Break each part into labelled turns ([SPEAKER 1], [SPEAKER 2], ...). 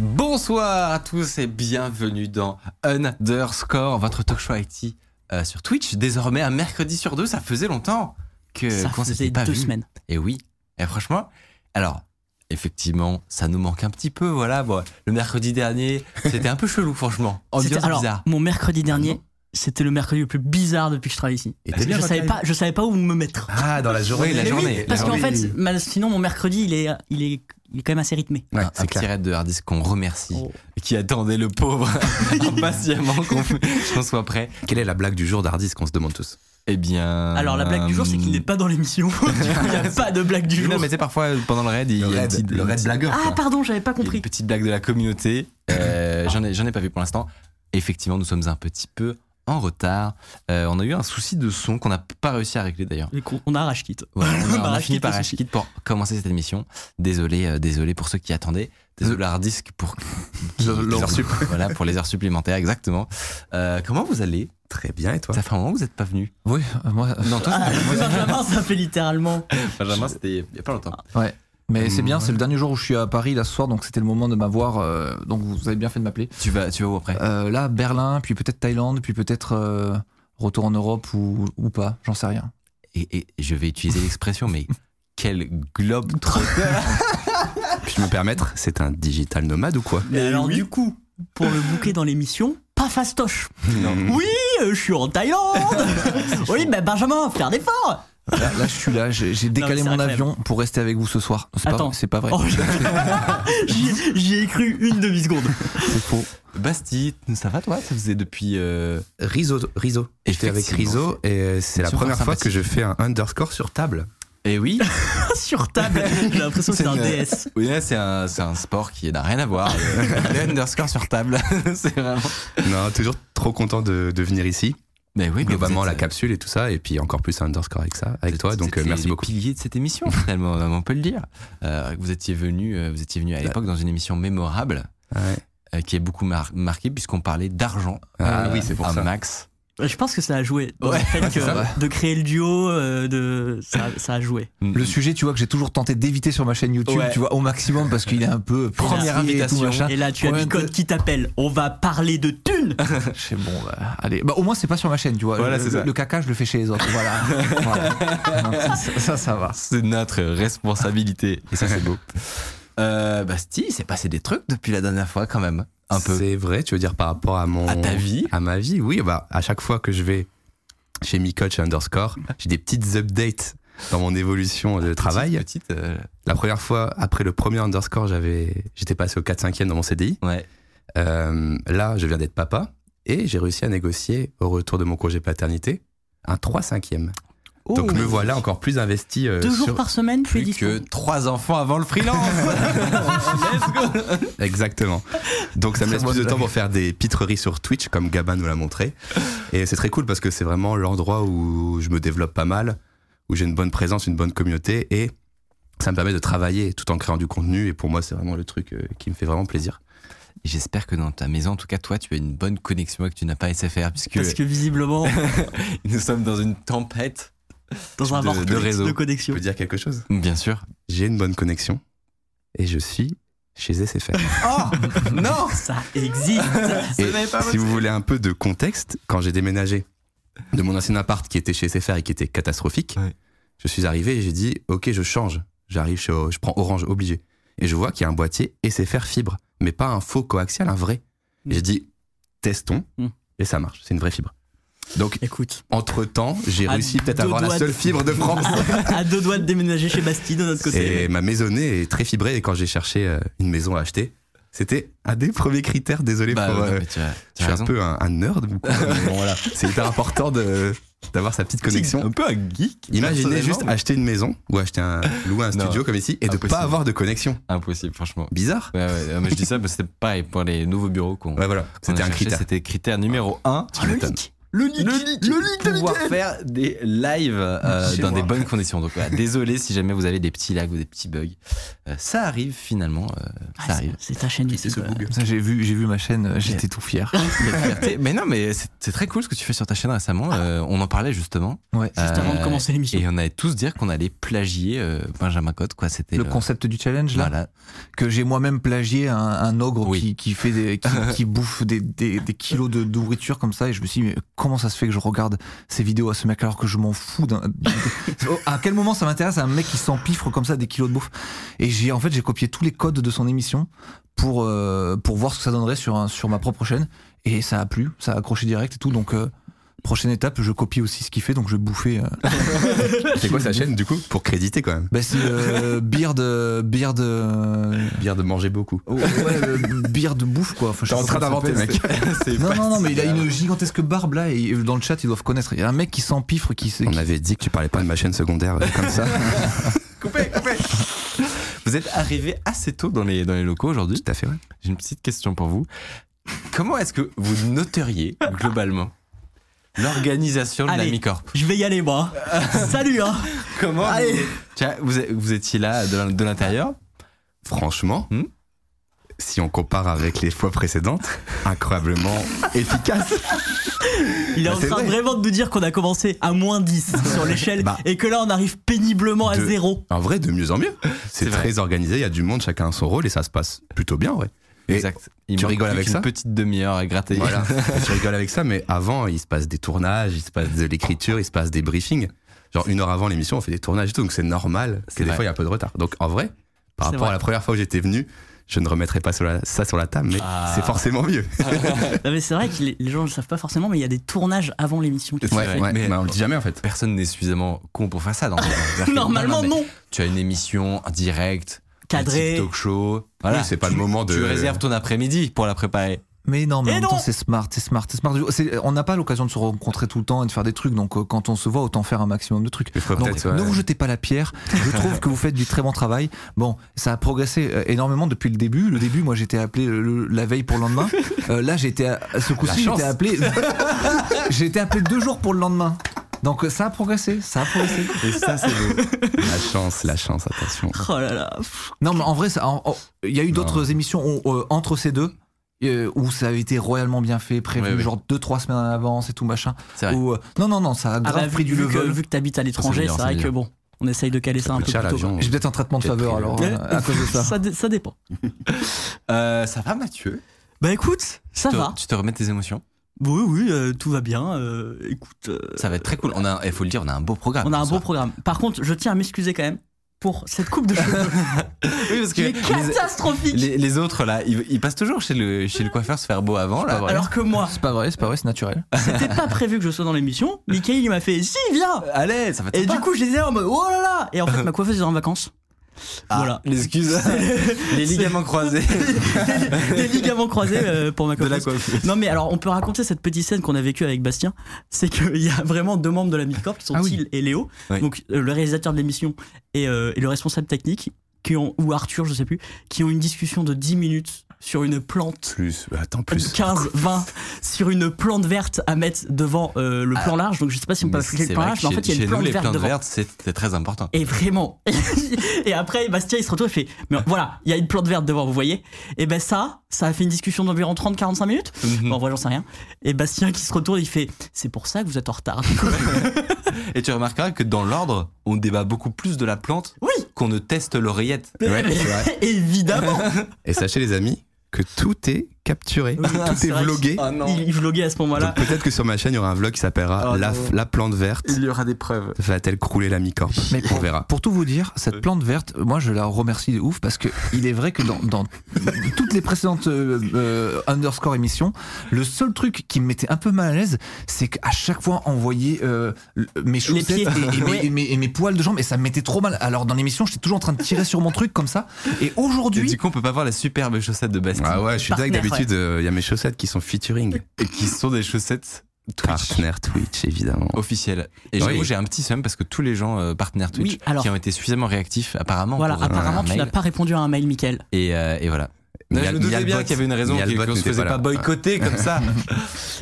[SPEAKER 1] Bonsoir à tous et bienvenue dans Underscore, votre talk show IT euh, sur Twitch. Désormais, un mercredi sur deux, ça faisait longtemps que
[SPEAKER 2] Ça
[SPEAKER 1] qu'on s'était
[SPEAKER 2] faisait
[SPEAKER 1] pas
[SPEAKER 2] deux
[SPEAKER 1] vu.
[SPEAKER 2] semaines.
[SPEAKER 1] Et oui, et franchement, alors effectivement, ça nous manque un petit peu. Voilà, bon, le mercredi dernier, c'était un peu chelou, franchement.
[SPEAKER 2] C'était-
[SPEAKER 1] Ambiance
[SPEAKER 2] alors,
[SPEAKER 1] bizarre.
[SPEAKER 2] mon mercredi dernier, c'était le mercredi le plus bizarre depuis que je travaille ici.
[SPEAKER 3] Et t'es
[SPEAKER 2] Parce que
[SPEAKER 3] bien
[SPEAKER 2] je
[SPEAKER 3] votre
[SPEAKER 2] savais
[SPEAKER 3] live
[SPEAKER 2] pas, je savais pas où me mettre.
[SPEAKER 3] Ah, dans la journée.
[SPEAKER 1] Oui, la
[SPEAKER 2] Mais oui,
[SPEAKER 1] journée,
[SPEAKER 2] parce
[SPEAKER 1] la
[SPEAKER 2] qu'en
[SPEAKER 3] journée.
[SPEAKER 2] fait, ma- sinon mon mercredi, il est, il est, il est quand même assez rythmé.
[SPEAKER 3] Ouais,
[SPEAKER 1] un un
[SPEAKER 3] c'est
[SPEAKER 1] petit
[SPEAKER 3] clair.
[SPEAKER 1] raid de hard disk qu'on remercie,
[SPEAKER 2] Oh.
[SPEAKER 1] qui attendait le pauvre impatiemment qu'on qu'on soit prêt.
[SPEAKER 3] Quelle est la blague du jour d'Ardis qu'on se demande tous
[SPEAKER 1] Eh bien.
[SPEAKER 2] Alors la blague du jour, c'est
[SPEAKER 1] Ah,
[SPEAKER 2] qu'il n'est pas dans l'émission. Du coup, Il n'y a pas de blague du
[SPEAKER 1] Mais
[SPEAKER 2] jour.
[SPEAKER 1] Non, mais tu sais, parfois pendant le raid, il y a une petite-
[SPEAKER 3] le
[SPEAKER 1] une
[SPEAKER 3] raid
[SPEAKER 1] petite-
[SPEAKER 3] blagueur.
[SPEAKER 2] Ah
[SPEAKER 3] quoi.
[SPEAKER 2] pardon, j'avais pas
[SPEAKER 1] Il y a
[SPEAKER 2] compris.
[SPEAKER 1] une petite blague de la communauté. Euh, J'en ai, j'en ai pas vu pour l'instant. Effectivement, nous sommes un petit peu en retard. Euh, on a eu un souci de son qu'on n'a pas réussi à régler d'ailleurs.
[SPEAKER 2] Du coup, on a arrache quitte.
[SPEAKER 1] Voilà, on, a, on a
[SPEAKER 2] Bah,
[SPEAKER 1] fini
[SPEAKER 2] Rashkid,
[SPEAKER 1] par
[SPEAKER 2] le souci.
[SPEAKER 1] Rashkid pour commencer cette émission. Désolé, euh, désolé pour ceux qui attendaient. Désolé à Hardisk pour qui-
[SPEAKER 3] Le-
[SPEAKER 1] les
[SPEAKER 3] l'or-
[SPEAKER 1] heures sup. voilà pour les heures supplémentaires exactement. Euh, comment vous allez
[SPEAKER 3] Très bien, et toi
[SPEAKER 1] Ça fait un moment que vous n'êtes pas venu.
[SPEAKER 4] Oui, euh, moi.
[SPEAKER 1] Non toi,
[SPEAKER 2] Ah, Benjamin, ça fait littéralement.
[SPEAKER 1] Benjamin, c'était il y a pas longtemps.
[SPEAKER 4] Ouais. Mais c'est bien,
[SPEAKER 3] Ouais.
[SPEAKER 4] c'est le dernier jour où je suis à Paris là ce soir, donc c'était le moment de m'avoir. euh, donc vous avez bien fait de m'appeler.
[SPEAKER 1] Tu vas, tu vas où après
[SPEAKER 4] Euh, là, Berlin, puis peut-être Thaïlande, puis peut-être euh, retour en Europe ou, ou pas, j'en sais rien.
[SPEAKER 1] et, et je vais utiliser l'expression, mais quel globe trotteur
[SPEAKER 3] Puis-je me permettre, c'est un digital nomade ou quoi
[SPEAKER 2] Mais alors du coup, pour le bouquet dans l'émission, pas fastoche. Oui, euh, je suis en Thaïlande. oui, bah Benjamin, faire des efforts.
[SPEAKER 4] Là, là, je suis là, j'ai j'ai
[SPEAKER 2] mais
[SPEAKER 4] décalé
[SPEAKER 2] c'est
[SPEAKER 4] mon
[SPEAKER 2] incroyable.
[SPEAKER 4] avion pour rester avec vous ce soir. C'est pas,
[SPEAKER 2] Attends.
[SPEAKER 4] c'est pas vrai,
[SPEAKER 2] Oh, J'y j'y ai cru une demi-seconde.
[SPEAKER 4] c'est faux.
[SPEAKER 1] Bastide, ça va toi Ça faisait depuis. euh,
[SPEAKER 3] Riso, Riso. J'étais avec
[SPEAKER 1] Effectivement.
[SPEAKER 3] Riso et c'est la
[SPEAKER 1] Super
[SPEAKER 3] première fois
[SPEAKER 1] sympathique.
[SPEAKER 3] que je fais un underscore sur table.
[SPEAKER 1] Eh oui,
[SPEAKER 2] Sur table, j'ai l'impression que c'est un
[SPEAKER 1] une-
[SPEAKER 2] DS.
[SPEAKER 1] oui là, c'est un, c'est un sport qui n'a rien à voir. Le underscore sur table, c'est vraiment.
[SPEAKER 3] Non, toujours trop content de, de venir ici.
[SPEAKER 1] Mais oui, mais
[SPEAKER 3] Globalement,
[SPEAKER 1] vous
[SPEAKER 3] la
[SPEAKER 1] êtes-
[SPEAKER 3] capsule et tout ça, et puis encore plus un underscore avec ça, avec
[SPEAKER 1] vous
[SPEAKER 3] toi.
[SPEAKER 1] êtes-
[SPEAKER 3] Donc
[SPEAKER 1] vous
[SPEAKER 3] euh,
[SPEAKER 1] êtes
[SPEAKER 3] merci
[SPEAKER 1] les
[SPEAKER 3] beaucoup.
[SPEAKER 1] piliers de cette émission, finalement, on peut le dire. Euh, vous étiez venu, euh, vous étiez venu à l'époque dans une émission mémorable
[SPEAKER 3] Bah. Ouais.
[SPEAKER 1] euh, qui est beaucoup mar- marquée puisqu'on parlait d'argent.
[SPEAKER 3] Ah oui, c'est pour
[SPEAKER 1] un
[SPEAKER 3] ça.
[SPEAKER 1] max.
[SPEAKER 2] Je pense que ça a joué. Dans
[SPEAKER 1] Ouais,
[SPEAKER 2] le fait que
[SPEAKER 1] ça.
[SPEAKER 2] de créer le duo, euh, de, ça, ça a joué.
[SPEAKER 4] Le sujet, tu vois, que j'ai toujours tenté d'éviter sur ma chaîne YouTube,
[SPEAKER 1] Ouais.
[SPEAKER 4] tu vois, au maximum parce qu'il est un peu
[SPEAKER 1] Première
[SPEAKER 4] financier et tout,
[SPEAKER 1] invitation.
[SPEAKER 4] machin.
[SPEAKER 2] Et là, tu as
[SPEAKER 4] Ouais,
[SPEAKER 2] Bicode qui t'appelle. On va parler de thunes.
[SPEAKER 4] Je sais, bon, bah, allez. Bah, au moins, c'est pas sur ma chaîne, tu vois.
[SPEAKER 1] Voilà,
[SPEAKER 4] le,
[SPEAKER 1] c'est ça.
[SPEAKER 4] le caca, je le fais chez les autres. Voilà. Voilà. Non, ça, ça, ça va.
[SPEAKER 1] C'est notre responsabilité. Et ça, c'est beau. Euh, Bastille, il s'est passé des trucs depuis la dernière fois, quand même. Un peu.
[SPEAKER 3] C'est vrai, tu veux dire par rapport à mon.
[SPEAKER 1] À ta vie
[SPEAKER 3] À ma vie, oui. Bah, à chaque fois que je vais chez MiCoach underscore, j'ai des petites updates dans mon évolution de travail.
[SPEAKER 1] Ah, Petite. petite, euh,
[SPEAKER 3] La première fois, après le premier underscore, j'avais, j'étais passé au 4-5e dans mon CDI.
[SPEAKER 1] ouais.
[SPEAKER 3] Euh, là, je viens d'être papa et j'ai réussi à négocier au retour de mon congé paternité un 3-5e. Donc me voilà encore plus investi. euh,
[SPEAKER 2] Oh, Deux jours
[SPEAKER 3] sur-
[SPEAKER 2] par semaine, tu es
[SPEAKER 1] Plus
[SPEAKER 2] dispo.
[SPEAKER 1] que trois enfants avant le freelance.
[SPEAKER 3] Exactement. Donc ça me laisse
[SPEAKER 4] Très
[SPEAKER 3] plus de
[SPEAKER 4] bonne
[SPEAKER 3] temps pour faire des pitreries sur Twitch, comme Gabin nous l'a montré. Et c'est très cool parce que c'est vraiment l'endroit où je me développe pas mal, où j'ai une bonne présence, une bonne communauté, et ça me permet de travailler tout en créant du contenu. Et pour moi, c'est vraiment le truc euh, qui me fait vraiment plaisir.
[SPEAKER 1] J'espère que dans ta maison, en tout cas, toi, tu as une bonne connexion et que tu n'as pas SFR, puisque
[SPEAKER 2] Parce que visiblement,
[SPEAKER 1] nous sommes dans une tempête.
[SPEAKER 2] dans un
[SPEAKER 1] De-
[SPEAKER 2] vortex
[SPEAKER 1] de
[SPEAKER 2] de,
[SPEAKER 1] réseau.
[SPEAKER 3] Je
[SPEAKER 2] connexion.
[SPEAKER 3] peux dire quelque chose
[SPEAKER 1] Bien sûr.
[SPEAKER 3] J'ai une bonne connexion et je suis chez SFR.
[SPEAKER 1] Oh Non
[SPEAKER 2] Ça existe.
[SPEAKER 3] Et si vous voulez un peu de contexte, quand j'ai déménagé de mon ancien appart qui était chez SFR et qui était catastrophique,
[SPEAKER 1] Ouais.
[SPEAKER 3] je suis arrivé et j'ai dit ok je change, j'arrive chez je prends Orange obligé et je vois qu'il y a un boîtier SFR fibre, mais pas un faux coaxial, un vrai.
[SPEAKER 2] Mm.
[SPEAKER 3] Et J'ai dit testons
[SPEAKER 2] Mm.
[SPEAKER 3] et ça marche, c'est une vraie fibre. Donc
[SPEAKER 2] Écoute,
[SPEAKER 3] entre temps j'ai
[SPEAKER 2] À
[SPEAKER 3] réussi peut-être à
[SPEAKER 2] deux
[SPEAKER 3] avoir la
[SPEAKER 2] doigts
[SPEAKER 3] seule
[SPEAKER 2] de- Ah,
[SPEAKER 3] fibre de France.
[SPEAKER 2] à deux doigts de déménager chez Bastille de notre côté.
[SPEAKER 3] Et ma maisonnée est très fibrée et quand j'ai cherché euh, une maison à acheter, c'était un des premiers critères. Désolé
[SPEAKER 1] Bah,
[SPEAKER 3] pour
[SPEAKER 1] ouais,
[SPEAKER 3] euh,
[SPEAKER 1] mais tu as, tu as
[SPEAKER 3] je suis
[SPEAKER 1] raison.
[SPEAKER 3] un peu un, un nerd, ou quoi, mais bon, voilà. c'est hyper important de, d'avoir sa petite connexion.
[SPEAKER 1] Un peu un geek.
[SPEAKER 3] Imaginez
[SPEAKER 1] personnellement,
[SPEAKER 3] juste
[SPEAKER 1] mais-
[SPEAKER 3] acheter une maison ou acheter un, louer un
[SPEAKER 1] Non.
[SPEAKER 3] studio comme ici et de
[SPEAKER 1] Impossible.
[SPEAKER 3] pas avoir de connexion.
[SPEAKER 1] Impossible, franchement.
[SPEAKER 3] Bizarre.
[SPEAKER 1] Ouais, ouais, euh, mais je dis ça parce que c'était pareil pour les nouveaux bureaux qu'on.
[SPEAKER 3] Ouais, voilà.
[SPEAKER 1] qu'on a
[SPEAKER 3] C'était Ah, un
[SPEAKER 1] cherchés,
[SPEAKER 3] critère.
[SPEAKER 1] C'était critère numéro 1.
[SPEAKER 2] Ah,
[SPEAKER 3] Tu m'étonnes.
[SPEAKER 1] Le leak, le leak, pouvoir faire des lives euh,
[SPEAKER 3] Ah, Chez
[SPEAKER 1] dans
[SPEAKER 3] moi.
[SPEAKER 1] des bonnes conditions. Donc voilà, désolé si jamais vous avez des petits lags ou des petits bugs. Euh, ça arrive finalement, euh,
[SPEAKER 2] Ah,
[SPEAKER 1] ça
[SPEAKER 2] c'est-
[SPEAKER 1] arrive.
[SPEAKER 2] C'est ta chaîne YouTube. euh,
[SPEAKER 4] Ça, j'ai vu, j'ai vu ma chaîne, euh, j'étais tout fier.
[SPEAKER 1] Il y a de fierté. mais non, mais c'est c'est très cool ce que tu fais sur ta chaîne récemment.
[SPEAKER 3] Ah.
[SPEAKER 1] Euh, on en parlait justement.
[SPEAKER 4] Ouais.
[SPEAKER 2] Juste avant de
[SPEAKER 1] Euh,
[SPEAKER 2] commencer l'émission.
[SPEAKER 1] Et on allait tous dire qu'on allait plagier euh, Benjamin Cotte, quoi. C'était
[SPEAKER 4] Le concept du challenge, là,
[SPEAKER 1] Voilà.
[SPEAKER 4] que j'ai moi-même plagié un, un ogre
[SPEAKER 1] Oui.
[SPEAKER 4] qui, qui fait des, qui, qui bouffe des, des, des kilos de nourriture comme ça, et je me suis dit, mais comment ça se fait que je regarde ces vidéos à ce mec alors que je m'en fous d'un- À quel moment ça m'intéresse à un mec qui s'empiffre comme ça des kilos de bouffe Et j'ai, en fait, j'ai copié tous les codes de son émission pour, euh, pour voir ce que ça donnerait sur, un- sur ma propre chaîne, et ça a plu, ça a accroché direct et tout, donc. euh, Prochaine étape, je copie aussi ce qu'il fait, donc je bouffais. euh,
[SPEAKER 3] C'est quoi sa chaîne du coup Pour créditer quand même.
[SPEAKER 4] bah c'est euh, beard, euh, beard, euh,
[SPEAKER 3] Bien de manger beaucoup.
[SPEAKER 4] Oh, ouais, euh, bière de bouffe quoi. Enfin, je
[SPEAKER 3] T'es
[SPEAKER 4] sais
[SPEAKER 3] en
[SPEAKER 4] pas
[SPEAKER 3] train
[SPEAKER 4] comment ça
[SPEAKER 3] d'inventer, mec.
[SPEAKER 4] s'appelle. Non, non, non, mais il a une gigantesque barbe là et dans le chat ils doivent connaître. Il y a un mec qui s'empiffre, qui, se-
[SPEAKER 3] On
[SPEAKER 4] qui...
[SPEAKER 3] avait dit que tu parlais pas de ma chaîne secondaire euh, comme ça.
[SPEAKER 1] Coupez, coupez. Vous êtes arrivé assez tôt dans les, dans les locaux aujourd'hui.
[SPEAKER 3] Tout à fait, ouais.
[SPEAKER 1] J'ai une petite question pour vous. Comment est-ce que vous noteriez globalement l'organisation de la
[SPEAKER 2] Allez.
[SPEAKER 1] l'Amicorp
[SPEAKER 2] Je vais y aller, moi. Salut, hein.
[SPEAKER 1] Comment
[SPEAKER 2] Allez.
[SPEAKER 1] Tiens, vous, êtes- vous étiez là de l'in- de l'intérieur
[SPEAKER 3] Franchement,
[SPEAKER 1] Hmm
[SPEAKER 3] si on compare avec les fois précédentes, incroyablement efficace.
[SPEAKER 2] Il est
[SPEAKER 3] Bah,
[SPEAKER 2] en
[SPEAKER 3] c'est
[SPEAKER 2] train
[SPEAKER 3] vrai.
[SPEAKER 2] vraiment de nous dire qu'on a commencé à moins 10 sur l'échelle
[SPEAKER 3] Bah.
[SPEAKER 2] et que là on arrive péniblement à
[SPEAKER 3] De-
[SPEAKER 2] zéro.
[SPEAKER 3] En vrai, de mieux en mieux. C'est
[SPEAKER 1] C'est vrai.
[SPEAKER 3] très organisé, il y a du monde, chacun a son rôle et ça se passe plutôt bien, ouais. Et
[SPEAKER 1] Exact. Il
[SPEAKER 3] tu
[SPEAKER 1] manque
[SPEAKER 3] rigoles
[SPEAKER 1] plus
[SPEAKER 3] avec
[SPEAKER 1] qu'une
[SPEAKER 3] ça
[SPEAKER 1] petite demi-heure à gratter.
[SPEAKER 3] Voilà, je rigole avec ça, mais avant, il se passe des tournages, il se passe de l'écriture, il se passe des briefings. Genre, une heure avant l'émission, on fait des tournages et tout, donc c'est normal que
[SPEAKER 1] C'est
[SPEAKER 3] des
[SPEAKER 1] vrai.
[SPEAKER 3] fois, il y a un peu de retard. Donc, en vrai, par
[SPEAKER 2] C'est
[SPEAKER 3] rapport
[SPEAKER 2] vrai.
[SPEAKER 3] à la première fois où j'étais venu, je ne remettrai pas sur la- ça sur la table, mais
[SPEAKER 1] Ah.
[SPEAKER 3] c'est forcément mieux.
[SPEAKER 2] Non, mais c'est vrai que les les gens ne le savent pas forcément, mais il y a des tournages avant l'émission. qui se
[SPEAKER 1] Ouais,
[SPEAKER 2] font.
[SPEAKER 1] ouais. mais-
[SPEAKER 3] on le dit jamais, en fait.
[SPEAKER 1] Personne n'est suffisamment con pour faire ça. normalement. C'est-à-dire que-
[SPEAKER 2] Normalement,
[SPEAKER 1] mais
[SPEAKER 2] non.
[SPEAKER 1] Tu as une émission en direct,
[SPEAKER 2] Cadré.
[SPEAKER 1] un talk show. Voilà.
[SPEAKER 3] Oui, c'est pas
[SPEAKER 1] Tu-
[SPEAKER 3] le moment de-
[SPEAKER 1] Tu réserves ton après-midi pour la préparer.
[SPEAKER 4] Mais non, mais
[SPEAKER 2] Et
[SPEAKER 4] en même
[SPEAKER 2] non
[SPEAKER 4] temps c'est smart, c'est smart, c'est smart. C'est- On n'a pas l'occasion de se rencontrer tout le temps et de faire des trucs, donc euh, quand on se voit, autant faire un maximum de trucs.
[SPEAKER 3] Il faut
[SPEAKER 4] Donc,
[SPEAKER 3] peut-être, ouais.
[SPEAKER 4] ne vous jetez pas la pierre. Je trouve que vous faites du très bon travail. Bon, ça a progressé euh, énormément depuis le début. Le début, moi, j'étais appelé le- le- la veille pour le lendemain. Euh, là, j'étais à- à ce coup-ci,
[SPEAKER 3] chance.
[SPEAKER 4] j'étais appelé. j'ai été appelé deux jours pour le lendemain. Donc euh, ça a progressé, ça a progressé.
[SPEAKER 3] Et ça, c'est la chance, la chance, attention.
[SPEAKER 2] Oh là là.
[SPEAKER 4] Non, mais en vrai, ça- en- en- il y a eu
[SPEAKER 3] Non.
[SPEAKER 4] d'autres émissions où, euh, entre ces deux. euh, où ça avait été royalement bien fait, prévu
[SPEAKER 1] Ouais, ouais.
[SPEAKER 4] genre 2-3 semaines en avance et tout machin.
[SPEAKER 1] C'est vrai.
[SPEAKER 4] Où, euh, non, non, non, ça a
[SPEAKER 2] Ah
[SPEAKER 4] grave
[SPEAKER 2] bah,
[SPEAKER 4] pris du
[SPEAKER 2] vu que,
[SPEAKER 4] level.
[SPEAKER 2] vu que t'habites à l'étranger,
[SPEAKER 1] Ça, c'est
[SPEAKER 2] c'est vrai
[SPEAKER 1] bien,
[SPEAKER 2] que bon, on essaye de caler ça, un peu
[SPEAKER 3] coûte
[SPEAKER 2] plus
[SPEAKER 3] cher,
[SPEAKER 2] tôt.
[SPEAKER 3] l'avion.
[SPEAKER 4] J'ai peut-être un traitement de
[SPEAKER 3] Peut-être
[SPEAKER 4] faveur
[SPEAKER 3] pris le-
[SPEAKER 4] alors, euh, à cause de ça.
[SPEAKER 2] Ça, dé- ça dépend.
[SPEAKER 1] Euh, ça va, Mathieu
[SPEAKER 2] Bah écoute, ça
[SPEAKER 1] Tu te-
[SPEAKER 2] va.
[SPEAKER 1] Tu te remets tes émotions
[SPEAKER 2] Oui, oui, euh, tout va bien. euh, écoute, euh,
[SPEAKER 1] Ça va être très cool. On a, il faut le dire, on a un beau programme.
[SPEAKER 2] on a un
[SPEAKER 1] ce
[SPEAKER 2] beau
[SPEAKER 1] soir.
[SPEAKER 2] programme. Par contre, je tiens à m'excuser quand même pour cette coupe de cheveux
[SPEAKER 1] Oui, parce
[SPEAKER 2] qui est
[SPEAKER 1] que
[SPEAKER 2] catastrophique.
[SPEAKER 1] les, les- les autres là, ils, ils passent toujours chez le, chez le coiffeur se faire beau avant là.
[SPEAKER 2] Alors que moi,
[SPEAKER 4] C'est pas vrai, c'est pas vrai, c'est naturel.
[SPEAKER 2] c'était pas prévu que je sois dans l'émission. Michael, il m'a fait Si, viens
[SPEAKER 1] Allez, ça va être
[SPEAKER 2] Et
[SPEAKER 1] sympa.
[SPEAKER 2] du coup, je disais en mode oh là là Et en fait, ma coiffeuse est en vacances.
[SPEAKER 1] Ah,
[SPEAKER 2] voilà.
[SPEAKER 1] Les excuses. les ligaments croisés.
[SPEAKER 2] les, les ligaments croisés euh, pour ma
[SPEAKER 1] De la
[SPEAKER 2] coiffeuse. Non mais alors on peut raconter cette petite scène qu'on a vécue avec Bastien, c'est qu'il y a vraiment deux membres de la Midcorp qui sont
[SPEAKER 4] Ah oui.
[SPEAKER 2] Thiel et Léo,
[SPEAKER 1] Oui.
[SPEAKER 2] donc euh, le réalisateur de l'émission et, euh, et le responsable technique, qui ont, ou Arthur je sais plus, qui ont une discussion de 10 minutes sur une plante.
[SPEAKER 3] Plus, bah, attends,
[SPEAKER 2] de
[SPEAKER 3] plus.
[SPEAKER 2] 15, 20 sur une plante verte à mettre devant euh, le plan large. Donc je sais pas si on peut
[SPEAKER 1] Ah. Mais
[SPEAKER 2] appliquer
[SPEAKER 1] c'est
[SPEAKER 2] le plan
[SPEAKER 1] vrai
[SPEAKER 2] large,
[SPEAKER 1] que
[SPEAKER 2] mais en
[SPEAKER 1] chez-
[SPEAKER 2] fait il y a
[SPEAKER 1] chez
[SPEAKER 2] une
[SPEAKER 1] nous,
[SPEAKER 2] plante
[SPEAKER 1] les
[SPEAKER 2] verte
[SPEAKER 1] plantes
[SPEAKER 2] devant.
[SPEAKER 1] vertes, c'est c'est très important.
[SPEAKER 2] Et vraiment. et après, Bastien, il se retrouve et fait Mais voilà, il y a une plante verte devant, vous voyez Et ben ça, ça a fait une discussion d'environ 30-45 minutes.
[SPEAKER 1] Mhm.
[SPEAKER 2] Bon, en vrai, j'en sais rien. Et Bastien qui se retourne, il fait C'est pour ça que vous êtes en retard.
[SPEAKER 1] Et tu remarqueras que dans l'ordre, on débat beaucoup plus de la plante
[SPEAKER 2] oui
[SPEAKER 1] qu'on ne teste l'oreillette.
[SPEAKER 2] Mais- Évidemment
[SPEAKER 3] Et sachez, les amis, que tout est capturé,
[SPEAKER 2] Oui,
[SPEAKER 3] tout
[SPEAKER 2] c'est
[SPEAKER 3] est
[SPEAKER 2] vrai
[SPEAKER 3] vlogué.
[SPEAKER 1] Ah non.
[SPEAKER 2] Il, il vloguait à ce moment-là.
[SPEAKER 3] Donc peut-être que sur ma chaîne, il y aura un vlog qui s'appellera
[SPEAKER 1] Oh
[SPEAKER 3] la,
[SPEAKER 1] non.
[SPEAKER 3] la plante verte.
[SPEAKER 1] y aura des preuves.
[SPEAKER 3] Va-t-elle crouler la micorp
[SPEAKER 4] Mais
[SPEAKER 3] On verra.
[SPEAKER 4] Pour tout vous dire, cette plante verte, moi je la remercie de ouf parce que il est vrai que dans, dans toutes les précédentes euh, euh, underscore émissions, le seul truc qui me mettait un peu mal à l'aise, c'est qu'à chaque fois on voyait euh, le- mes chaussettes
[SPEAKER 2] pieds.
[SPEAKER 4] et, et mes,
[SPEAKER 2] Ouais.
[SPEAKER 4] et mes- et mes poils de jambes et ça me mettait trop mal. Alors dans l'émission, j'étais toujours en train de tirer sur mon truc comme ça. Et
[SPEAKER 1] Et
[SPEAKER 4] aujourd'hui,
[SPEAKER 1] du coup, on peut pas voir les superbes chaussettes de Bastille,
[SPEAKER 3] Ah ouais, je suis dingue,
[SPEAKER 2] Partenaire,
[SPEAKER 3] d'habitude, euh, il y a mes chaussettes qui sont featuring.
[SPEAKER 1] qui sont des chaussettes Twitch
[SPEAKER 3] Partner Twitch, évidemment.
[SPEAKER 1] officiel. Et
[SPEAKER 3] Oui.
[SPEAKER 1] j'avoue, j'ai un petit seum parce que tous les gens euh, partenaires Twitch
[SPEAKER 2] Ah Oui, alors-
[SPEAKER 1] qui ont été suffisamment réactifs, apparemment.
[SPEAKER 2] Voilà,
[SPEAKER 1] pour, euh,
[SPEAKER 2] apparemment,
[SPEAKER 1] un
[SPEAKER 2] tu n'as
[SPEAKER 1] mail.
[SPEAKER 2] pas répondu à un mail, Michael.
[SPEAKER 1] Et, euh, et voilà. Non, je
[SPEAKER 3] Mial-
[SPEAKER 1] me doutais
[SPEAKER 3] Mialbot-
[SPEAKER 1] bien qu'il y avait une raison
[SPEAKER 3] Mialbot
[SPEAKER 1] qu'on se
[SPEAKER 3] n'était
[SPEAKER 1] faisait
[SPEAKER 3] pas
[SPEAKER 1] pas
[SPEAKER 3] là.
[SPEAKER 1] boycotter comme ça.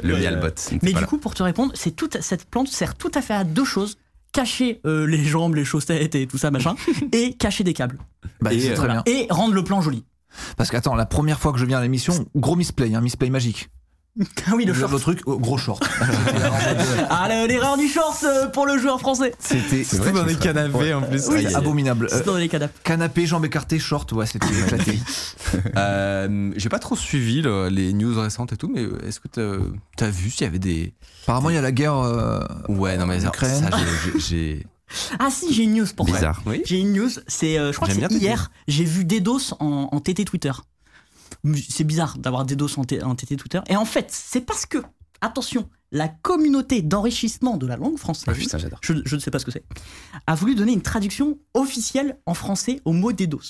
[SPEAKER 3] Le
[SPEAKER 1] Ouais.
[SPEAKER 3] Mialbot. n'était
[SPEAKER 2] Mais
[SPEAKER 3] pas
[SPEAKER 2] du
[SPEAKER 3] là.
[SPEAKER 2] coup, pour te répondre, c'est tout, cette plante sert tout à fait à deux choses cacher euh, les jambes, les chaussettes et tout ça, machin, et cacher des câbles.
[SPEAKER 4] Bah,
[SPEAKER 1] Et,
[SPEAKER 4] c'est
[SPEAKER 1] euh,
[SPEAKER 4] très
[SPEAKER 2] Voilà.
[SPEAKER 4] bien.
[SPEAKER 2] Et rendre le plan joli.
[SPEAKER 4] Parce que, attends, la première fois que je viens à l'émission, gros misplay, hein, misplay magique.
[SPEAKER 2] Ah oui, le short.
[SPEAKER 4] Le truc, oh, gros short.
[SPEAKER 2] Ah, le- l'erreur du short euh, pour le joueur français.
[SPEAKER 4] C'était
[SPEAKER 1] Tout dans des canapés
[SPEAKER 4] Ouais.
[SPEAKER 1] en plus.
[SPEAKER 4] C'était
[SPEAKER 1] Aïe, aïe.
[SPEAKER 4] abominable. Euh,
[SPEAKER 2] C'est dans les cadavres.
[SPEAKER 4] canapé, jambes écartées, short, ouais, c'était éclaté.
[SPEAKER 1] Euh, j'ai pas trop suivi là, les news récentes et tout, mais est-ce que t'as- t'as vu s'il y avait des.
[SPEAKER 4] Apparemment, il y a la guerre. euh,
[SPEAKER 1] Ouais, non, mais alors,
[SPEAKER 4] Ukraine.
[SPEAKER 1] ça, j'ai- j'ai- j'ai.
[SPEAKER 2] Ah si, j'ai une news pour toi.
[SPEAKER 3] Bizarre.
[SPEAKER 1] Oui.
[SPEAKER 2] J'ai une news, c'est euh, je crois que
[SPEAKER 1] J'aime bien
[SPEAKER 2] c'est
[SPEAKER 1] tes
[SPEAKER 2] hier, j'ai vu Dedos en, en TT Twitter. C'est bizarre d'avoir Dedos en, T- en TT Twitter. Et en fait, c'est parce que, attention, la communauté d'enrichissement de la langue française,
[SPEAKER 3] Ah, putain, j'adore.
[SPEAKER 2] je, je ne sais pas ce que c'est, a voulu donner une traduction officielle en français au mot Dedos.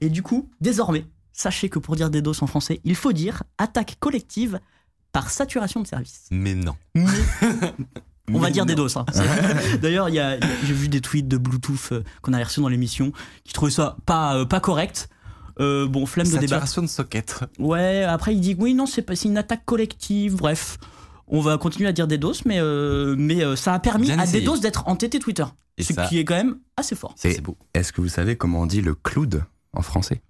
[SPEAKER 2] Et du coup, désormais, sachez que pour dire Dedos en français, il faut dire attaque collective par saturation de service.
[SPEAKER 1] Mais non.
[SPEAKER 2] On va dire des doses. hein. C'est- D'ailleurs, il y a- il y a- j'ai vu des tweets de Bluetooth euh, qu'on a reçus dans l'émission qui trouvaient ça pas, euh, pas correct. Euh, bon, flemme de débat.
[SPEAKER 1] Saturation de socket.
[SPEAKER 2] Ouais, après, il dit oui, non, c'est pas- c'est une attaque collective. Bref, on va continuer à dire des doses, mais, euh, mais euh, ça a permis
[SPEAKER 1] Bien
[SPEAKER 2] à
[SPEAKER 1] essayé.
[SPEAKER 2] des doses d'être en TT Twitter.
[SPEAKER 1] Et
[SPEAKER 2] ce
[SPEAKER 1] ça-
[SPEAKER 2] qui est quand même assez fort.
[SPEAKER 1] Ça,
[SPEAKER 3] Et-
[SPEAKER 1] c'est beau.
[SPEAKER 3] Est-ce que vous savez comment on dit le cloud en français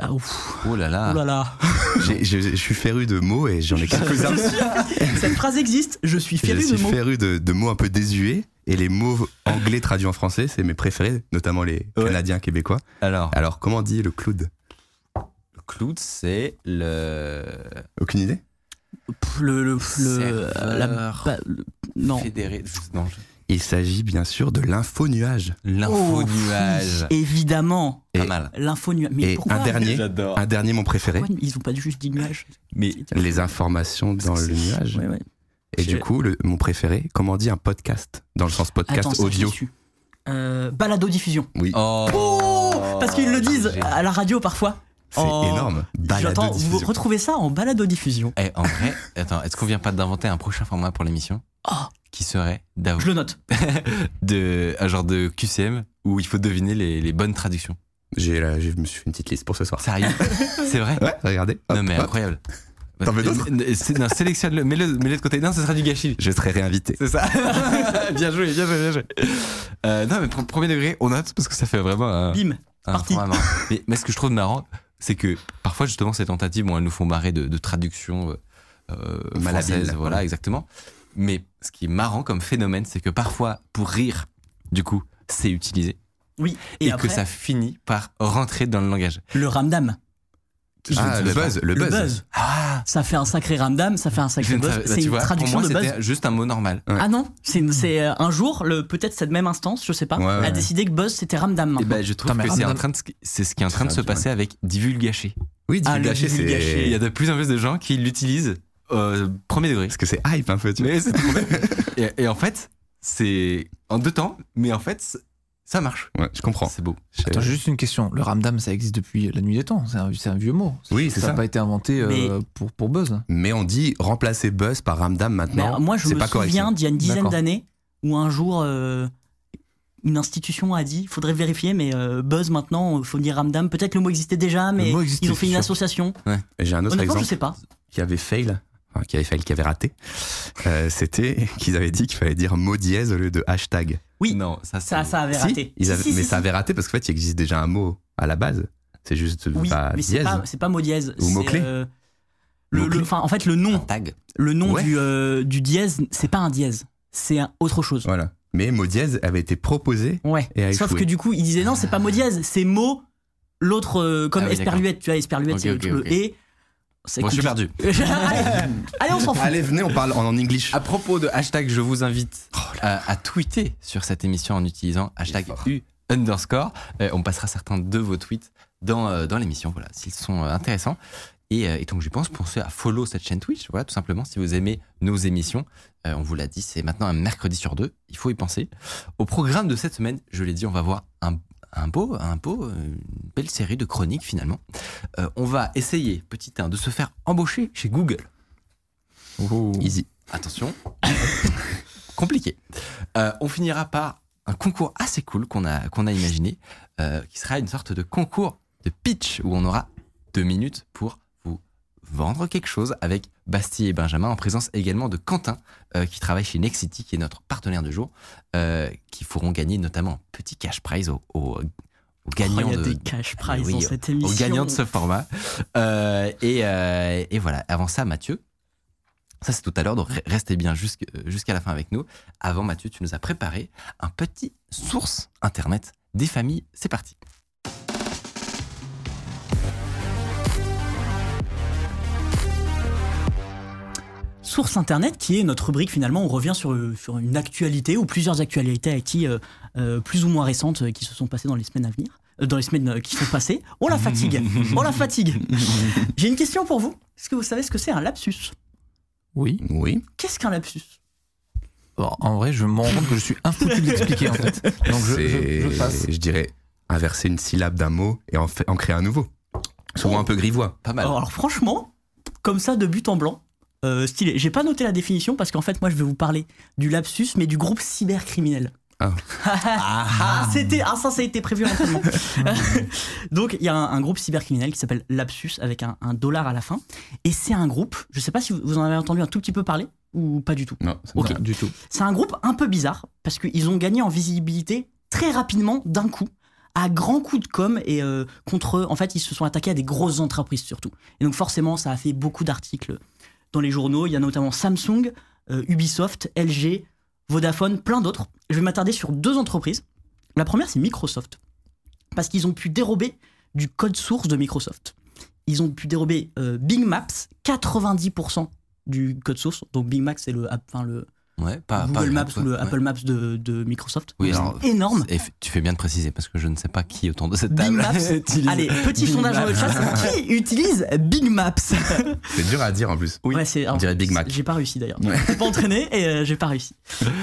[SPEAKER 2] Ah, ouf,
[SPEAKER 1] Oh là là.
[SPEAKER 3] Ah.
[SPEAKER 2] oh là là.
[SPEAKER 3] J'ai- j'ai- Je suis féru de mots et j'en ai quelques-uns.
[SPEAKER 2] Cette phrase existe, je suis
[SPEAKER 3] Je
[SPEAKER 2] féru
[SPEAKER 3] suis
[SPEAKER 2] de mots.
[SPEAKER 3] féru de, de mots un peu désuets. Et les mots anglais traduits en français, c'est mes préférés, notamment les
[SPEAKER 1] Ouais.
[SPEAKER 3] Canadiens, Québécois.
[SPEAKER 1] Alors,
[SPEAKER 3] Alors, comment on dit le cloud
[SPEAKER 1] le cloud, c'est le.
[SPEAKER 3] Aucune idée
[SPEAKER 2] Pff, Le. le, le-
[SPEAKER 1] Serveur.
[SPEAKER 2] la- bah, le- non.
[SPEAKER 1] Fédéré. Non, je-
[SPEAKER 3] Il s'agit bien sûr de l'info-nuage.
[SPEAKER 1] L'info
[SPEAKER 2] Oh,
[SPEAKER 1] nuage.
[SPEAKER 2] Évidemment.
[SPEAKER 1] Pas
[SPEAKER 3] Et-
[SPEAKER 1] mal.
[SPEAKER 2] L'info nuage. Mais
[SPEAKER 3] Et
[SPEAKER 2] pourquoi
[SPEAKER 3] un dernier,
[SPEAKER 1] J'adore.
[SPEAKER 3] un dernier, mon préféré,
[SPEAKER 2] Pourquoi ils ont pas juste dit nuage
[SPEAKER 1] Mais
[SPEAKER 3] les informations dans le nuage.
[SPEAKER 2] Ouais, ouais.
[SPEAKER 3] Et
[SPEAKER 2] Je-
[SPEAKER 3] du coup, le- mon préféré, comment on dit un podcast Dans le sens podcast
[SPEAKER 2] Attends, ça, je l'ai
[SPEAKER 3] audio.
[SPEAKER 2] su. Euh, balado diffusion.
[SPEAKER 3] Oui,
[SPEAKER 1] Oh,
[SPEAKER 2] Parce qu'ils le disent à la radio parfois.
[SPEAKER 3] c'est
[SPEAKER 2] Oh.
[SPEAKER 3] énorme.
[SPEAKER 2] J'entends,
[SPEAKER 3] Balado
[SPEAKER 2] vous
[SPEAKER 3] diffusion.
[SPEAKER 2] retrouvez ça en balado diffusion.
[SPEAKER 1] Eh, en vrai, attends, est-ce qu'on vient pas d'inventer un prochain format pour l'émission
[SPEAKER 2] Oh.
[SPEAKER 1] Qui serait d'avoir
[SPEAKER 2] Je le note.
[SPEAKER 1] de un genre de QCM où il faut deviner les, les bonnes traductions.
[SPEAKER 3] J'ai la- j'ai- je me suis fait une petite liste pour ce soir.
[SPEAKER 1] Sérieux C'est vrai
[SPEAKER 3] Ouais, regardez.
[SPEAKER 1] Non
[SPEAKER 2] Ah,
[SPEAKER 3] Hop,
[SPEAKER 1] mais
[SPEAKER 3] hop.
[SPEAKER 1] incroyable.
[SPEAKER 3] T'en veux d'autres
[SPEAKER 1] N- n- sé- Non, sélectionne-le, mets-le mets-le de côté. Non, ce sera du gâchis.
[SPEAKER 3] Je serai réinvité.
[SPEAKER 1] C'est ça. bien joué, bien joué, bien joué. Euh, non mais pour le premier degré, on note parce que ça fait vraiment
[SPEAKER 3] Ah.
[SPEAKER 1] un,
[SPEAKER 2] Bim.
[SPEAKER 1] un
[SPEAKER 2] parti.
[SPEAKER 1] format marrant. Mais, mais ce que je trouve marrant, c'est que parfois justement ces tentatives, bon, elles nous font marrer de, de traduction euh, euh,
[SPEAKER 3] Malhabile,
[SPEAKER 1] française, voilà
[SPEAKER 3] voilà.
[SPEAKER 1] exactement. Mais ce qui est marrant comme phénomène, c'est que parfois pour rire, du coup, c'est utilisé
[SPEAKER 2] Oui.
[SPEAKER 1] et,
[SPEAKER 2] Et, après,
[SPEAKER 1] que ça finit par rentrer dans le langage.
[SPEAKER 2] le ramdam.
[SPEAKER 3] Ah,
[SPEAKER 1] Je ne
[SPEAKER 3] le
[SPEAKER 1] savais pas.
[SPEAKER 3] buzz, le
[SPEAKER 2] Le
[SPEAKER 3] buzz.
[SPEAKER 2] buzz.
[SPEAKER 1] Ah
[SPEAKER 2] Ça fait un sacré ramdam, ça fait un
[SPEAKER 1] Je
[SPEAKER 2] sacré
[SPEAKER 1] ne
[SPEAKER 2] buzz.
[SPEAKER 1] savais- bah,
[SPEAKER 2] c'est
[SPEAKER 1] tu
[SPEAKER 2] une
[SPEAKER 1] vois, pour
[SPEAKER 2] traduction
[SPEAKER 1] moi,
[SPEAKER 2] de buzz.
[SPEAKER 1] c'était juste un mot normal.
[SPEAKER 3] Ouais. Hmm.
[SPEAKER 2] Ah non, c'est une- c'est euh, un jour, le- peut-être cette même instance, je sais pas,
[SPEAKER 3] Ouais, ouais,
[SPEAKER 2] a
[SPEAKER 3] ouais. Eh
[SPEAKER 2] décidé que buzz c'était ramdam.
[SPEAKER 1] Et
[SPEAKER 2] maintenant.
[SPEAKER 1] ben, je trouve
[SPEAKER 4] Putain, mais
[SPEAKER 1] que c'est en
[SPEAKER 4] Ramdam-
[SPEAKER 1] train de, ce- c'est ce qui est en train de se
[SPEAKER 3] Ramdam,
[SPEAKER 1] passer avec divulgacher.
[SPEAKER 3] Oui,
[SPEAKER 2] Ah, le
[SPEAKER 3] divulgacher,
[SPEAKER 2] divulgacher.
[SPEAKER 1] Et il y a
[SPEAKER 3] c'est.
[SPEAKER 1] de plus en plus de gens qui l'utilisent euh, premier degré.
[SPEAKER 3] Parce que c'est hype un peu, tu vois.
[SPEAKER 1] Mais c'est trop bien. et, et en fait, c'est en deux temps, mais en fait, c- ça marche.
[SPEAKER 3] Ouais, je comprends.
[SPEAKER 1] C'est beau.
[SPEAKER 3] Je-
[SPEAKER 4] Attends, juste une question. Le ramdam, ça existe depuis la nuit des temps. C'est un, c'est un vieux mot.
[SPEAKER 3] Oui, c'est
[SPEAKER 4] Ça
[SPEAKER 3] ça.
[SPEAKER 4] n'a pas été inventé euh,
[SPEAKER 2] Mais-
[SPEAKER 4] pour, pour Buzz.
[SPEAKER 3] Mais on dit remplacer buzz par ramdam
[SPEAKER 2] Mais
[SPEAKER 3] maintenant.
[SPEAKER 2] alors, moi, je
[SPEAKER 3] c'est
[SPEAKER 2] me
[SPEAKER 3] pas correct.
[SPEAKER 2] souviens d'il y a une dizaine
[SPEAKER 4] D'accord.
[SPEAKER 2] d'années où un jour, euh, une institution a dit, faudrait vérifier, mais euh, Buzz maintenant, il faut dire Ramdam. Peut-être le mot existait déjà, mais
[SPEAKER 4] mot existait,
[SPEAKER 2] ils ont fait
[SPEAKER 4] c'est
[SPEAKER 2] une
[SPEAKER 4] sûr.
[SPEAKER 2] association.
[SPEAKER 3] J'ai un autre
[SPEAKER 2] Honnêtement,
[SPEAKER 3] exemple
[SPEAKER 2] je sais pas.
[SPEAKER 3] qui avait fail, enfin, qui avait fail, qui avait raté. Euh, C'était qu'ils avaient dit qu'il fallait dire mot dièse au lieu de hashtag.
[SPEAKER 2] Oui.
[SPEAKER 1] Non, ça, c'est
[SPEAKER 2] Ça, ça avait
[SPEAKER 3] Si,
[SPEAKER 2] raté.
[SPEAKER 3] ils
[SPEAKER 2] Si,
[SPEAKER 3] avaient-
[SPEAKER 2] si,
[SPEAKER 3] mais
[SPEAKER 2] si,
[SPEAKER 3] ça
[SPEAKER 2] si.
[SPEAKER 3] avait raté parce qu'en fait, il existe déjà un mot à la base. C'est juste
[SPEAKER 2] Oui,
[SPEAKER 1] Bah,
[SPEAKER 3] pas
[SPEAKER 2] mais c'est
[SPEAKER 3] dièse.
[SPEAKER 2] pas, c'est pas mot dièse.
[SPEAKER 3] Ou
[SPEAKER 2] c'est,
[SPEAKER 3] mot-clé.
[SPEAKER 2] euh, le,
[SPEAKER 3] Mot-clé.
[SPEAKER 2] le- enfin, en fait, le nom,
[SPEAKER 1] tag.
[SPEAKER 2] le nom
[SPEAKER 3] Ouais.
[SPEAKER 2] du, euh, du dièse, c'est pas un dièse, c'est un autre chose.
[SPEAKER 3] Voilà. Mais mot dièse avait été proposé.
[SPEAKER 2] Ouais.
[SPEAKER 3] Et a
[SPEAKER 2] Sauf
[SPEAKER 3] échoué.
[SPEAKER 2] que du coup, ils disaient non, c'est pas mot dièse, c'est mot l'autre, euh, comme
[SPEAKER 1] Ah oui,
[SPEAKER 2] esperluette, tu vois, esperluette,
[SPEAKER 1] Ok,
[SPEAKER 2] c'est le
[SPEAKER 1] ok,
[SPEAKER 2] truc, le
[SPEAKER 1] ok.
[SPEAKER 2] et. C'est
[SPEAKER 1] Bon, je suis
[SPEAKER 2] compliqué.
[SPEAKER 1] perdu.
[SPEAKER 2] allez, allez, on s'en fout.
[SPEAKER 3] Allez, venez, on parle en en English.
[SPEAKER 2] Ah.
[SPEAKER 1] À propos de hashtag, je vous invite euh, à, à tweeter sur cette émission en utilisant hashtag U underscore. Euh, on passera certains de vos tweets dans, euh, dans l'émission, voilà, s'ils sont euh, intéressants. Et, euh, et donc, je pense, pensez à follow cette chaîne Twitch, voilà, tout simplement, si vous aimez nos émissions. Euh, on vous l'a dit, c'est maintenant un mercredi sur deux, il faut y penser. Au programme de cette semaine, je l'ai dit, on va voir un, un beau, un beau, euh, une belle série de chroniques finalement. Euh, on va essayer, petit 1, de se faire embaucher chez Google.
[SPEAKER 3] Easy.
[SPEAKER 1] Attention, compliqué. Euh, on finira par un concours assez cool qu'on a, qu'on a imaginé, euh, qui sera une sorte de concours de pitch où on aura deux minutes pour vous vendre quelque chose avec Bastille et Benjamin, en présence également de Quentin, euh, qui travaille chez Nexity, qui est notre partenaire de jour, euh, qui feront gagner notamment un petit cash prize au, au- au
[SPEAKER 2] Oh,
[SPEAKER 1] gagnant
[SPEAKER 2] Il y a
[SPEAKER 1] de, Ah
[SPEAKER 2] des cash prizes
[SPEAKER 1] oui,
[SPEAKER 2] dans cette émission.
[SPEAKER 1] au gagnant de ce format. Euh, et, euh, et voilà, avant ça, Mathieu, ça c'est tout à l'heure, donc re- restez bien jusque- euh, jusqu'à la fin avec nous. Avant, Mathieu, tu nous as préparé un petit source internet des familles. C'est parti.
[SPEAKER 2] Source Internet, qui est notre rubrique finalement, on revient sur, euh, sur une actualité ou plusieurs actualités actives euh, euh, plus ou moins récentes euh, qui se sont passées dans les semaines à venir, euh, dans les semaines euh, qui sont passées. Oh la fatigue Oh la fatigue J'ai une question pour vous. Est-ce que vous savez ce que c'est un lapsus
[SPEAKER 4] Oui.
[SPEAKER 3] Oui.
[SPEAKER 2] Qu'est-ce qu'un lapsus
[SPEAKER 4] Alors, en vrai, je m'en rends compte que je suis infoutu de l'expliquer en fait. Donc je,
[SPEAKER 3] C'est-
[SPEAKER 4] je, je passe.
[SPEAKER 3] je dirais inverser une syllabe d'un mot et en, fait, en créer un nouveau.
[SPEAKER 2] Oh.
[SPEAKER 3] Souvent un peu grivois.
[SPEAKER 1] Pas mal.
[SPEAKER 2] Alors, alors, franchement, comme ça de but en blanc, euh, stylé. J'ai pas noté la définition parce qu'en fait moi je vais vous parler du lapsus mais du groupe cybercriminel.
[SPEAKER 3] Ah.
[SPEAKER 2] Ah, c'était ah ça ça a été prévu entièrement. Donc il y a un, un groupe cybercriminel qui s'appelle Lapsus avec un, un dollar à la fin et c'est un groupe. Je sais pas si vous- vous en avez entendu un tout petit peu parler ou pas du tout.
[SPEAKER 3] Non, ça me
[SPEAKER 2] Ok.
[SPEAKER 3] va.
[SPEAKER 4] Du tout.
[SPEAKER 2] C'est un groupe un peu bizarre parce qu'ils ont gagné en visibilité très rapidement d'un coup à grands coups de com et euh, contre eux, en fait ils se sont attaqués à des grosses entreprises surtout et donc forcément ça a fait beaucoup d'articles dans les journaux il y a notamment Samsung euh, Ubisoft LG Vodafone plein d'autres je vais m'attarder sur deux entreprises la première c'est Microsoft parce qu'ils ont pu dérober du code source de Microsoft ils ont pu dérober euh, Bing Maps 90% du code source donc Bing Maps c'est le, enfin, le
[SPEAKER 1] Ouais, pas, pas
[SPEAKER 2] Google
[SPEAKER 1] le
[SPEAKER 2] Maps
[SPEAKER 1] laptop,
[SPEAKER 2] ou le
[SPEAKER 1] Ah, ouais.
[SPEAKER 2] Apple Maps de, de Microsoft.
[SPEAKER 1] Oui,
[SPEAKER 2] C'est
[SPEAKER 1] alors,
[SPEAKER 2] énorme.
[SPEAKER 1] Et f- tu fais bien de préciser parce que je ne sais pas qui autour de cette
[SPEAKER 2] Bing
[SPEAKER 1] table.
[SPEAKER 2] Maps.
[SPEAKER 1] utilise
[SPEAKER 2] Allez, petit
[SPEAKER 1] Bing
[SPEAKER 2] sondage dans le
[SPEAKER 1] Maps.
[SPEAKER 2] chat. Qui utilise Big Maps
[SPEAKER 3] C'est dur à dire en plus.
[SPEAKER 2] Ouais, c'est-
[SPEAKER 3] on dirait Big Mac.
[SPEAKER 2] J'ai pas réussi d'ailleurs. Je suis pas entraîné et euh, j'ai pas réussi.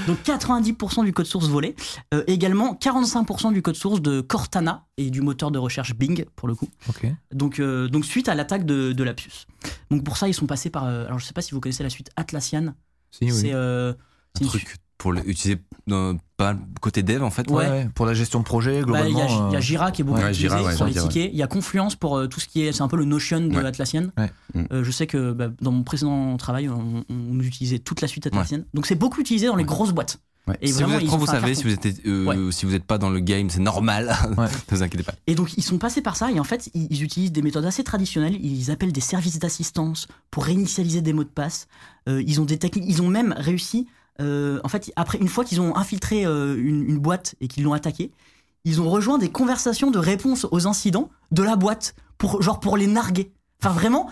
[SPEAKER 2] Donc 90% du code source volé. Euh, également 45% du code source de Cortana et du moteur de recherche Bing pour le coup.
[SPEAKER 4] Ok.
[SPEAKER 2] Donc, euh, donc suite à l'attaque de, de Lapsus. Donc pour ça, ils sont passés par. euh, alors je sais pas si vous connaissez la suite Atlassian.
[SPEAKER 4] Si, oui.
[SPEAKER 2] C'est euh, c'est
[SPEAKER 1] Un
[SPEAKER 2] une
[SPEAKER 1] truc pour l'utiliser dans- pas côté dev en fait.
[SPEAKER 4] Ouais,
[SPEAKER 2] ouais.
[SPEAKER 4] ouais, pour la gestion de projet,
[SPEAKER 2] Bah,
[SPEAKER 4] globalement.
[SPEAKER 2] Il y a- il y,
[SPEAKER 4] euh,
[SPEAKER 2] a Jira qui est beaucoup
[SPEAKER 3] ouais,
[SPEAKER 2] utilisé
[SPEAKER 3] Jira, ouais,
[SPEAKER 2] sur
[SPEAKER 3] ça,
[SPEAKER 2] les
[SPEAKER 3] Jira.
[SPEAKER 2] tickets. Il y a Confluence pour euh, tout ce qui est. C'est un peu le Notion de
[SPEAKER 3] Ouais.
[SPEAKER 2] Atlassian.
[SPEAKER 4] Ouais.
[SPEAKER 3] Mm.
[SPEAKER 2] Euh, je sais que bah, dans mon précédent travail, on, on utilisait toute la suite Atlassian. Donc c'est beaucoup utilisé dans les
[SPEAKER 1] Ouais.
[SPEAKER 2] grosses boîtes.
[SPEAKER 3] Ouais.
[SPEAKER 2] Et,
[SPEAKER 1] si
[SPEAKER 2] vraiment,
[SPEAKER 1] vous êtes
[SPEAKER 2] ils
[SPEAKER 1] pro,
[SPEAKER 2] ont
[SPEAKER 1] vous
[SPEAKER 2] fait un
[SPEAKER 1] savez. Si
[SPEAKER 2] carton.
[SPEAKER 1] vous êtes, euh,
[SPEAKER 2] Ouais.
[SPEAKER 1] si vous n'êtes pas dans le game, c'est normal.
[SPEAKER 4] Ouais.
[SPEAKER 1] ne vous inquiétez pas.
[SPEAKER 2] Et donc ils sont passés par ça et en fait ils, ils utilisent des méthodes assez traditionnelles. Ils appellent des services d'assistance pour réinitialiser des mots de passe. Euh, ils ont des techniques. Ils ont même réussi. euh, en fait, après une fois qu'ils ont infiltré euh, une, une boîte et qu'ils l'ont attaquée, ils ont rejoint des conversations de réponse aux incidents de la boîte pour genre pour les narguer. Enfin vraiment,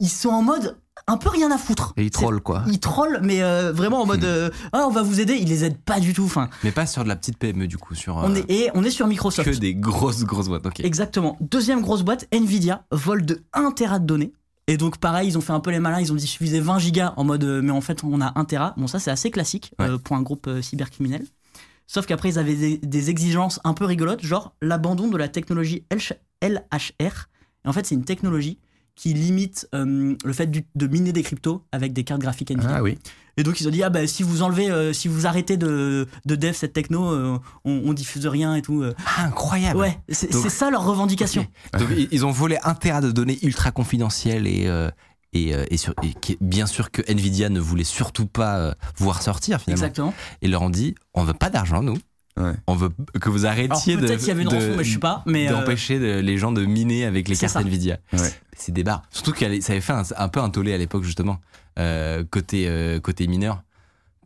[SPEAKER 2] ils sont en mode un peu rien à foutre.
[SPEAKER 4] Et il
[SPEAKER 2] C'est-
[SPEAKER 4] troll, quoi.
[SPEAKER 2] Ils trollent, mais euh, vraiment en mode euh, ah on va vous aider. Ils les aident pas du tout. Enfin,
[SPEAKER 1] Mais pas sur de la petite PME du coup, sur
[SPEAKER 2] on
[SPEAKER 1] euh,
[SPEAKER 2] est et on est sur Microsoft.
[SPEAKER 1] que des grosses grosses boîtes. Ok.
[SPEAKER 2] Exactement. Deuxième grosse boîte, Nvidia, vol de 1 Tera de données. Et donc pareil, ils ont fait un peu les malins, ils ont dit suffisait 20 gigas en mode euh, mais en fait on a 1 Tera. Bon ça c'est assez classique euh, pour un groupe euh, cybercriminel. Sauf qu'après ils avaient des, des exigences un peu rigolotes, genre l'abandon de la technologie LH LHR. Et en fait c'est une technologie qui limite euh, le fait du- de miner des cryptos avec des cartes graphiques Nvidia.
[SPEAKER 3] Ah oui.
[SPEAKER 2] Et donc ils ont dit ah bah si vous enlevez, euh, si vous arrêtez de, de dev cette techno, euh, on, on diffuse rien et tout. euh.
[SPEAKER 1] Ah, incroyable.
[SPEAKER 2] Ouais, c'est
[SPEAKER 1] Donc-
[SPEAKER 2] c'est ça leur revendication.
[SPEAKER 1] Ok. Donc, ils- ils ont volé un terrain de données ultra confidentielles et euh, et, euh, et sur- et qui- bien sûr que Nvidia ne voulait surtout pas euh, voir sortir finalement.
[SPEAKER 2] Exactement.
[SPEAKER 1] Et leur ont dit on veut pas d'argent nous.
[SPEAKER 3] Ouais.
[SPEAKER 1] On veut que vous
[SPEAKER 2] Alors
[SPEAKER 1] arrêtiez de
[SPEAKER 2] peut-être qu'il y avait une
[SPEAKER 1] de-
[SPEAKER 2] rançon, mais je sais pas. Mais euh,
[SPEAKER 1] d'empêcher de- les gens de miner avec les
[SPEAKER 2] c'est
[SPEAKER 1] cartes
[SPEAKER 2] ça.
[SPEAKER 1] Nvidia.
[SPEAKER 3] Ouais.
[SPEAKER 1] C'est des barres. Surtout que ça avait fait un, un peu un tollé à l'époque justement euh, côté euh, côté mineur.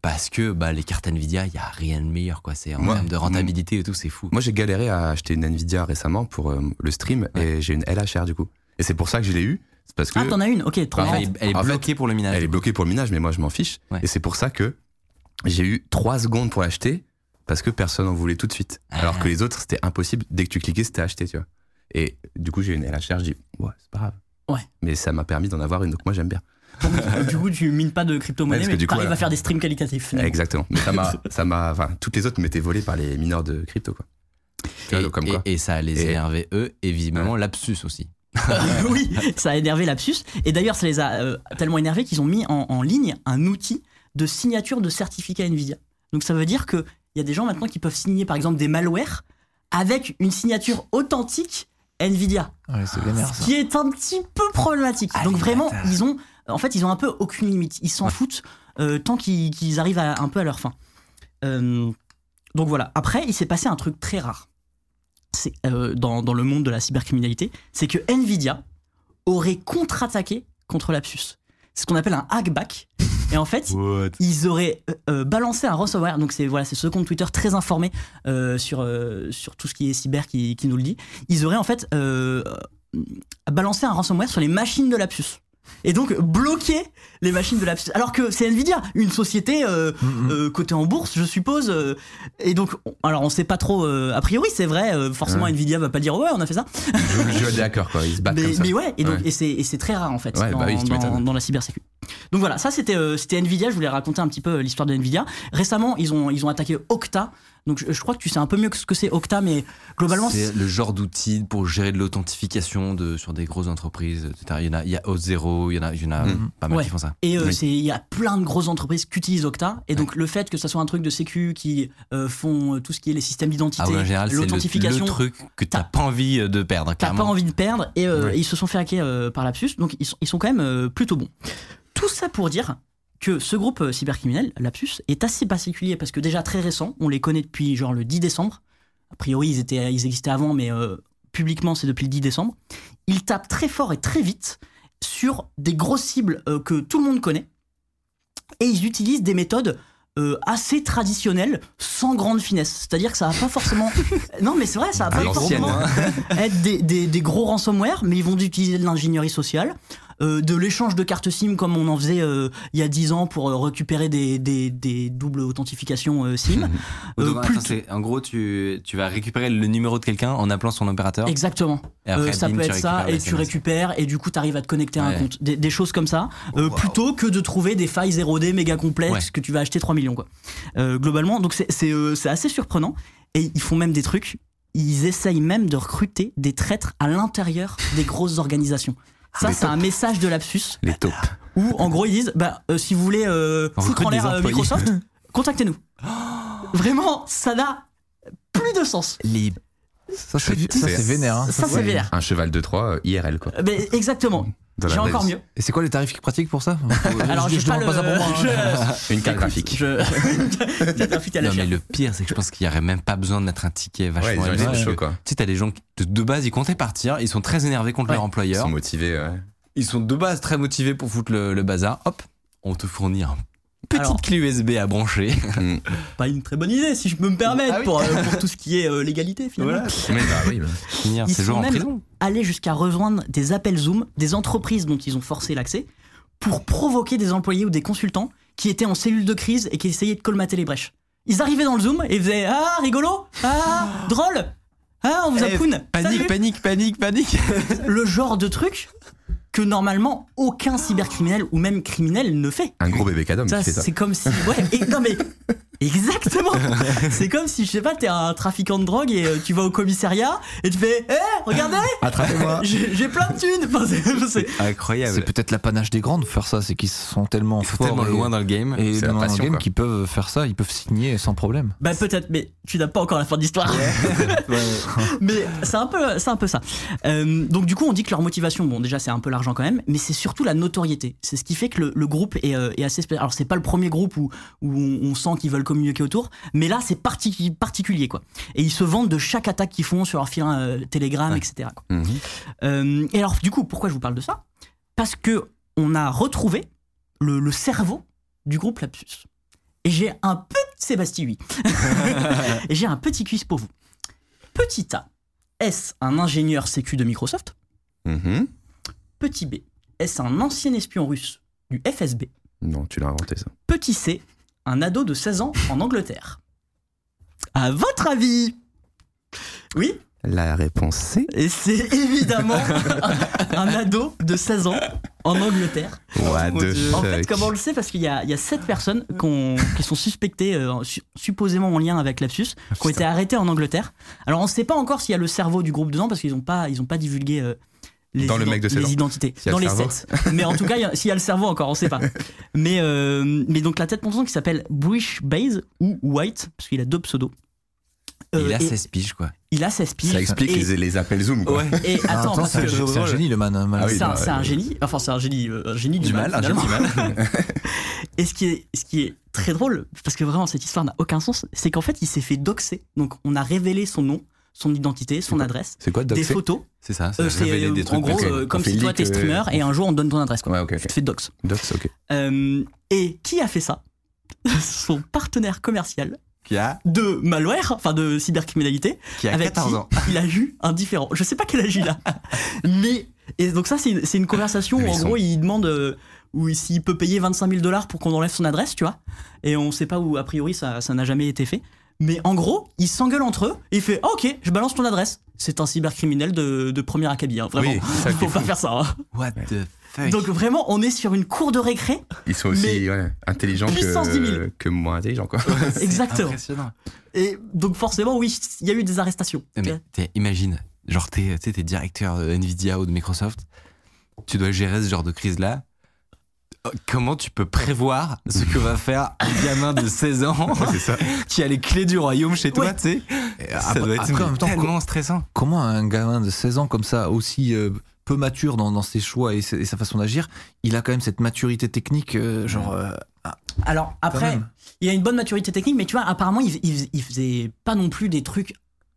[SPEAKER 1] Parce que bah, les cartes Nvidia, il n'y a rien de meilleur. quoi. C'est en
[SPEAKER 3] Moi-
[SPEAKER 1] termes de rentabilité et tout, c'est fou.
[SPEAKER 3] Moi, j'ai galéré à acheter une Nvidia récemment pour euh, le stream et j'ai une LHR du coup. Et c'est pour ça que je l'ai eu. C'est parce que
[SPEAKER 2] ah, t'en as une, ok, trop
[SPEAKER 1] Enfin,
[SPEAKER 2] marrant.
[SPEAKER 1] elle, est- elle est
[SPEAKER 3] En fait,
[SPEAKER 1] bloquée pour le minage.
[SPEAKER 3] elle est bloquée pour le minage, mais moi, je m'en fiche.
[SPEAKER 1] Ouais.
[SPEAKER 3] Et c'est pour ça que j'ai eu 3 secondes pour l'acheter parce que personne en voulait tout de suite.
[SPEAKER 2] Ah.
[SPEAKER 3] Alors que les autres, c'était impossible. Dès que tu cliquais, c'était acheté, tu vois. Et du coup, j'ai une LHR, je dis, ouais, c'est pas grave.
[SPEAKER 2] Ouais.
[SPEAKER 3] Mais ça m'a permis d'en avoir une, donc moi, j'aime bien.
[SPEAKER 2] Donc, du coup, tu mines pas de
[SPEAKER 3] Ouais,
[SPEAKER 2] crypto-monnaie,
[SPEAKER 3] parce que
[SPEAKER 2] mais
[SPEAKER 3] du coup,
[SPEAKER 2] t'arrives
[SPEAKER 3] voilà.
[SPEAKER 2] à faire des streams qualitatifs. finalement.
[SPEAKER 3] Exactement. Mais ça m'a, ça m'a, enfin, toutes les autres m'étaient volées par les mineurs de crypto, quoi. Tu vois,
[SPEAKER 1] Et,
[SPEAKER 3] donc, comme quoi.
[SPEAKER 1] et- et ça les
[SPEAKER 3] Et-
[SPEAKER 1] énervé eux, et visiblement lapsus aussi.
[SPEAKER 2] euh, oui, ça a énervé Lapsus. Et d'ailleurs, ça les a euh, tellement énervés qu'ils ont mis en, en ligne un outil de signature de certificat Nvidia. Donc ça veut dire que il y a des gens maintenant qui peuvent signer par exemple des malwares avec une signature authentique Nvidia,
[SPEAKER 4] Ouais, c'est vénère,
[SPEAKER 2] ce
[SPEAKER 4] ça.
[SPEAKER 2] Ah, qui est un petit peu problématique.
[SPEAKER 4] Allez,
[SPEAKER 2] Donc vraiment,
[SPEAKER 4] bâtard.
[SPEAKER 2] ils ont, en fait, ils ont un peu aucune limite. Ils s'en foutent euh, tant qu'ils qu'ils arrivent à- un peu à leur fin. Euh, donc voilà. Après, il s'est passé un truc très rare. C'est euh, dans, dans le monde de la cybercriminalité, c'est que Nvidia aurait contre-attaqué contre Lapsus. C'est ce qu'on appelle un hackback. Et en fait, ils auraient euh, euh, balancé un ransomware. Donc c'est voilà, c'est ce compte Twitter très informé euh, sur euh, sur tout ce qui est cyber qui, qui nous le dit. Ils auraient en fait euh, euh, balancé un ransomware sur les machines de Lapsus. Et donc bloqué les machines de Lapsus. Alors que c'est Nvidia, une société euh,
[SPEAKER 4] Mm, Mmh.
[SPEAKER 2] euh, cotée en bourse, je suppose. euh, et donc, on- alors on sait pas trop. euh, a priori, c'est vrai. euh, forcément, Nvidia va pas dire ouais, on a fait ça.
[SPEAKER 3] Je joue le jeu des hackers, quoi. Ils se battent
[SPEAKER 2] Mais,
[SPEAKER 3] comme ça.
[SPEAKER 2] mais ouais, et, donc,
[SPEAKER 3] Ouais.
[SPEAKER 2] et c'est- et c'est très rare en fait
[SPEAKER 3] Ouais,
[SPEAKER 2] dans,
[SPEAKER 3] bah oui, tu
[SPEAKER 2] dans-
[SPEAKER 3] m'étonnes.
[SPEAKER 2] dans la cybersécu. Donc voilà, ça c'était euh, c'était Nvidia. Je voulais raconter un petit peu euh, l'histoire de Nvidia. Récemment, ils ont ils ont attaqué Okta. Donc je, je crois que tu sais un peu mieux que ce que c'est Okta, mais globalement,
[SPEAKER 1] C'est le genre d'outil pour gérer de l'authentification de, sur des grosses entreprises, etc. Il y en a, il y a Auth0, il y en a, il y en a
[SPEAKER 3] Mhm.
[SPEAKER 1] pas mal
[SPEAKER 2] Ouais.
[SPEAKER 1] qui font ça.
[SPEAKER 2] Et euh,
[SPEAKER 3] Oui.
[SPEAKER 2] c'est- il y a plein de grosses entreprises qui utilisent Okta. Et donc, le fait que ça soit un truc de sécu qui euh, font euh, tout ce qui est les systèmes d'identité,
[SPEAKER 1] Ah ouais, en général, c'est le, le
[SPEAKER 2] l'authentification,
[SPEAKER 1] truc que t'as
[SPEAKER 2] T'as-
[SPEAKER 1] pas envie euh, de perdre,
[SPEAKER 2] t'as pas
[SPEAKER 1] clairement.
[SPEAKER 2] envie de perdre. Et euh, ils se sont fait hacker euh, par Lapsus. Donc, ils sont, ils sont quand même euh, plutôt bons. Tout ça pour dire que ce groupe euh, cybercriminel, Lapsus, est assez particulier parce que déjà très récent, on les connaît depuis genre le 10 décembre. A priori, ils, étaient, ils existaient avant, mais euh, publiquement, c'est depuis le 10 décembre. Ils tapent très fort et très vite sur des grosses cibles euh, que tout le monde connaît. Et ils utilisent des méthodes euh, assez traditionnelles, sans grande finesse. C'est-à-dire que ça va pas forcément. non, mais c'est vrai, ça va
[SPEAKER 1] À
[SPEAKER 2] pas
[SPEAKER 1] l'ancienne,
[SPEAKER 2] forcément
[SPEAKER 1] hein.
[SPEAKER 2] être des, des- des gros ransomware, mais ils vont utiliser de l'ingénierie sociale. euh, de l'échange de cartes SIM comme on en faisait euh, il y a 10 ans pour euh, récupérer des, des- des doubles authentifications euh, SIM.
[SPEAKER 1] Ou
[SPEAKER 2] Euh,
[SPEAKER 1] donc,
[SPEAKER 2] plus-
[SPEAKER 1] attends, c'est- en gros, tu, tu vas récupérer le numéro de quelqu'un en appelant son opérateur.
[SPEAKER 2] Exactement.
[SPEAKER 1] Et après,
[SPEAKER 2] Euh, ça
[SPEAKER 1] bim,
[SPEAKER 2] peut
[SPEAKER 1] tu
[SPEAKER 2] être ça,
[SPEAKER 1] récupères le
[SPEAKER 2] et tu
[SPEAKER 1] SMS.
[SPEAKER 2] récupères, et du coup, tu arrives à te connecter à un
[SPEAKER 1] Ouais. Oh,
[SPEAKER 2] compte. Des, des choses comme ça, euh, plutôt que de trouver des failles 0D méga complexes
[SPEAKER 1] Ouais.
[SPEAKER 2] que tu vas acheter 3 millions, quoi. Euh, globalement, donc c'est c'est, euh, c'est assez surprenant. Et ils font même des trucs, ils essayent même de recruter des traîtres à l'intérieur des grosses organisations. Ça,
[SPEAKER 1] Ah,
[SPEAKER 3] Les
[SPEAKER 2] c'est un message de lapsus
[SPEAKER 3] Les taupes.
[SPEAKER 2] où, en gros, ils disent bah, euh, si vous voulez euh,
[SPEAKER 1] On
[SPEAKER 2] foutre
[SPEAKER 1] recrute
[SPEAKER 2] en l'air
[SPEAKER 1] des
[SPEAKER 2] euh,
[SPEAKER 1] employés. Oh.
[SPEAKER 2] Microsoft, contactez-nous. Vraiment, ça n'a plus de sens.
[SPEAKER 1] Les
[SPEAKER 4] Ça, c'est ça, c'est vénère. hein.
[SPEAKER 2] Ça, c'est vénère.
[SPEAKER 3] Un cheval de Troie, euh, IRL, quoi.
[SPEAKER 2] Mais exactement.
[SPEAKER 3] Dans la
[SPEAKER 2] J'ai
[SPEAKER 3] vraie
[SPEAKER 2] encore
[SPEAKER 3] vie.
[SPEAKER 2] mieux.
[SPEAKER 4] Et c'est quoi les tarifs qu'ils pratiquent pour ça
[SPEAKER 2] Alors,
[SPEAKER 4] je,
[SPEAKER 2] j'ai
[SPEAKER 4] je
[SPEAKER 2] pas
[SPEAKER 4] demande pas ça pour moi. hein.
[SPEAKER 2] le.
[SPEAKER 3] Une
[SPEAKER 2] Écoute,
[SPEAKER 3] carte graphique.
[SPEAKER 2] je- Il y a de la fuite à la
[SPEAKER 1] Non, mais
[SPEAKER 2] chair.
[SPEAKER 1] le pire, c'est que je pense qu'il n'y aurait même pas besoin de mettre un ticket
[SPEAKER 3] Ouais, ils
[SPEAKER 1] vachement
[SPEAKER 3] ont
[SPEAKER 1] élevé,
[SPEAKER 3] été
[SPEAKER 1] parce
[SPEAKER 3] chauds,
[SPEAKER 1] que,
[SPEAKER 3] quoi.
[SPEAKER 1] Tu sais, t'as des gens qui, de, de base, ils comptaient partir, ils sont très énervés contre
[SPEAKER 2] Ouais.
[SPEAKER 1] leur
[SPEAKER 3] Ils
[SPEAKER 1] employeur.
[SPEAKER 3] sont motivés, euh. ouais.
[SPEAKER 1] Ils sont de base très motivés pour foutre le, le bazar. Hop, on te fournit un petite
[SPEAKER 2] Alors-
[SPEAKER 1] clé USB à brancher.
[SPEAKER 2] Pas une très bonne idée, si je peux me permettre,
[SPEAKER 1] Ah oui.
[SPEAKER 2] pour, euh, pour tout ce qui est euh, légalité, finalement.
[SPEAKER 3] Mais bah oui, bah.
[SPEAKER 1] Finir
[SPEAKER 2] Ils
[SPEAKER 1] ces
[SPEAKER 2] sont
[SPEAKER 1] jours en
[SPEAKER 2] même
[SPEAKER 1] prison.
[SPEAKER 2] allés jusqu'à rejoindre des appels Zoom des entreprises dont ils ont forcé l'accès pour provoquer des employés ou des consultants qui étaient en cellule de crise et qui essayaient de colmater les brèches. Ils arrivaient dans le Zoom et faisaient Ah, rigolo Ah, drôle Ah, on vous a
[SPEAKER 1] Eh,
[SPEAKER 2] poun
[SPEAKER 1] Panique,
[SPEAKER 2] Salut
[SPEAKER 1] panique, panique, panique.
[SPEAKER 2] Le genre de truc que normalement aucun cybercriminel ou même criminel ne fait.
[SPEAKER 3] Un gros bébé cadom
[SPEAKER 2] Ça,
[SPEAKER 3] qui fait ça.
[SPEAKER 2] c'est comme si. Ouais, et- non mais. Exactement C'est comme si, je sais pas, t'es un trafiquant de drogue et euh, tu vas au commissariat et tu fais Hé, regardez J'ai j'ai plein de thunes Enfin, c'est- c'est-
[SPEAKER 4] C'est
[SPEAKER 1] Incroyable.
[SPEAKER 4] peut-être l'apanage des grands de faire ça, c'est qu'ils sont tellement
[SPEAKER 1] Ah, Ils sont
[SPEAKER 4] forts
[SPEAKER 1] tellement
[SPEAKER 4] et-
[SPEAKER 1] loin dans le game.
[SPEAKER 4] et
[SPEAKER 3] C'est la
[SPEAKER 4] dans un
[SPEAKER 3] passion,
[SPEAKER 4] game
[SPEAKER 3] quoi.
[SPEAKER 4] qu'ils peuvent faire ça, ils peuvent signer sans problème.
[SPEAKER 2] Bah peut-être, mais tu n'as pas encore la fin de l'histoire. mais c'est un peu, c'est un peu ça. Euh, donc du coup, on dit que leur motivation, bon, déjà c'est un peu l'argent quand même, mais c'est surtout la notoriété. C'est ce qui fait que le, le groupe est, euh, est assez spécial. Alors c'est pas le premier groupe où, où on, on sent qu'ils veulent communiquer autour, mais là c'est parti- particulier quoi. Et ils se vendent de chaque attaque qu'ils font sur leur fil euh, Telegram, etc. quoi.
[SPEAKER 3] Mhm.
[SPEAKER 2] Euh, et alors, du coup, pourquoi je vous parle de ça Parce que on a retrouvé le, le cerveau du groupe Lapsus. Et j'ai un petit Sébastien oui. et j'ai un petit quiz pour vous. Petit A, est-ce un ingénieur sécu de Microsoft
[SPEAKER 3] Mhm.
[SPEAKER 2] Petit B, est-ce un ancien espion russe du FSB
[SPEAKER 3] Non, tu l'as inventé, ça.
[SPEAKER 2] Petit C, un ado de 16 ans en Angleterre À votre avis Oui
[SPEAKER 3] La réponse, c'est.
[SPEAKER 2] Et c'est évidemment un ado de 16 ans en Angleterre.
[SPEAKER 3] What the
[SPEAKER 2] En fait,
[SPEAKER 3] fuck.
[SPEAKER 2] comment on le sait Parce qu'il y a, il y a 7 personnes qu'on- qui sont suspectées, euh, su- supposément en lien avec Lapsus,
[SPEAKER 3] Ah,
[SPEAKER 2] qui ont été arrêtées en Angleterre. Alors on ne sait pas encore s'il y a le cerveau du groupe dedans, parce qu'ils n'ont pas, ils ont pas divulgué euh, les,
[SPEAKER 3] Dans le
[SPEAKER 2] ident-
[SPEAKER 3] mec de ses
[SPEAKER 2] les
[SPEAKER 3] gens.
[SPEAKER 2] identités,
[SPEAKER 3] S'il y a
[SPEAKER 2] dans
[SPEAKER 3] le
[SPEAKER 2] les
[SPEAKER 3] cerveau.
[SPEAKER 2] sets. mais en tout cas, il y a- s'il y a le cerveau encore, on sait pas. mais, euh, mais donc la tête pensante qui s'appelle Bush Baze ou White, parce qu'il a deux pseudos. Euh,
[SPEAKER 1] il a
[SPEAKER 2] et
[SPEAKER 1] 16 piges, quoi.
[SPEAKER 2] il a 16 piges.
[SPEAKER 3] Ça explique
[SPEAKER 2] Et-
[SPEAKER 3] les, Ah, les appels Zoom, quoi.
[SPEAKER 2] Et
[SPEAKER 4] En même
[SPEAKER 2] attends,
[SPEAKER 4] temps,
[SPEAKER 2] parce
[SPEAKER 4] c'est un
[SPEAKER 2] que
[SPEAKER 4] gé- c'est un génie, le man. hein, man.
[SPEAKER 3] Ah oui,
[SPEAKER 2] c'est un,
[SPEAKER 3] bah,
[SPEAKER 2] c'est un
[SPEAKER 3] euh,
[SPEAKER 2] génie, enfin c'est un génie, euh, un génie du,
[SPEAKER 1] Du mal, un
[SPEAKER 2] finalement.
[SPEAKER 1] génie du mal.
[SPEAKER 2] Et ce qui est, ce qui est très drôle, parce que vraiment cette histoire n'a aucun sens, c'est qu'en fait il s'est fait doxer. Donc on a révélé son nom, son identité, son adresse,
[SPEAKER 3] C'est quoi,
[SPEAKER 2] des
[SPEAKER 3] doxer
[SPEAKER 2] photos.
[SPEAKER 1] C'est ça. c'est
[SPEAKER 2] Euh,
[SPEAKER 1] ça.
[SPEAKER 2] c'est
[SPEAKER 3] révéler des
[SPEAKER 2] euh, en
[SPEAKER 3] trucs,
[SPEAKER 2] gros
[SPEAKER 3] ok.
[SPEAKER 2] euh,
[SPEAKER 3] On
[SPEAKER 2] comme
[SPEAKER 3] fait
[SPEAKER 2] si toi
[SPEAKER 3] leak,
[SPEAKER 2] t'es
[SPEAKER 3] euh,
[SPEAKER 2] streamer et un jour on te donne ton adresse quoi.
[SPEAKER 3] Ouais, ok, ok.
[SPEAKER 2] Tu te fais dox.
[SPEAKER 3] Dox, ok.
[SPEAKER 2] Euh, et qui a fait ça Son partenaire commercial
[SPEAKER 1] Qui a,
[SPEAKER 2] de malware, enfin de cybercriminalité,
[SPEAKER 1] qui a
[SPEAKER 2] avec
[SPEAKER 1] 14
[SPEAKER 2] qui
[SPEAKER 1] ans.
[SPEAKER 2] il a eu un différent. Je sais pas quel âge il a, mais et donc ça c'est une, c'est une conversation où
[SPEAKER 3] Mais
[SPEAKER 2] en
[SPEAKER 3] ils sont-
[SPEAKER 2] gros il demande euh, où il- s'il peut payer 25 000 dollars pour qu'on enlève son adresse, tu vois. Et on sait pas où a priori ça ça n'a jamais été fait. Mais en gros, ils s'engueulent entre eux et il fait Ah, Ok, je balance ton adresse. C'est un cybercriminel de, de premier acabit, hein, vraiment.
[SPEAKER 3] Oui, ça, c'est
[SPEAKER 2] Faut pas
[SPEAKER 3] fou.
[SPEAKER 2] faire ça. hein.
[SPEAKER 1] What the fuck
[SPEAKER 2] Donc vraiment, on est sur une cour de récré.
[SPEAKER 3] Ils sont aussi
[SPEAKER 2] Mais-
[SPEAKER 3] ouais, intelligents
[SPEAKER 2] Puissance 10 000.
[SPEAKER 3] que, que moins intelligents, quoi.
[SPEAKER 1] C'est
[SPEAKER 2] Exactement.
[SPEAKER 1] impressionnant.
[SPEAKER 2] Et donc forcément, oui, il y a eu des arrestations.
[SPEAKER 1] Non, Mais t'es- imagine, genre t'es tu sais, t'es directeur de Nvidia ou de Microsoft, tu dois gérer ce genre de crise là. Comment tu peux prévoir ce que va faire un gamin de 16 ans
[SPEAKER 3] Ouais, c'est ça.
[SPEAKER 1] qui a les clés du royaume chez toi,
[SPEAKER 2] Ouais.
[SPEAKER 1] tu sais
[SPEAKER 3] Et
[SPEAKER 1] Ça
[SPEAKER 4] après-
[SPEAKER 1] doit être
[SPEAKER 4] après, en même temps,
[SPEAKER 1] tellement stressant.
[SPEAKER 4] Comment un gamin de 16 ans comme ça, aussi euh, peu mature dans, dans ses choix et, sa- et sa façon d'agir, il a quand même cette maturité technique, euh, genre. euh,
[SPEAKER 2] Alors après,
[SPEAKER 4] même.
[SPEAKER 2] il a une bonne maturité technique, mais tu vois, apparemment, il, il- il faisait pas non plus des trucs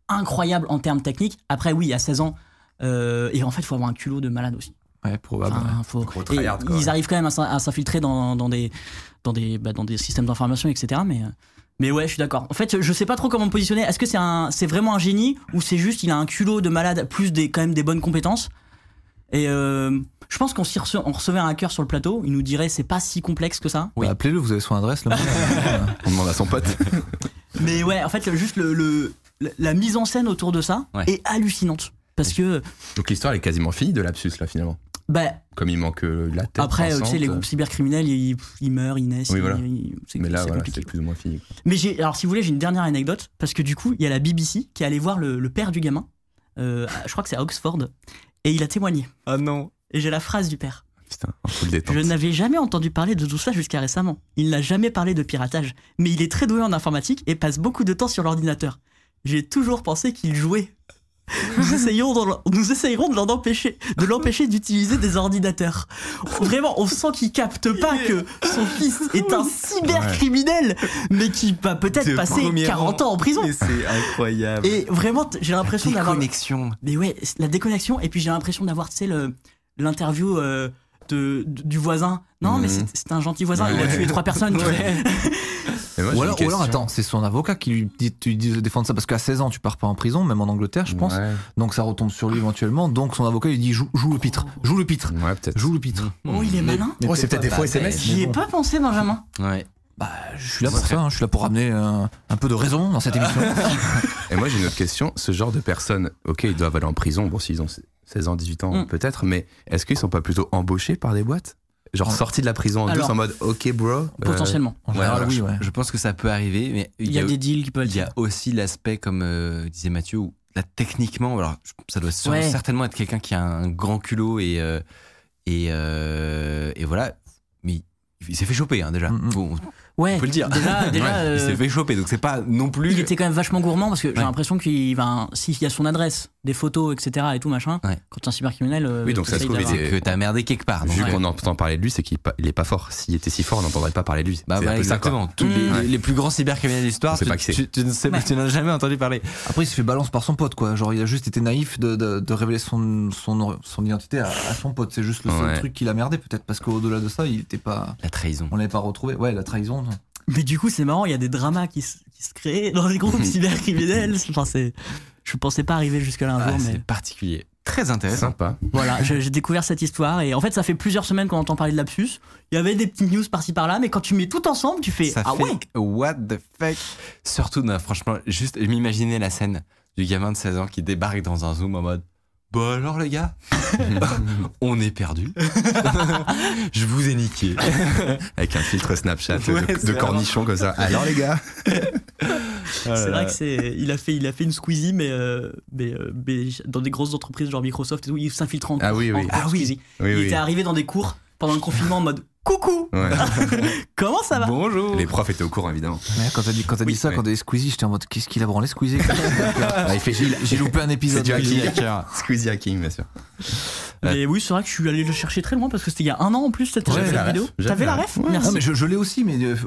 [SPEAKER 2] incroyables en termes techniques. Après, oui, à 16 ans. euh, et en fait, il faut avoir un culot de malade aussi.
[SPEAKER 4] ouais, probable.
[SPEAKER 2] Enfin, faut-
[SPEAKER 3] Ah bah, gros
[SPEAKER 2] et
[SPEAKER 3] tryhard, quoi.
[SPEAKER 2] ils arrivent quand même à s'in- à s'infiltrer dans, dans des, dans, des, bah, dans des systèmes d'information, etc. Mais, euh, mais ouais, je suis d'accord. En fait, je sais pas trop comment me positionner. Est-ce que c'est un- c'est vraiment un génie ou c'est juste il a un culot de malade plus des, quand même des bonnes compétences Et euh, je pense qu'on s'y rece- on recevait un hacker sur le plateau, il nous dirait c'est pas si complexe que ça.
[SPEAKER 4] Bah, Appelez-le, vous avez son adresse. Le mec.
[SPEAKER 3] On demande à son pote.
[SPEAKER 2] Mais ouais, en fait, juste le, le- la mise en scène autour de ça
[SPEAKER 1] Ouais.
[SPEAKER 2] est hallucinante. Parce que,
[SPEAKER 3] Donc l'histoire elle est quasiment finie de lapsus, là, finalement.
[SPEAKER 2] bah,
[SPEAKER 3] Comme il manque euh, la tête.
[SPEAKER 2] après, tu sais,
[SPEAKER 3] pensante,
[SPEAKER 2] les groupes cybercriminels, ils, ils meurent, ils naissent,
[SPEAKER 3] Oui, voilà.
[SPEAKER 2] ils- ils- c'est
[SPEAKER 3] Mais là,
[SPEAKER 2] c'est
[SPEAKER 3] voilà,
[SPEAKER 2] compliqué.
[SPEAKER 3] c'est plus ou moins fini. quoi.
[SPEAKER 2] Mais j'ai, alors si vous voulez, j'ai une dernière anecdote parce que du coup, il y a la BBC qui est allée voir le, le père du gamin. euh, à- je crois que c'est à Oxford et il a témoigné.
[SPEAKER 1] Ah non
[SPEAKER 2] Et j'ai la phrase du père.
[SPEAKER 3] Putain, un full détente.
[SPEAKER 2] Je n'avais jamais entendu parler de tout ça jusqu'à récemment. Il n'a jamais parlé de piratage, mais il est très doué en informatique et passe beaucoup de temps sur l'ordinateur. J'ai toujours pensé qu'il jouait. Nous, essayons d'en- nous essayerons de l'en empêcher, de l'empêcher d'utiliser des ordinateurs. Vraiment, on sent qu'il capte pas que son fils est un cybercriminel, mais qui va peut-être passer 40 ans en prison.
[SPEAKER 1] c'est incroyable.
[SPEAKER 2] Et vraiment, t- j'ai l'impression d'avoir
[SPEAKER 1] connexion.
[SPEAKER 2] mais ouais, c'est la déconnexion. Et puis j'ai l'impression d'avoir, tu sais, le- l'interview euh, de, de- du voisin. Non, mais
[SPEAKER 3] Mhm.
[SPEAKER 2] c'est- c'est un gentil voisin, il a
[SPEAKER 3] Ouais.
[SPEAKER 2] tué trois personnes. tu vois.
[SPEAKER 3] Mais moi, j'ai une
[SPEAKER 4] ou, alors, ou alors,
[SPEAKER 3] question.
[SPEAKER 4] attends, c'est son avocat qui lui dit, tu lui dis de défendre ça parce qu'à 16 ans, tu pars pas en prison, même en Angleterre, je pense.
[SPEAKER 3] Ouais,
[SPEAKER 4] Donc ça retombe sur lui éventuellement. Donc son avocat lui dit joue, joue le pitre, joue le pitre,
[SPEAKER 3] ouais peut-être.
[SPEAKER 4] joue le pitre.
[SPEAKER 2] Oh, il est malin.
[SPEAKER 4] Mais
[SPEAKER 3] Oh, c'est peut-être des faux SMS.
[SPEAKER 2] J'y ai
[SPEAKER 4] bon.
[SPEAKER 2] pas pensé, Benjamin.
[SPEAKER 1] Ouais.
[SPEAKER 4] Je suis là pour ça, hein, je suis là pour ramener un, un peu de raison dans cette émission.
[SPEAKER 3] Et moi, j'ai une autre question. Ce genre de personnes, ok, ils doivent aller en prison, bon, s'ils ont 16 ans, 18 ans,
[SPEAKER 2] Mm.
[SPEAKER 3] peut-être, mais est-ce qu'ils sont pas plutôt embauchés par des boîtes Genre sortis de la prison en
[SPEAKER 2] Alors,
[SPEAKER 3] douce en mode, ok, bro. euh,
[SPEAKER 2] Potentiellement.
[SPEAKER 4] En
[SPEAKER 3] Ouais,
[SPEAKER 4] général,
[SPEAKER 3] alors,
[SPEAKER 4] oui,
[SPEAKER 3] je-
[SPEAKER 4] ouais.
[SPEAKER 1] Je pense que ça peut arriver, mais
[SPEAKER 2] Il y a des deals qui peuvent
[SPEAKER 1] Il y a aussi l'aspect, comme euh, disait Mathieu, où là, techniquement, alors je- ça doit sûrement-
[SPEAKER 2] Ouais.
[SPEAKER 1] certainement être quelqu'un qui a un grand culot et, euh, et, euh, et voilà. Mais il- il s'est fait choper hein, déjà.
[SPEAKER 4] Mm, mm.
[SPEAKER 1] Bon,
[SPEAKER 2] Ouais.
[SPEAKER 1] on peut le dire.
[SPEAKER 2] Déjà, déjà,
[SPEAKER 1] Ouais,
[SPEAKER 2] euh,
[SPEAKER 1] Il s'est fait choper, donc c'est pas non plus.
[SPEAKER 2] il était quand même vachement gourmand parce que j'ai
[SPEAKER 1] Ouais.
[SPEAKER 2] l'impression qu'il va. S'il y a son adresse, des photos, etc. et tout machin,
[SPEAKER 1] Ouais.
[SPEAKER 2] quand t'es un cybercriminel. euh,
[SPEAKER 3] Oui, donc ça se
[SPEAKER 2] t'essayes
[SPEAKER 3] trouve, il
[SPEAKER 2] d'avoir-
[SPEAKER 3] était-
[SPEAKER 1] que t'as merdé quelque part. donc,
[SPEAKER 3] Vu
[SPEAKER 1] ouais.
[SPEAKER 3] qu'on entend parler de lui, c'est qu'il pa- il est pas fort. S'il était si fort, on n'entendrait pas parler de lui.
[SPEAKER 1] Bah
[SPEAKER 3] C'est un
[SPEAKER 1] voilà,
[SPEAKER 3] peu ça, quoi. Mm.
[SPEAKER 1] exactement. Tous les, les- les plus grands cybercriminels de
[SPEAKER 3] On
[SPEAKER 1] l'histoire,
[SPEAKER 3] sait
[SPEAKER 1] tu,
[SPEAKER 3] pas qui c'est.
[SPEAKER 1] tu- tu ne sais pas, tu n'en as jamais entendu parler.
[SPEAKER 4] Après, il se fait balance par son pote, quoi. Genre, il a juste été naïf de, de- de révéler son, son, son identité à, à son pote. C'est juste le seul
[SPEAKER 3] Ouais.
[SPEAKER 4] truc qu'il a merdé, peut-être, parce qu'au-delà de ça, il était pas.
[SPEAKER 1] La trahison.
[SPEAKER 4] On l'avait pas retrouvé. Ouais, la trahison. non.
[SPEAKER 2] Mais du coup, c'est marrant, il y a des dramas qui se, qui se créent dans les groupes cybercriminels. Enfin, c'est. Je pensais pas arriver jusque-là un
[SPEAKER 1] Ah,
[SPEAKER 2] jour, mais.
[SPEAKER 1] c'est particulier. Très intéressant.
[SPEAKER 3] Sympa.
[SPEAKER 2] Voilà, je- j'ai découvert cette histoire et en fait ça fait plusieurs semaines qu'on entend parler de lapsus. Il y avait des petites news par-ci par-là, mais quand tu mets tout ensemble, tu fais
[SPEAKER 1] ça
[SPEAKER 2] ah
[SPEAKER 1] fait
[SPEAKER 2] ouais.
[SPEAKER 1] what the fuck surtout non, franchement juste m'imaginer la scène du gamin de 16 ans qui débarque dans un zoom en mode bah alors les gars on est perdu je vous ai niqué
[SPEAKER 3] Avec un filtre Snapchat
[SPEAKER 1] Ouais,
[SPEAKER 3] de- de,
[SPEAKER 1] c'est vraiment-
[SPEAKER 3] cornichon comme ça. Alors les gars
[SPEAKER 2] c'est vrai que c'est, il a fait, il a fait une squeezie, mais, euh, mais, euh, mais dans des grosses entreprises genre Microsoft et tout, il s'infiltre en
[SPEAKER 3] Ah oui,
[SPEAKER 2] en-
[SPEAKER 3] oui.
[SPEAKER 2] en
[SPEAKER 3] Ah
[SPEAKER 2] squeezie.
[SPEAKER 3] Oui,
[SPEAKER 2] il
[SPEAKER 3] oui.
[SPEAKER 2] était arrivé dans des cours pendant le confinement en mode coucou,
[SPEAKER 3] Ouais.
[SPEAKER 2] comment ça va
[SPEAKER 1] Bonjour.
[SPEAKER 3] Les profs étaient au courant, évidemment.
[SPEAKER 4] Ouais, quand t'as dit, quand t'as
[SPEAKER 3] Oui,
[SPEAKER 4] dit ça,
[SPEAKER 3] ouais.
[SPEAKER 4] quand t'as dit Squeezie, j'étais en mode qu'est-ce qu'il a branlé Squeezie
[SPEAKER 3] Ah, il fait
[SPEAKER 4] J'ai- J'ai loupé un épisode.
[SPEAKER 3] C'est du
[SPEAKER 4] de-
[SPEAKER 3] hacking. Squeezie Hacking, bien sûr.
[SPEAKER 2] Mais oui, c'est vrai que je suis allé le chercher très loin parce que c'était il y a un an en plus cette
[SPEAKER 3] J'avais
[SPEAKER 2] cette
[SPEAKER 3] la ref,
[SPEAKER 2] vidéo.
[SPEAKER 3] j'avais
[SPEAKER 2] T'avais
[SPEAKER 3] la
[SPEAKER 2] la ref
[SPEAKER 4] Ouais.
[SPEAKER 2] Merci.
[SPEAKER 4] Non, Ah, mais je, je l'ai aussi, mais euh, f-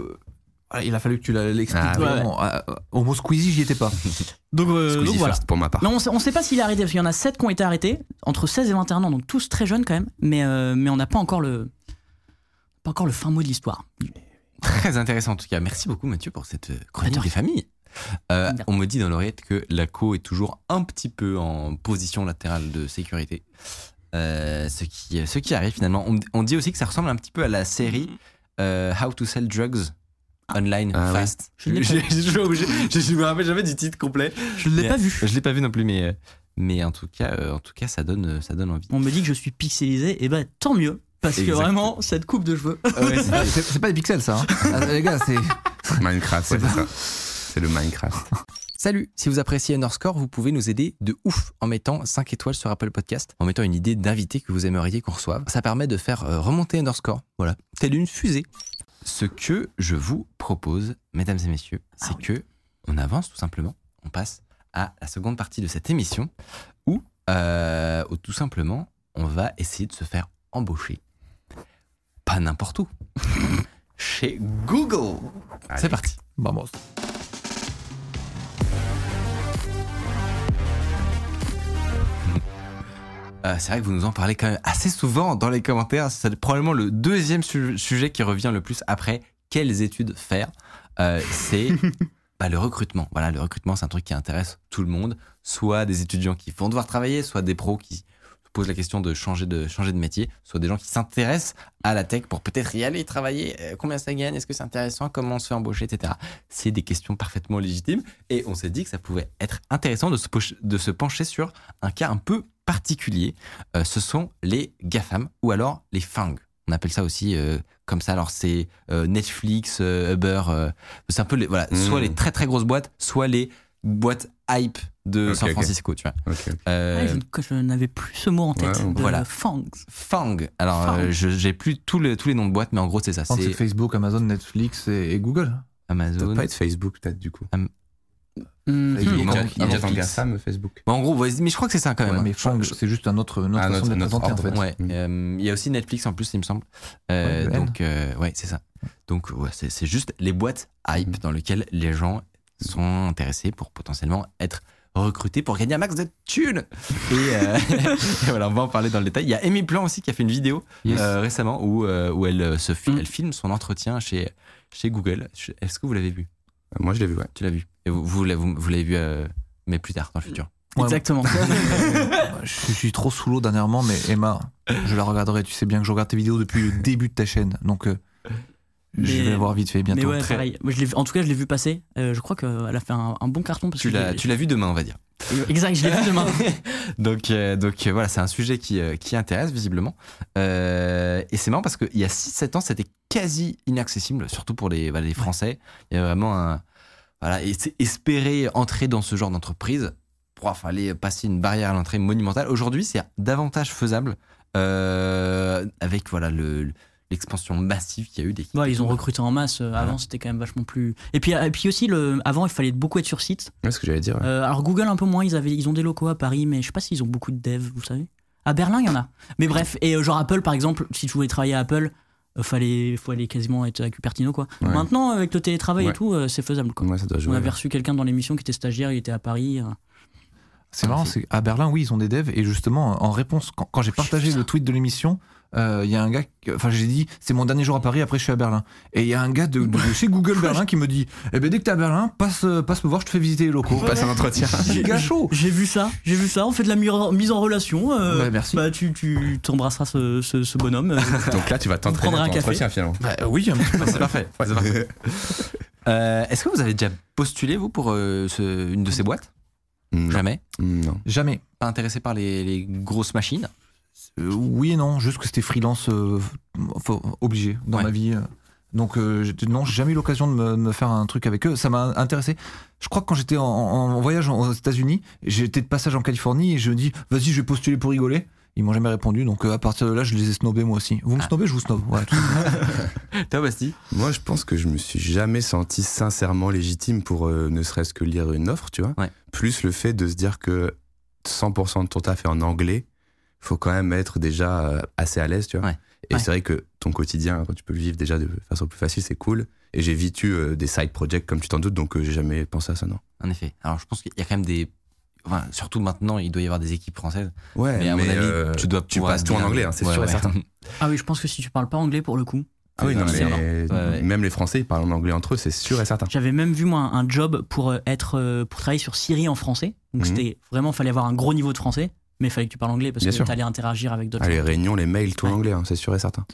[SPEAKER 4] voilà, il a fallu que tu la- l'expliques.
[SPEAKER 3] Ah, ouais.
[SPEAKER 4] vraiment. Ah, euh, Au mot Squeezie, j'y étais pas.
[SPEAKER 2] Donc, euh, donc
[SPEAKER 3] Squeezie
[SPEAKER 2] voilà.
[SPEAKER 3] first pour ma part.
[SPEAKER 2] Non, on sait, on sait pas s'il est arrêté parce qu'il y en a 7 qui ont été arrêtés entre 16 et 21 ans, donc tous très jeunes quand même. Mais, euh, mais on n'a pas encore le pas encore le fin mot de l'histoire.
[SPEAKER 1] Très intéressant en tout cas. Merci beaucoup Mathieu pour cette euh,
[SPEAKER 2] Pas de
[SPEAKER 1] chronique des
[SPEAKER 2] rien.
[SPEAKER 1] familles. Euh,
[SPEAKER 2] Bien.
[SPEAKER 1] on me dit dans l'oreillette que la co est toujours un petit peu en position latérale de sécurité. Euh, ce, qui, ce qui arrive finalement. On, on dit aussi que ça ressemble un petit peu à la série
[SPEAKER 2] Mhm.
[SPEAKER 1] euh, How to Sell Drugs Online
[SPEAKER 3] Ah ouais.
[SPEAKER 1] Fast.
[SPEAKER 2] Je n'ai pas
[SPEAKER 1] J'ai- j'ai toujours oublié- j'ai- je me rappelle jamais du titre complet.
[SPEAKER 2] Je l'ai
[SPEAKER 1] Mais-
[SPEAKER 2] pas vu.
[SPEAKER 1] Je l'ai pas vu non plus, mais, euh, mais en tout cas, euh, en tout cas ça, donne, ça donne envie.
[SPEAKER 2] On me dit que je suis pixelisé, et ben tant mieux parce que
[SPEAKER 1] Exactement.
[SPEAKER 2] vraiment cette coupe de cheveux.
[SPEAKER 1] Ouais, c'est-
[SPEAKER 4] C'est c'est pas des pixels, ça. hein. Ah, les gars, c'est.
[SPEAKER 3] Minecraft, ouais, c'est ça. C'est le Minecraft.
[SPEAKER 1] Salut Si vous appréciez Underscore, vous pouvez nous aider de ouf en mettant 5 étoiles sur Apple Podcast, en mettant une idée d'invité que vous aimeriez qu'on reçoive. Ça permet de faire euh, remonter Underscore, voilà, telle une fusée. Ce que je vous propose, mesdames et messieurs, c'est
[SPEAKER 2] Ah oui.
[SPEAKER 1] que on avance tout simplement, on passe à la seconde partie de cette émission, où, euh, où tout simplement, on va essayer de se faire embaucher. Pas n'importe où. Chez Google. C'est parti.
[SPEAKER 4] Vamos.
[SPEAKER 1] Euh, c'est vrai que vous nous en parlez quand même assez souvent dans les commentaires. C'est probablement le deuxième su- sujet qui revient le plus après quelles études faire. Euh, c'est bah, le recrutement. Voilà, le recrutement, c'est un truc qui intéresse tout le monde. Soit des étudiants qui vont devoir travailler, soit des pros qui se posent la question de changer de, changer de métier, soit des gens qui s'intéressent à la tech pour peut-être y aller travailler. Euh, combien ça gagne Est-ce que c'est intéressant Comment on se fait embaucher Etc. C'est des questions parfaitement légitimes. Et on s'est dit que ça pouvait être intéressant de se poche- de se pencher sur un cas un peu particulier. Euh, ce sont les GAFAM ou alors les FANG. On appelle ça aussi euh, comme ça. Alors, c'est euh, Netflix, euh, Uber. euh, c'est un peu les- voilà,
[SPEAKER 3] Mm.
[SPEAKER 1] soit les très très grosses boîtes, soit les boîtes hype de
[SPEAKER 3] Ok,
[SPEAKER 1] San
[SPEAKER 3] ok.
[SPEAKER 1] Francisco. Tu vois.
[SPEAKER 3] Ok.
[SPEAKER 1] Euh,
[SPEAKER 2] Ouais, je, ne- je n'avais plus ce mot en tête.
[SPEAKER 3] Ouais,
[SPEAKER 2] de
[SPEAKER 1] voilà.
[SPEAKER 2] Fangs.
[SPEAKER 1] Fang. Alors,
[SPEAKER 2] Fang.
[SPEAKER 1] euh, je- j'ai plus tous les, tous les noms de boîtes, mais en gros, c'est ça.
[SPEAKER 4] C'est
[SPEAKER 1] C'est
[SPEAKER 4] Facebook, Amazon, Netflix et, et Google.
[SPEAKER 3] Ça
[SPEAKER 1] Amazon.
[SPEAKER 3] doit pas être Facebook, peut-être, du coup.
[SPEAKER 2] Mhm.
[SPEAKER 3] Il est
[SPEAKER 1] manque-
[SPEAKER 3] déjà-
[SPEAKER 1] il
[SPEAKER 3] il est déjà
[SPEAKER 1] manque
[SPEAKER 3] dans
[SPEAKER 1] Netflix.
[SPEAKER 3] GAFAM, Facebook.
[SPEAKER 1] Mais en gros, ouais, mais je crois que c'est ça quand
[SPEAKER 4] Ouais,
[SPEAKER 1] même. hein.
[SPEAKER 4] mais
[SPEAKER 1] Je crois
[SPEAKER 4] Fang,
[SPEAKER 1] que-
[SPEAKER 4] c'est juste un autre, une autre
[SPEAKER 3] Ah,
[SPEAKER 4] façon de
[SPEAKER 3] notre-
[SPEAKER 4] les
[SPEAKER 3] notre
[SPEAKER 4] présenter, en
[SPEAKER 3] ordre.
[SPEAKER 4] fait.
[SPEAKER 1] Ouais,
[SPEAKER 3] Mm.
[SPEAKER 1] euh, il y a aussi Netflix en plus, il me semble. Euh,
[SPEAKER 4] Ouais, le N.
[SPEAKER 1] donc, euh, ouais, c'est ça. Donc, ouais, c'est c'est juste les boîtes hype dans lesquelles les gens sont intéressés pour potentiellement être recrutés pour gagner un max de thunes. Et, euh, et voilà, on va en parler dans le détail. Il y a Amy Plan aussi qui a fait une vidéo
[SPEAKER 4] Yes.
[SPEAKER 1] euh, récemment où, euh, où elle, euh, se fi-
[SPEAKER 2] Mm.
[SPEAKER 1] elle filme son entretien chez, chez Google. Je- Est-ce que vous l'avez vu
[SPEAKER 3] Euh, Moi, je l'ai vu, ouais.
[SPEAKER 1] Tu l'as vu. Et vous, vous, l'avez- vous- vous l'avez vu, euh, mais plus tard, dans le futur.
[SPEAKER 4] Ouais,
[SPEAKER 2] Exactement.
[SPEAKER 4] Je suis trop sous l'eau dernièrement, mais Emma, je la regarderai. Tu sais bien que je regarde tes vidéos depuis le début de ta chaîne, donc euh, je
[SPEAKER 2] Mais-
[SPEAKER 4] vais la voir vite fait bientôt.
[SPEAKER 2] mais ouais,
[SPEAKER 1] très-
[SPEAKER 2] pareil. Moi, je l'ai vu- en tout cas, je l'ai vu passer. Euh, je crois qu'elle a fait un, un bon carton parce
[SPEAKER 1] Tu
[SPEAKER 2] que
[SPEAKER 1] l'as
[SPEAKER 2] je l'ai-
[SPEAKER 1] tu l'as vu demain, on va dire.
[SPEAKER 2] exact, je l'ai vu demain.
[SPEAKER 1] donc euh, donc euh, voilà, c'est un sujet qui, euh, qui intéresse visiblement. Euh, et c'est marrant parce qu'il y a 6-7 ans, c'était quasi inaccessible, surtout pour les, bah, les Français. Il y avait vraiment un. Voilà, et c'est espérer entrer dans ce genre d'entreprise. Il fallait passer une barrière à l'entrée monumentale. Aujourd'hui, c'est davantage faisable euh, avec voilà le- l'expansion massive qu'il y a eu des
[SPEAKER 2] Ouais, ils ont recruté en masse. euh, Avant, c'était quand même vachement plus. Et puis, et puis aussi, le... avant, il fallait beaucoup être sur site.
[SPEAKER 3] Ouais, ce que j'allais dire. ouais.
[SPEAKER 2] Euh, alors, Google, un peu moins. Ils, avaient... ils ont des locaux à Paris, mais je sais pas s'ils ont beaucoup de devs, vous savez. À Berlin, il y en a. Mais bref, et euh, genre Apple, par exemple, si tu voulais travailler à Apple, euh, fallait... faut aller quasiment être à Cupertino, quoi.
[SPEAKER 3] Ouais.
[SPEAKER 2] Maintenant, avec le télétravail et
[SPEAKER 3] Ouais.
[SPEAKER 2] tout, euh, c'est faisable, quoi.
[SPEAKER 3] Ouais, ça doit
[SPEAKER 2] On
[SPEAKER 3] jouer.
[SPEAKER 2] avait reçu quelqu'un dans l'émission qui était stagiaire, il était à Paris. euh.
[SPEAKER 4] C'est marrant, c'est à Berlin, oui, ils ont des devs. Et justement, en réponse, quand,
[SPEAKER 2] Oh,
[SPEAKER 4] quand j'ai partagé le tweet de l'émission, euh, il y a un gars, que- enfin, j'ai dit, c'est mon dernier jour à Paris, après je suis à Berlin. Et il y a un gars de, de chez Google Berlin qui me dit, eh ben dès que t'es à Berlin, passe, euh, passe me voir, je te fais visiter les locaux.
[SPEAKER 3] Passe un entretien.
[SPEAKER 4] Giga chaud.
[SPEAKER 2] J'ai vu ça, j'ai vu ça. On fait de la mi- mise en relation. euh,
[SPEAKER 4] Bah, merci.
[SPEAKER 2] Bah, tu, tu t'embrasseras ce, ce- ce bonhomme. euh.
[SPEAKER 3] Donc là, tu vas t'entraîner
[SPEAKER 2] prendra
[SPEAKER 3] à
[SPEAKER 2] un
[SPEAKER 3] ton
[SPEAKER 2] café.
[SPEAKER 3] entretien, finalement.
[SPEAKER 4] oui,
[SPEAKER 1] C'est parfait. c'est parfait. Euh, Est-ce que vous avez déjà postulé, vous, pour euh, ce- une de ces boîtes
[SPEAKER 3] Non.
[SPEAKER 1] Jamais.
[SPEAKER 3] Non.
[SPEAKER 4] jamais.
[SPEAKER 1] Pas intéressé par les, les grosses machines
[SPEAKER 4] Euh, oui et non, juste que c'était freelance euh, f- enfin, obligé dans
[SPEAKER 1] Ouais.
[SPEAKER 4] ma vie. euh, Donc euh, j'ai- non, j'ai jamais eu l'occasion de me, de me faire un truc avec eux. Ça m'a intéressé. Je crois que quand j'étais en, en- en voyage en- aux États-Unis, j'étais de passage en Californie et je me dis vas-y, je vais postuler pour rigoler. Ils m'ont jamais répondu, donc euh, à partir de là, je les ai snobés moi aussi.
[SPEAKER 1] Ah.
[SPEAKER 4] Vous me snobez, je vous snob. Voilà, tout simplement.
[SPEAKER 1] Toi, Basti
[SPEAKER 3] Moi, je pense que je me suis jamais senti sincèrement légitime pour euh, ne serait-ce que lire une offre, tu vois.
[SPEAKER 1] Ouais.
[SPEAKER 3] Plus le fait de se dire que 100% de ton taf est en anglais, faut quand même être déjà euh, assez à l'aise, tu vois.
[SPEAKER 1] Ouais.
[SPEAKER 3] Et
[SPEAKER 1] Ouais.
[SPEAKER 3] c'est vrai que ton quotidien, quand tu peux le vivre déjà de façon plus facile, c'est cool. Et j'ai vécu euh, des side projects comme tu t'en doutes, donc euh, j'ai jamais pensé à ça, non.
[SPEAKER 1] En effet. Alors, je pense qu'il y a quand même des. Enfin, surtout maintenant, il doit y avoir des équipes françaises.
[SPEAKER 3] Ouais,
[SPEAKER 1] mais à mon avis,
[SPEAKER 3] euh,
[SPEAKER 1] tu dois
[SPEAKER 3] tu
[SPEAKER 1] pouvoir
[SPEAKER 3] passes tout en
[SPEAKER 1] bien-
[SPEAKER 3] anglais, hein, c'est
[SPEAKER 1] Ouais,
[SPEAKER 3] sûr et
[SPEAKER 1] ouais.
[SPEAKER 3] certain.
[SPEAKER 2] Ah oui, je pense que si tu parles pas anglais pour le coup.
[SPEAKER 3] Ah oui, non,
[SPEAKER 1] C'est
[SPEAKER 3] mais
[SPEAKER 1] énorme. Ouais, ouais.
[SPEAKER 3] même les Français, ils parlent en anglais entre eux, c'est sûr et certain.
[SPEAKER 2] J'avais même vu moi un un job pour euh, être euh, pour travailler sur Siri en français. Donc
[SPEAKER 3] Mhm.
[SPEAKER 2] c'était vraiment fallait avoir un gros niveau de français, mais fallait que tu parles anglais parce
[SPEAKER 3] Bien
[SPEAKER 2] que
[SPEAKER 3] sûr.
[SPEAKER 2] t'allais interagir avec d'autres.
[SPEAKER 3] Ah, les réunions, les mails, tout en
[SPEAKER 2] Ouais.
[SPEAKER 3] anglais, hein, c'est sûr et certain.
[SPEAKER 1] Euh,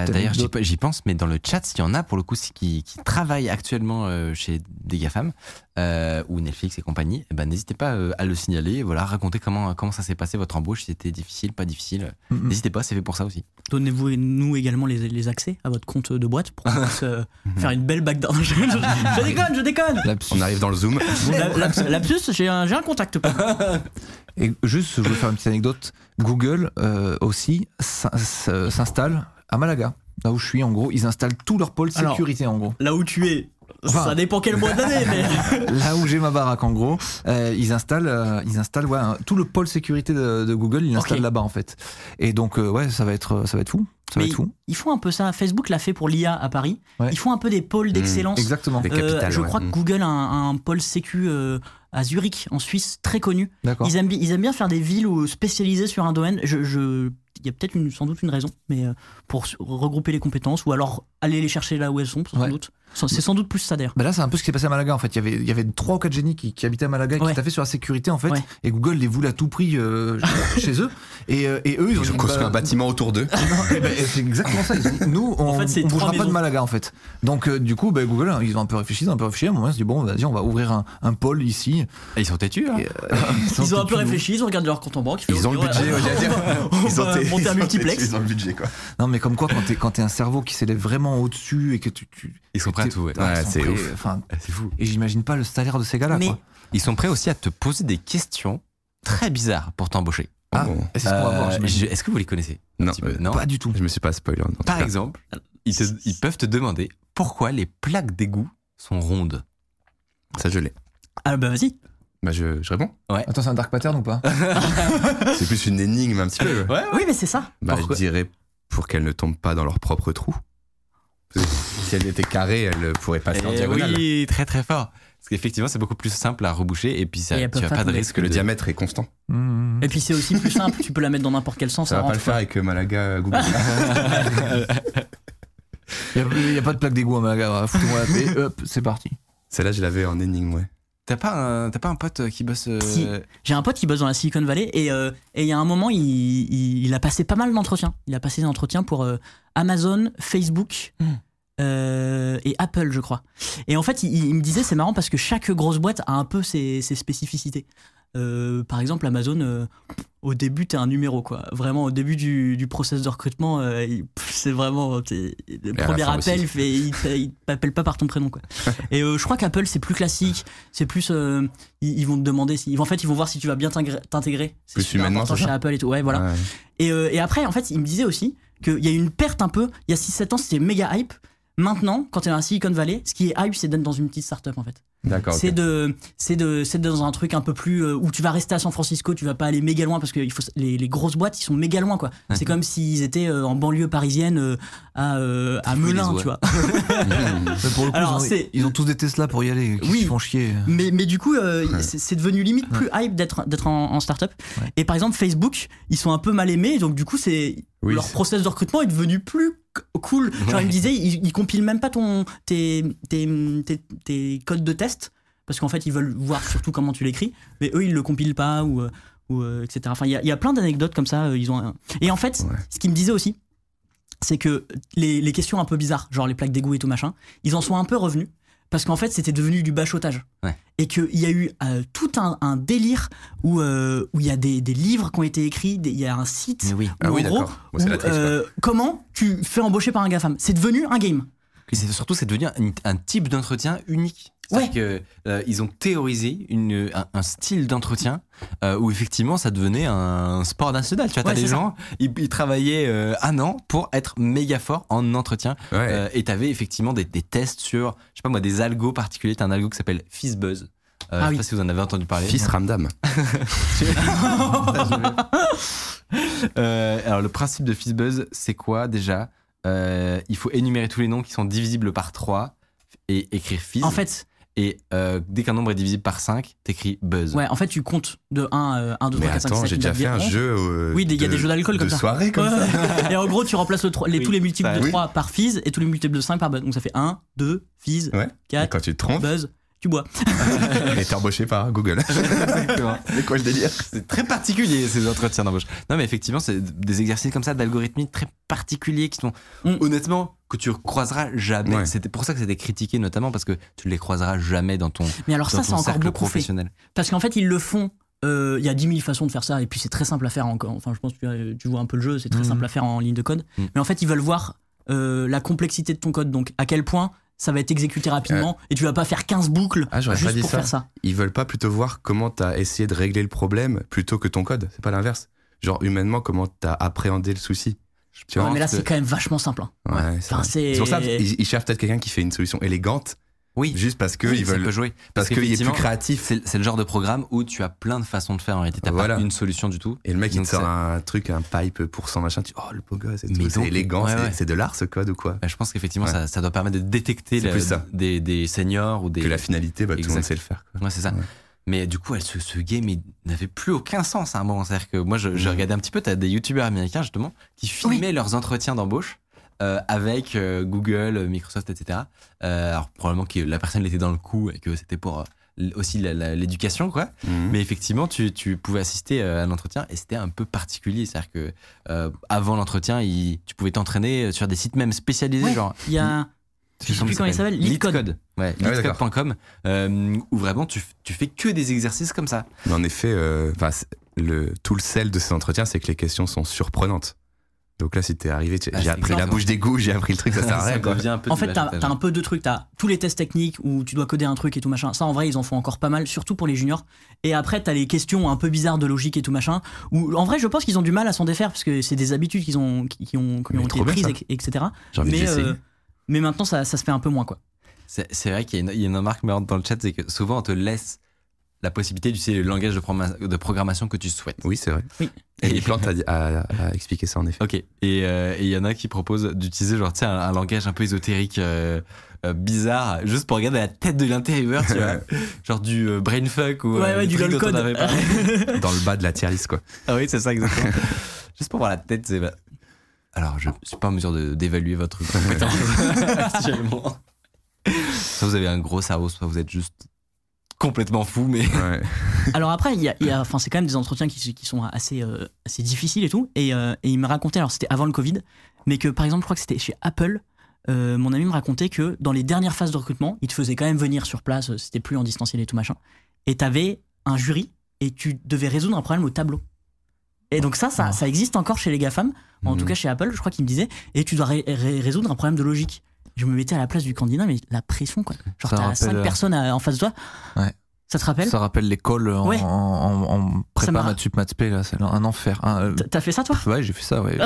[SPEAKER 4] Petite
[SPEAKER 1] D'ailleurs, j'y
[SPEAKER 4] anecdote.
[SPEAKER 1] j'y pense, mais dans le chat, s'il y en a pour le coup si- qui, qui travaillent actuellement euh, chez des GAFAM euh, ou Netflix et compagnie, eh ben, n'hésitez pas euh, à le signaler. Voilà, racontez comment, comment ça s'est passé votre embauche, si c'était difficile, pas difficile.
[SPEAKER 4] Mhm.
[SPEAKER 1] N'hésitez pas, c'est fait pour ça aussi.
[SPEAKER 2] Donnez-vous nous également les, les accès à votre compte de boîte pour qu'on puisse euh, faire une belle backdoor. je, je- je déconne, je déconne.
[SPEAKER 4] Lapsus.
[SPEAKER 3] On arrive dans le Zoom.
[SPEAKER 2] La- laps- Lapsus, j'ai un, j'ai un contact.
[SPEAKER 4] Et juste, je voulais faire une petite anecdote. Google euh, aussi s'in- s'in- s'installe à Malaga, là où je suis. En gros, ils installent tout leur pôle
[SPEAKER 2] Alors-
[SPEAKER 4] sécurité, en gros.
[SPEAKER 2] Là où tu es, ça
[SPEAKER 4] Enfin.
[SPEAKER 2] dépend quel mois de l'année, mais
[SPEAKER 4] Là Ah, où j'ai ma baraque, en gros, euh, ils installent, euh, ils installent ouais, un- tout le pôle sécurité de, de Google, ils l'installent
[SPEAKER 2] Ok.
[SPEAKER 4] là-bas, en fait. Et donc, euh, ouais, ça va être, ça va être fou. Ça
[SPEAKER 2] Mais
[SPEAKER 4] va être fou.
[SPEAKER 2] ils font un peu ça. Facebook l'a fait pour l'IA à Paris.
[SPEAKER 4] Ouais.
[SPEAKER 2] Ils font un peu des pôles d'excellence.
[SPEAKER 4] Exactement.
[SPEAKER 3] Des
[SPEAKER 2] Euh,
[SPEAKER 3] capitales,
[SPEAKER 2] je
[SPEAKER 3] ouais.
[SPEAKER 2] crois que
[SPEAKER 3] Mm.
[SPEAKER 2] Google a un, un pôle sécu euh, à Zurich, en Suisse, très connu.
[SPEAKER 4] D'accord.
[SPEAKER 2] Ils aiment, bi- ils aiment bien faire des villes où- spécialisées sur un domaine. Je, je- il y a peut-être une- sans doute une raison, mais euh, pour s- regrouper les compétences ou alors aller les chercher là où elles sont, sans
[SPEAKER 4] Ouais.
[SPEAKER 2] doute. Sans- C'est sans doute plus ça d'ailleurs.
[SPEAKER 4] Bah là, c'est un peu ce qui s'est passé à Malaga en fait. Il y avait, il y avait trois ou quatre génies qui, qui habitaient à Malaga et
[SPEAKER 2] Ouais.
[SPEAKER 4] qui tafaient sur la sécurité en fait.
[SPEAKER 2] Ouais.
[SPEAKER 4] Et Google les voulait à tout prix euh, chez eux. Et, euh, et eux, ils, ont
[SPEAKER 3] Ils
[SPEAKER 4] dit,
[SPEAKER 3] ont construit
[SPEAKER 4] bah,
[SPEAKER 3] un bâtiment autour d'eux.
[SPEAKER 4] Non, eh ben, c'est exactement ça. Ils ont dit, Nous, on
[SPEAKER 2] fait, c'est
[SPEAKER 4] ne
[SPEAKER 2] trois
[SPEAKER 4] bougera pas
[SPEAKER 2] maisons.
[SPEAKER 4] de Malaga en fait. Donc euh, du coup, bah, Google, ils ont un peu réfléchi, ils ont un peu réfléchi. À un moment, ils se sont dit bon, vas-y, on va ouvrir un, un pôle ici.
[SPEAKER 1] Et ils sont têtus, hein
[SPEAKER 4] Et, euh,
[SPEAKER 2] Ils ont un peu
[SPEAKER 4] tout de suite-
[SPEAKER 2] réfléchi, ils ont regardé leur compte en banque. fait,
[SPEAKER 3] Ils ont le
[SPEAKER 2] ouais,
[SPEAKER 3] budget, ouais, j'allais dire.
[SPEAKER 2] on
[SPEAKER 3] Ils ont
[SPEAKER 2] va
[SPEAKER 3] été-
[SPEAKER 2] monter
[SPEAKER 3] ils
[SPEAKER 2] un
[SPEAKER 3] ont
[SPEAKER 2] multiplex.
[SPEAKER 3] été- Ils ont le budget, quoi.
[SPEAKER 4] Non, mais comme quoi, quand t'es quand t'es un cerveau qui s'élève vraiment au-dessus et que tu, tu
[SPEAKER 1] Ils sont prêts à tout, ouais.
[SPEAKER 4] Ah, ils
[SPEAKER 3] Ouais,
[SPEAKER 4] sont
[SPEAKER 3] c'est
[SPEAKER 4] prêts,
[SPEAKER 3] ouf.
[SPEAKER 4] Enfin,
[SPEAKER 1] C'est fou.
[SPEAKER 4] et j'imagine pas le salaire de ces gars-là.
[SPEAKER 2] Mais-
[SPEAKER 4] quoi.
[SPEAKER 1] Ils sont prêts aussi à te poser des questions très bizarres pour t'embaucher.
[SPEAKER 4] Ah,
[SPEAKER 3] Oh.
[SPEAKER 4] et c'est ce qu'on va
[SPEAKER 1] Euh,
[SPEAKER 4] voir. j'imagine.
[SPEAKER 1] je- Est-ce que vous les connaissez un
[SPEAKER 3] Non,
[SPEAKER 1] petit peu
[SPEAKER 3] euh,
[SPEAKER 1] non
[SPEAKER 4] Pas du tout.
[SPEAKER 3] Je me suis pas spoilé. en tout
[SPEAKER 1] Par
[SPEAKER 3] cas.
[SPEAKER 1] exemple, ils, te- ils peuvent te demander pourquoi les plaques d'égout sont rondes.
[SPEAKER 3] Ça, je l'ai.
[SPEAKER 2] Ah bah vas-y.
[SPEAKER 3] Bah, je, je réponds.
[SPEAKER 4] Attends, c'est un dark pattern ou pas
[SPEAKER 3] C'est plus une énigme, un petit peu.
[SPEAKER 1] Ouais,
[SPEAKER 2] Oui, mais c'est ça.
[SPEAKER 3] Bah, je
[SPEAKER 1] Pourquoi
[SPEAKER 3] dirais pour qu'elles ne tombent pas dans leur propre trou. Parce que Si elle était carrée, elle pourrait passer en
[SPEAKER 1] Eh
[SPEAKER 3] diagonale.
[SPEAKER 1] oui, très très fort. Parce qu'effectivement, c'est beaucoup plus simple à reboucher et puis ça,
[SPEAKER 2] Et elles
[SPEAKER 1] tu
[SPEAKER 2] peuvent
[SPEAKER 1] n'as pas
[SPEAKER 2] pas
[SPEAKER 1] de
[SPEAKER 2] tomber.
[SPEAKER 1] risque
[SPEAKER 3] Que le
[SPEAKER 1] de-
[SPEAKER 3] diamètre est constant.
[SPEAKER 4] Mmh.
[SPEAKER 2] Et puis c'est aussi plus simple, tu peux la mettre dans n'importe quel sens. ça
[SPEAKER 3] Ça, va pas
[SPEAKER 2] rentre,
[SPEAKER 3] le faire avec euh, Malaga euh, Google.
[SPEAKER 4] Il n'y a, pas de plaque d'égout hein, à Malaga, foutez-moi la paix, hop, c'est parti.
[SPEAKER 3] Celle-là, je l'avais en énigme, ouais.
[SPEAKER 1] T'as pas, un- t'as pas un pote euh, qui bosse. euh,
[SPEAKER 2] Si. J'ai un pote qui bosse dans la Silicon Valley et euh, et il y a un moment, il, il- il a passé pas mal d'entretiens. Il a passé des entretiens pour euh, Amazon, Facebook
[SPEAKER 3] Hmm.
[SPEAKER 2] euh, et Apple, je crois. Et en fait, il, il me disait, c'est marrant parce que chaque grosse boîte a un peu ses, ses spécificités. Euh, par exemple, Amazon, euh, au début, t'es un numéro, quoi. Vraiment, au début du, du process de recrutement, euh, il- pff, c'est vraiment. t'es- Le
[SPEAKER 3] la
[SPEAKER 2] premier
[SPEAKER 3] fin
[SPEAKER 2] appel,
[SPEAKER 3] aussi.
[SPEAKER 2] il fait- il t'a- il t'appelle pas par ton prénom, quoi. et euh, je crois qu'Apple, c'est plus classique. C'est plus. euh, ils, ils vont te demander. Si, ils vont- en fait, ils vont voir si tu vas bien t'ingré- t'intégrer. C'est
[SPEAKER 3] Plus
[SPEAKER 2] super
[SPEAKER 3] humainement,
[SPEAKER 2] important
[SPEAKER 3] c'est
[SPEAKER 2] chez
[SPEAKER 3] ça
[SPEAKER 2] Apple et tout. Ouais, voilà.
[SPEAKER 3] Ouais.
[SPEAKER 2] Et, euh, et après, en fait, il me disait aussi qu'il y a eu une perte un peu. Il y a 6-7 ans, c'était méga hype. Maintenant, quand tu es dans la Silicon Valley, ce qui est hype, c'est d'être dans une petite startup en fait.
[SPEAKER 3] D'accord. Ah, ok.
[SPEAKER 2] C'est de, c'est de, c'est dans un truc un peu plus euh, où tu vas rester à San Francisco, tu vas pas aller méga loin parce que il faut, les, les grosses boîtes, ils sont méga loin quoi. C'est comme s'ils étaient euh, en banlieue parisienne euh, à, euh, à
[SPEAKER 1] Fruits des
[SPEAKER 2] Melun,
[SPEAKER 1] oies.
[SPEAKER 2] tu vois.
[SPEAKER 4] Mais pour le coup,
[SPEAKER 2] Alors,
[SPEAKER 4] ils,
[SPEAKER 2] c'est-
[SPEAKER 4] ont, ils ont tous des Tesla pour y aller, qui
[SPEAKER 2] Oui.
[SPEAKER 4] se font chier.
[SPEAKER 2] Mais, mais du coup, euh, c'est c'est devenu limite plus hype d'être d'être en, en startup. Et par exemple, Facebook, ils sont un peu mal aimés, donc du coup, c'est
[SPEAKER 3] Oui,
[SPEAKER 2] leur
[SPEAKER 3] c'est-
[SPEAKER 2] process de recrutement est devenu plus c- cool. Genre,
[SPEAKER 1] Ouais.
[SPEAKER 2] ils me disaient, ils, ils compilent même pas ton tes, tes, tes, tes codes de test parce qu'en fait, ils veulent voir surtout comment tu l'écris, mais eux, ils le compilent pas ou, euh, ou euh, etc. Enfin, il y a, il y a plein d'anecdotes comme ça. euh, Ils ont un- et en fait,
[SPEAKER 3] Ouais.
[SPEAKER 2] ce qu'ils me disaient aussi, c'est que les, les questions un peu bizarres, genre les plaques d'égout et tout machin, ils en sont un peu revenus parce qu'en fait c'était devenu du bachotage.
[SPEAKER 1] Ouais.
[SPEAKER 2] Et qu'il y a eu euh, tout un, un délire où euh, où il y a des, des livres qui ont été écrits, des- il y a un site
[SPEAKER 1] Mais oui.
[SPEAKER 2] où,
[SPEAKER 3] Ah oui,
[SPEAKER 2] en gros,
[SPEAKER 3] d'accord. Bon, c'est
[SPEAKER 2] où,
[SPEAKER 3] la triche, quoi.
[SPEAKER 2] euh, comment tu fais embaucher par un GAFAM C'est devenu un game.
[SPEAKER 1] Et c'est- surtout, c'est devenu un, un type d'entretien unique. C'est-à-dire que, euh, ils ont théorisé une, un, un style d'entretien euh, où effectivement ça devenait un sport national. Tu vois, t'as
[SPEAKER 2] Ouais,
[SPEAKER 1] des
[SPEAKER 2] c'est ça.
[SPEAKER 1] gens, ils, ils travaillaient euh, un an pour être méga forts en entretien.
[SPEAKER 3] Ouais.
[SPEAKER 1] Euh, et t'avais effectivement des, des tests sur, je sais pas moi, des algos particuliers. T'as un algo qui s'appelle Fizzbuzz. Euh, je
[SPEAKER 2] Ah
[SPEAKER 1] sais
[SPEAKER 2] oui.
[SPEAKER 1] pas si vous en avez entendu parler.
[SPEAKER 3] Fils
[SPEAKER 2] hein.
[SPEAKER 3] Ramdam.
[SPEAKER 1] Euh, alors, le principe de Fizzbuzz, c'est quoi déjà Euh, Il faut énumérer tous les noms qui sont divisibles par 3 et écrire Fizz.
[SPEAKER 2] En fait,
[SPEAKER 1] et euh, dès qu'un nombre est divisible par 5, t'écris Buzz.
[SPEAKER 2] ouais, en fait, tu comptes de euh, 1, 1 2,
[SPEAKER 3] Mais
[SPEAKER 2] 3, 4, 5, 6, 7.
[SPEAKER 3] attends, j'ai déjà fait un jeu. euh,
[SPEAKER 2] Oui, des- il y a
[SPEAKER 3] de-
[SPEAKER 2] des jeux d'alcool comme
[SPEAKER 3] de
[SPEAKER 2] ça.
[SPEAKER 3] soirée comme ça. bah
[SPEAKER 2] Et en gros, tu remplaces le trois- les,
[SPEAKER 1] Oui,
[SPEAKER 2] tous les multiples
[SPEAKER 1] ça
[SPEAKER 2] de
[SPEAKER 1] arrive.
[SPEAKER 2] 3 par fizz et tous les multiples de 5 par buzz. Donc ça fait 1, 2, fizz,
[SPEAKER 3] Ouais. Et
[SPEAKER 2] 4,
[SPEAKER 3] quand tu te trompes,
[SPEAKER 2] buzz, tu bois.
[SPEAKER 3] et t'es embauché par Google.
[SPEAKER 1] Exactement.
[SPEAKER 3] C'est quoi le délire
[SPEAKER 1] c'est très particulier ces entretiens d'embauche. Non, mais effectivement, c'est des exercices comme ça d'algorithmie très particuliers qui sont
[SPEAKER 2] Mm.
[SPEAKER 1] honnêtement que tu croiseras jamais.
[SPEAKER 3] Ouais.
[SPEAKER 1] C'était pour ça que c'était critiqué notamment parce que tu les croiseras jamais dans ton,
[SPEAKER 2] Mais alors
[SPEAKER 1] dans
[SPEAKER 2] ça, c'est
[SPEAKER 1] ton
[SPEAKER 2] encore
[SPEAKER 1] cercle
[SPEAKER 2] beaucoup fait.
[SPEAKER 1] professionnel.
[SPEAKER 2] Parce qu'en fait, ils le font. euh, Il y a 10 000 façons de faire ça, et puis c'est très simple à faire encore. Enfin, je pense que tu, euh, tu vois un peu le jeu, c'est très
[SPEAKER 1] Mhm.
[SPEAKER 2] simple à faire en ligne de code.
[SPEAKER 1] Mhm.
[SPEAKER 2] Mais en fait, ils veulent voir euh, la complexité de ton code, donc à quel point ça va être exécuté rapidement, et tu vas pas faire 15 boucles
[SPEAKER 3] Ah, j'aurais
[SPEAKER 2] juste
[SPEAKER 3] pas dit
[SPEAKER 2] pour
[SPEAKER 3] ça.
[SPEAKER 2] faire ça.
[SPEAKER 3] Ils veulent pas plutôt voir comment t'as essayé de régler le problème plutôt que ton code. C'est pas l'inverse. Genre, humainement, comment t'as appréhendé le souci. Tu
[SPEAKER 2] Ouais,
[SPEAKER 3] vois
[SPEAKER 2] mais là,
[SPEAKER 1] que-
[SPEAKER 2] c'est quand même vachement simple. hein.
[SPEAKER 3] Ouais, c'est
[SPEAKER 2] Enfin,
[SPEAKER 3] vrai.
[SPEAKER 2] c'est-
[SPEAKER 3] C'est pour ça qu'ils ils cherchent peut-être quelqu'un qui fait une solution élégante
[SPEAKER 1] Oui.
[SPEAKER 3] juste parce que
[SPEAKER 1] Oui,
[SPEAKER 3] ils
[SPEAKER 1] ça
[SPEAKER 3] veulent.
[SPEAKER 1] peut jouer.
[SPEAKER 3] parce qu'il est plus
[SPEAKER 1] qu'effectivement, C'est c'est le genre de programme où tu as plein de façons de faire en réalité. T'as
[SPEAKER 3] Voilà.
[SPEAKER 1] pas une solution du tout.
[SPEAKER 3] Et le mec, il
[SPEAKER 1] Donc
[SPEAKER 3] te sort
[SPEAKER 1] ça-
[SPEAKER 3] un truc, un pipe pour cent machin. Tu oh, le beau gosse, et
[SPEAKER 1] Mais
[SPEAKER 3] tout,
[SPEAKER 1] donc-
[SPEAKER 3] c'est élégant,
[SPEAKER 1] ouais,
[SPEAKER 3] c'est-
[SPEAKER 1] ouais.
[SPEAKER 3] c'est de l'art ce code ou quoi
[SPEAKER 1] Bah, je pense qu'effectivement,
[SPEAKER 3] Ouais.
[SPEAKER 1] ça, ça doit permettre de détecter
[SPEAKER 3] C'est
[SPEAKER 1] la-
[SPEAKER 3] plus ça.
[SPEAKER 1] Des, des seniors ou des.
[SPEAKER 3] Que la finalité, bah, tout le
[SPEAKER 1] Exact.
[SPEAKER 3] monde sait le faire. quoi.
[SPEAKER 1] Ouais, c'est ça.
[SPEAKER 3] Ouais.
[SPEAKER 1] Mais du coup, elle, ce, ce game il n'avait plus aucun sens à un moment. C'est-à-dire que moi, je, je regardais un petit peu, t'as des youtubeurs américains justement qui filmaient leurs entretiens d'embauche euh, avec euh, Google, euh, Microsoft, etc. Euh, alors probablement que la personne était dans le coup et que c'était pour euh, l- aussi la- la- l'éducation, quoi.
[SPEAKER 3] Mhm.
[SPEAKER 1] Mais effectivement, tu, tu pouvais assister euh, à l'entretien et c'était un peu particulier. C'est-à-dire que euh, avant l'entretien, il- tu pouvais t'entraîner sur des sites même spécialisés,
[SPEAKER 2] Ouais,
[SPEAKER 1] genre
[SPEAKER 2] Il y a.
[SPEAKER 1] je sais
[SPEAKER 2] plus comment il s'appelle, Leadcode.
[SPEAKER 1] Ouais,
[SPEAKER 3] Ah ouais,
[SPEAKER 1] leadcode.com, euh, où vraiment tu, f- tu fais que des exercices comme ça.
[SPEAKER 3] Mais en effet, euh, enfin, c'est- le, tout le sel de ces entretiens, c'est que les questions sont surprenantes. Donc là, si t'es arrivé, tu-
[SPEAKER 1] Ah,
[SPEAKER 3] j'ai
[SPEAKER 1] c'est
[SPEAKER 3] appris la
[SPEAKER 1] exactement.
[SPEAKER 3] bouche d'égout, j'ai appris le truc, ça sert à rien. quoi.
[SPEAKER 1] devient un peu
[SPEAKER 2] En
[SPEAKER 1] du
[SPEAKER 2] fait, t'as
[SPEAKER 1] bâtage.
[SPEAKER 2] t'as un peu deux trucs. T'as tous les tests techniques où tu dois coder un truc et tout machin. Ça, en vrai, ils en font encore pas mal, surtout pour les juniors. Et après, t'as les questions un peu bizarres de logique et tout machin. Où, en vrai, je pense qu'ils ont du mal à s'en défaire parce que c'est des habitudes qu'ils ont, qui, qui ont, qui
[SPEAKER 3] Mais
[SPEAKER 2] ont
[SPEAKER 3] trop
[SPEAKER 2] été
[SPEAKER 3] bien,
[SPEAKER 2] prises,
[SPEAKER 3] ça.
[SPEAKER 2] et- etc.
[SPEAKER 3] J'ai envie de
[SPEAKER 2] Mais,
[SPEAKER 3] l'essayer.
[SPEAKER 2] euh, mais maintenant, ça, ça se fait un peu moins, quoi.
[SPEAKER 1] C'est c'est vrai qu'il y a une- il y, a une remarque marrante dans le chat, c'est que souvent on te laisse la possibilité d'utiliser le langage de, programma- de programmation que tu souhaites.
[SPEAKER 3] Oui, c'est vrai.
[SPEAKER 2] Oui.
[SPEAKER 3] Et les plantes à, expliquer ça en effet.
[SPEAKER 1] Ok, et euh, et il y en a qui proposent d'utiliser genre tu sais, un, un langage un peu ésotérique euh, euh, bizarre juste pour regarder la tête de l'intérieur, tu vois, genre du euh, brainfuck ou
[SPEAKER 2] Ouais,
[SPEAKER 1] euh,
[SPEAKER 2] ouais,
[SPEAKER 1] des
[SPEAKER 2] du
[SPEAKER 1] trucs
[SPEAKER 2] lol
[SPEAKER 1] dont on
[SPEAKER 2] code.
[SPEAKER 1] avait parlé.
[SPEAKER 3] Dans le bas de la tier list, quoi.
[SPEAKER 1] Ah oui, c'est ça, exactement. Juste pour voir la tête, c'est. bah, Alors, je suis pas en mesure de- d'évaluer votre compétence actuellement. Soit vous avez un gros cerveau, soit vous êtes juste complètement fou, mais.
[SPEAKER 2] Euh,
[SPEAKER 3] Ouais.
[SPEAKER 2] Alors après, il y a, il y a- enfin, c'est quand même des entretiens qui, qui sont assez, euh, assez difficiles et tout. Et, euh, et il me racontait, alors c'était avant le Covid, mais que par exemple, je crois que c'était chez Apple. euh, mon ami me racontait que dans les dernières phases de recrutement, il te faisait quand même venir sur place, euh, c'était plus en distanciel et tout machin. Et t'avais un jury et tu devais résoudre un problème au tableau. Et donc ça,
[SPEAKER 4] Ah.
[SPEAKER 2] ça, ça existe encore chez les GAFAM, en tout
[SPEAKER 4] Mmh.
[SPEAKER 3] Mhm.
[SPEAKER 2] cas chez Apple, je crois qu'il me disait, et tu dois ré- ré- résoudre un problème de logique. Je me mettais à la place du candidat, mais la pression quoi. Genre
[SPEAKER 4] Ça
[SPEAKER 2] t'as
[SPEAKER 4] rappelle,
[SPEAKER 2] 5
[SPEAKER 4] euh,
[SPEAKER 2] personnes à- en face de toi.
[SPEAKER 4] Ouais.
[SPEAKER 2] Ça te rappelle
[SPEAKER 4] Ça rappelle l'école en,
[SPEAKER 2] Ouais.
[SPEAKER 4] en, en- en
[SPEAKER 2] Ça
[SPEAKER 4] prépa
[SPEAKER 2] m'a-
[SPEAKER 4] maths sup maths p là, c'est un enfer. Un, euh,
[SPEAKER 2] T'as- T'as fait ça toi
[SPEAKER 4] ouais, j'ai fait ça. Ouais.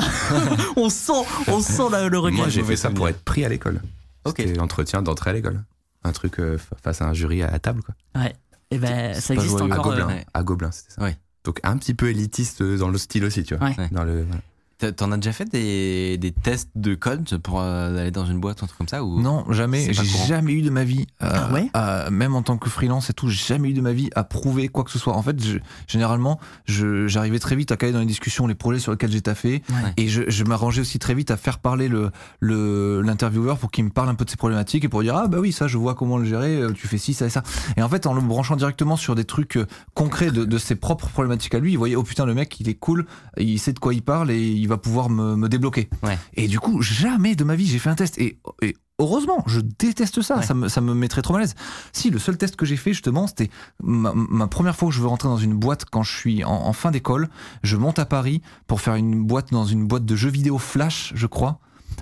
[SPEAKER 2] on sent, on sent la- le regret.
[SPEAKER 3] Moi, j'ai fait ça
[SPEAKER 1] souvenir.
[SPEAKER 3] pour être pris à l'école.
[SPEAKER 1] Ok.
[SPEAKER 3] C'était entretien d'entrée à l'école. Un truc euh, fa- face à un jury à la table, quoi.
[SPEAKER 2] Et ben, ça
[SPEAKER 1] pas
[SPEAKER 2] existe
[SPEAKER 1] joyeux. Ah,
[SPEAKER 3] À
[SPEAKER 2] encore.
[SPEAKER 3] Gobelin.
[SPEAKER 2] euh,
[SPEAKER 1] ouais.
[SPEAKER 3] À Gobelin, c'était ça.
[SPEAKER 1] Ouais.
[SPEAKER 3] Donc un petit peu élitiste euh, dans le style aussi, tu vois.
[SPEAKER 2] Ouais.
[SPEAKER 3] Dans le, voilà.
[SPEAKER 1] T'as- T'en as déjà fait des, des tests de code pour euh, aller dans une boîte ou un truc comme ça ou...
[SPEAKER 4] Non, jamais.
[SPEAKER 1] C'est pas
[SPEAKER 4] J'ai
[SPEAKER 1] courant.
[SPEAKER 4] jamais eu de ma vie. euh,
[SPEAKER 2] Ah ouais
[SPEAKER 4] euh, Même en tant que freelance et tout, j'ai jamais eu de ma vie à prouver quoi que ce soit. En fait, je- généralement, je- j'arrivais très vite à caler dans les discussions les projets sur lesquels j'ai taffé.
[SPEAKER 1] Ouais.
[SPEAKER 4] Et je, je m'arrangeais aussi très vite à faire parler l'intervieweur le, l'intervieweur pour qu'il me parle un peu de ses problématiques et pour dire Ah bah oui, ça, je vois comment le gérer, euh, tu fais ci, ça et ça. Et en fait, en le branchant directement sur des trucs euh, concrets de, de ses propres problématiques à lui, il voyait Oh putain, le mec, il est cool, il sait de quoi il parle et il va pouvoir me, me débloquer.
[SPEAKER 1] Ouais.
[SPEAKER 4] Et du coup, jamais de ma vie, j'ai fait un test. Et, et heureusement, je déteste ça.
[SPEAKER 1] Ouais.
[SPEAKER 4] Ça, me, ça me mettrait trop mal à l'aise. Si, le seul test que j'ai fait, justement, c'était ma, ma première fois où je veux rentrer dans une boîte quand je suis en, en fin d'école. Je monte à Paris pour faire une boîte dans une boîte de jeux vidéo Flash, je crois.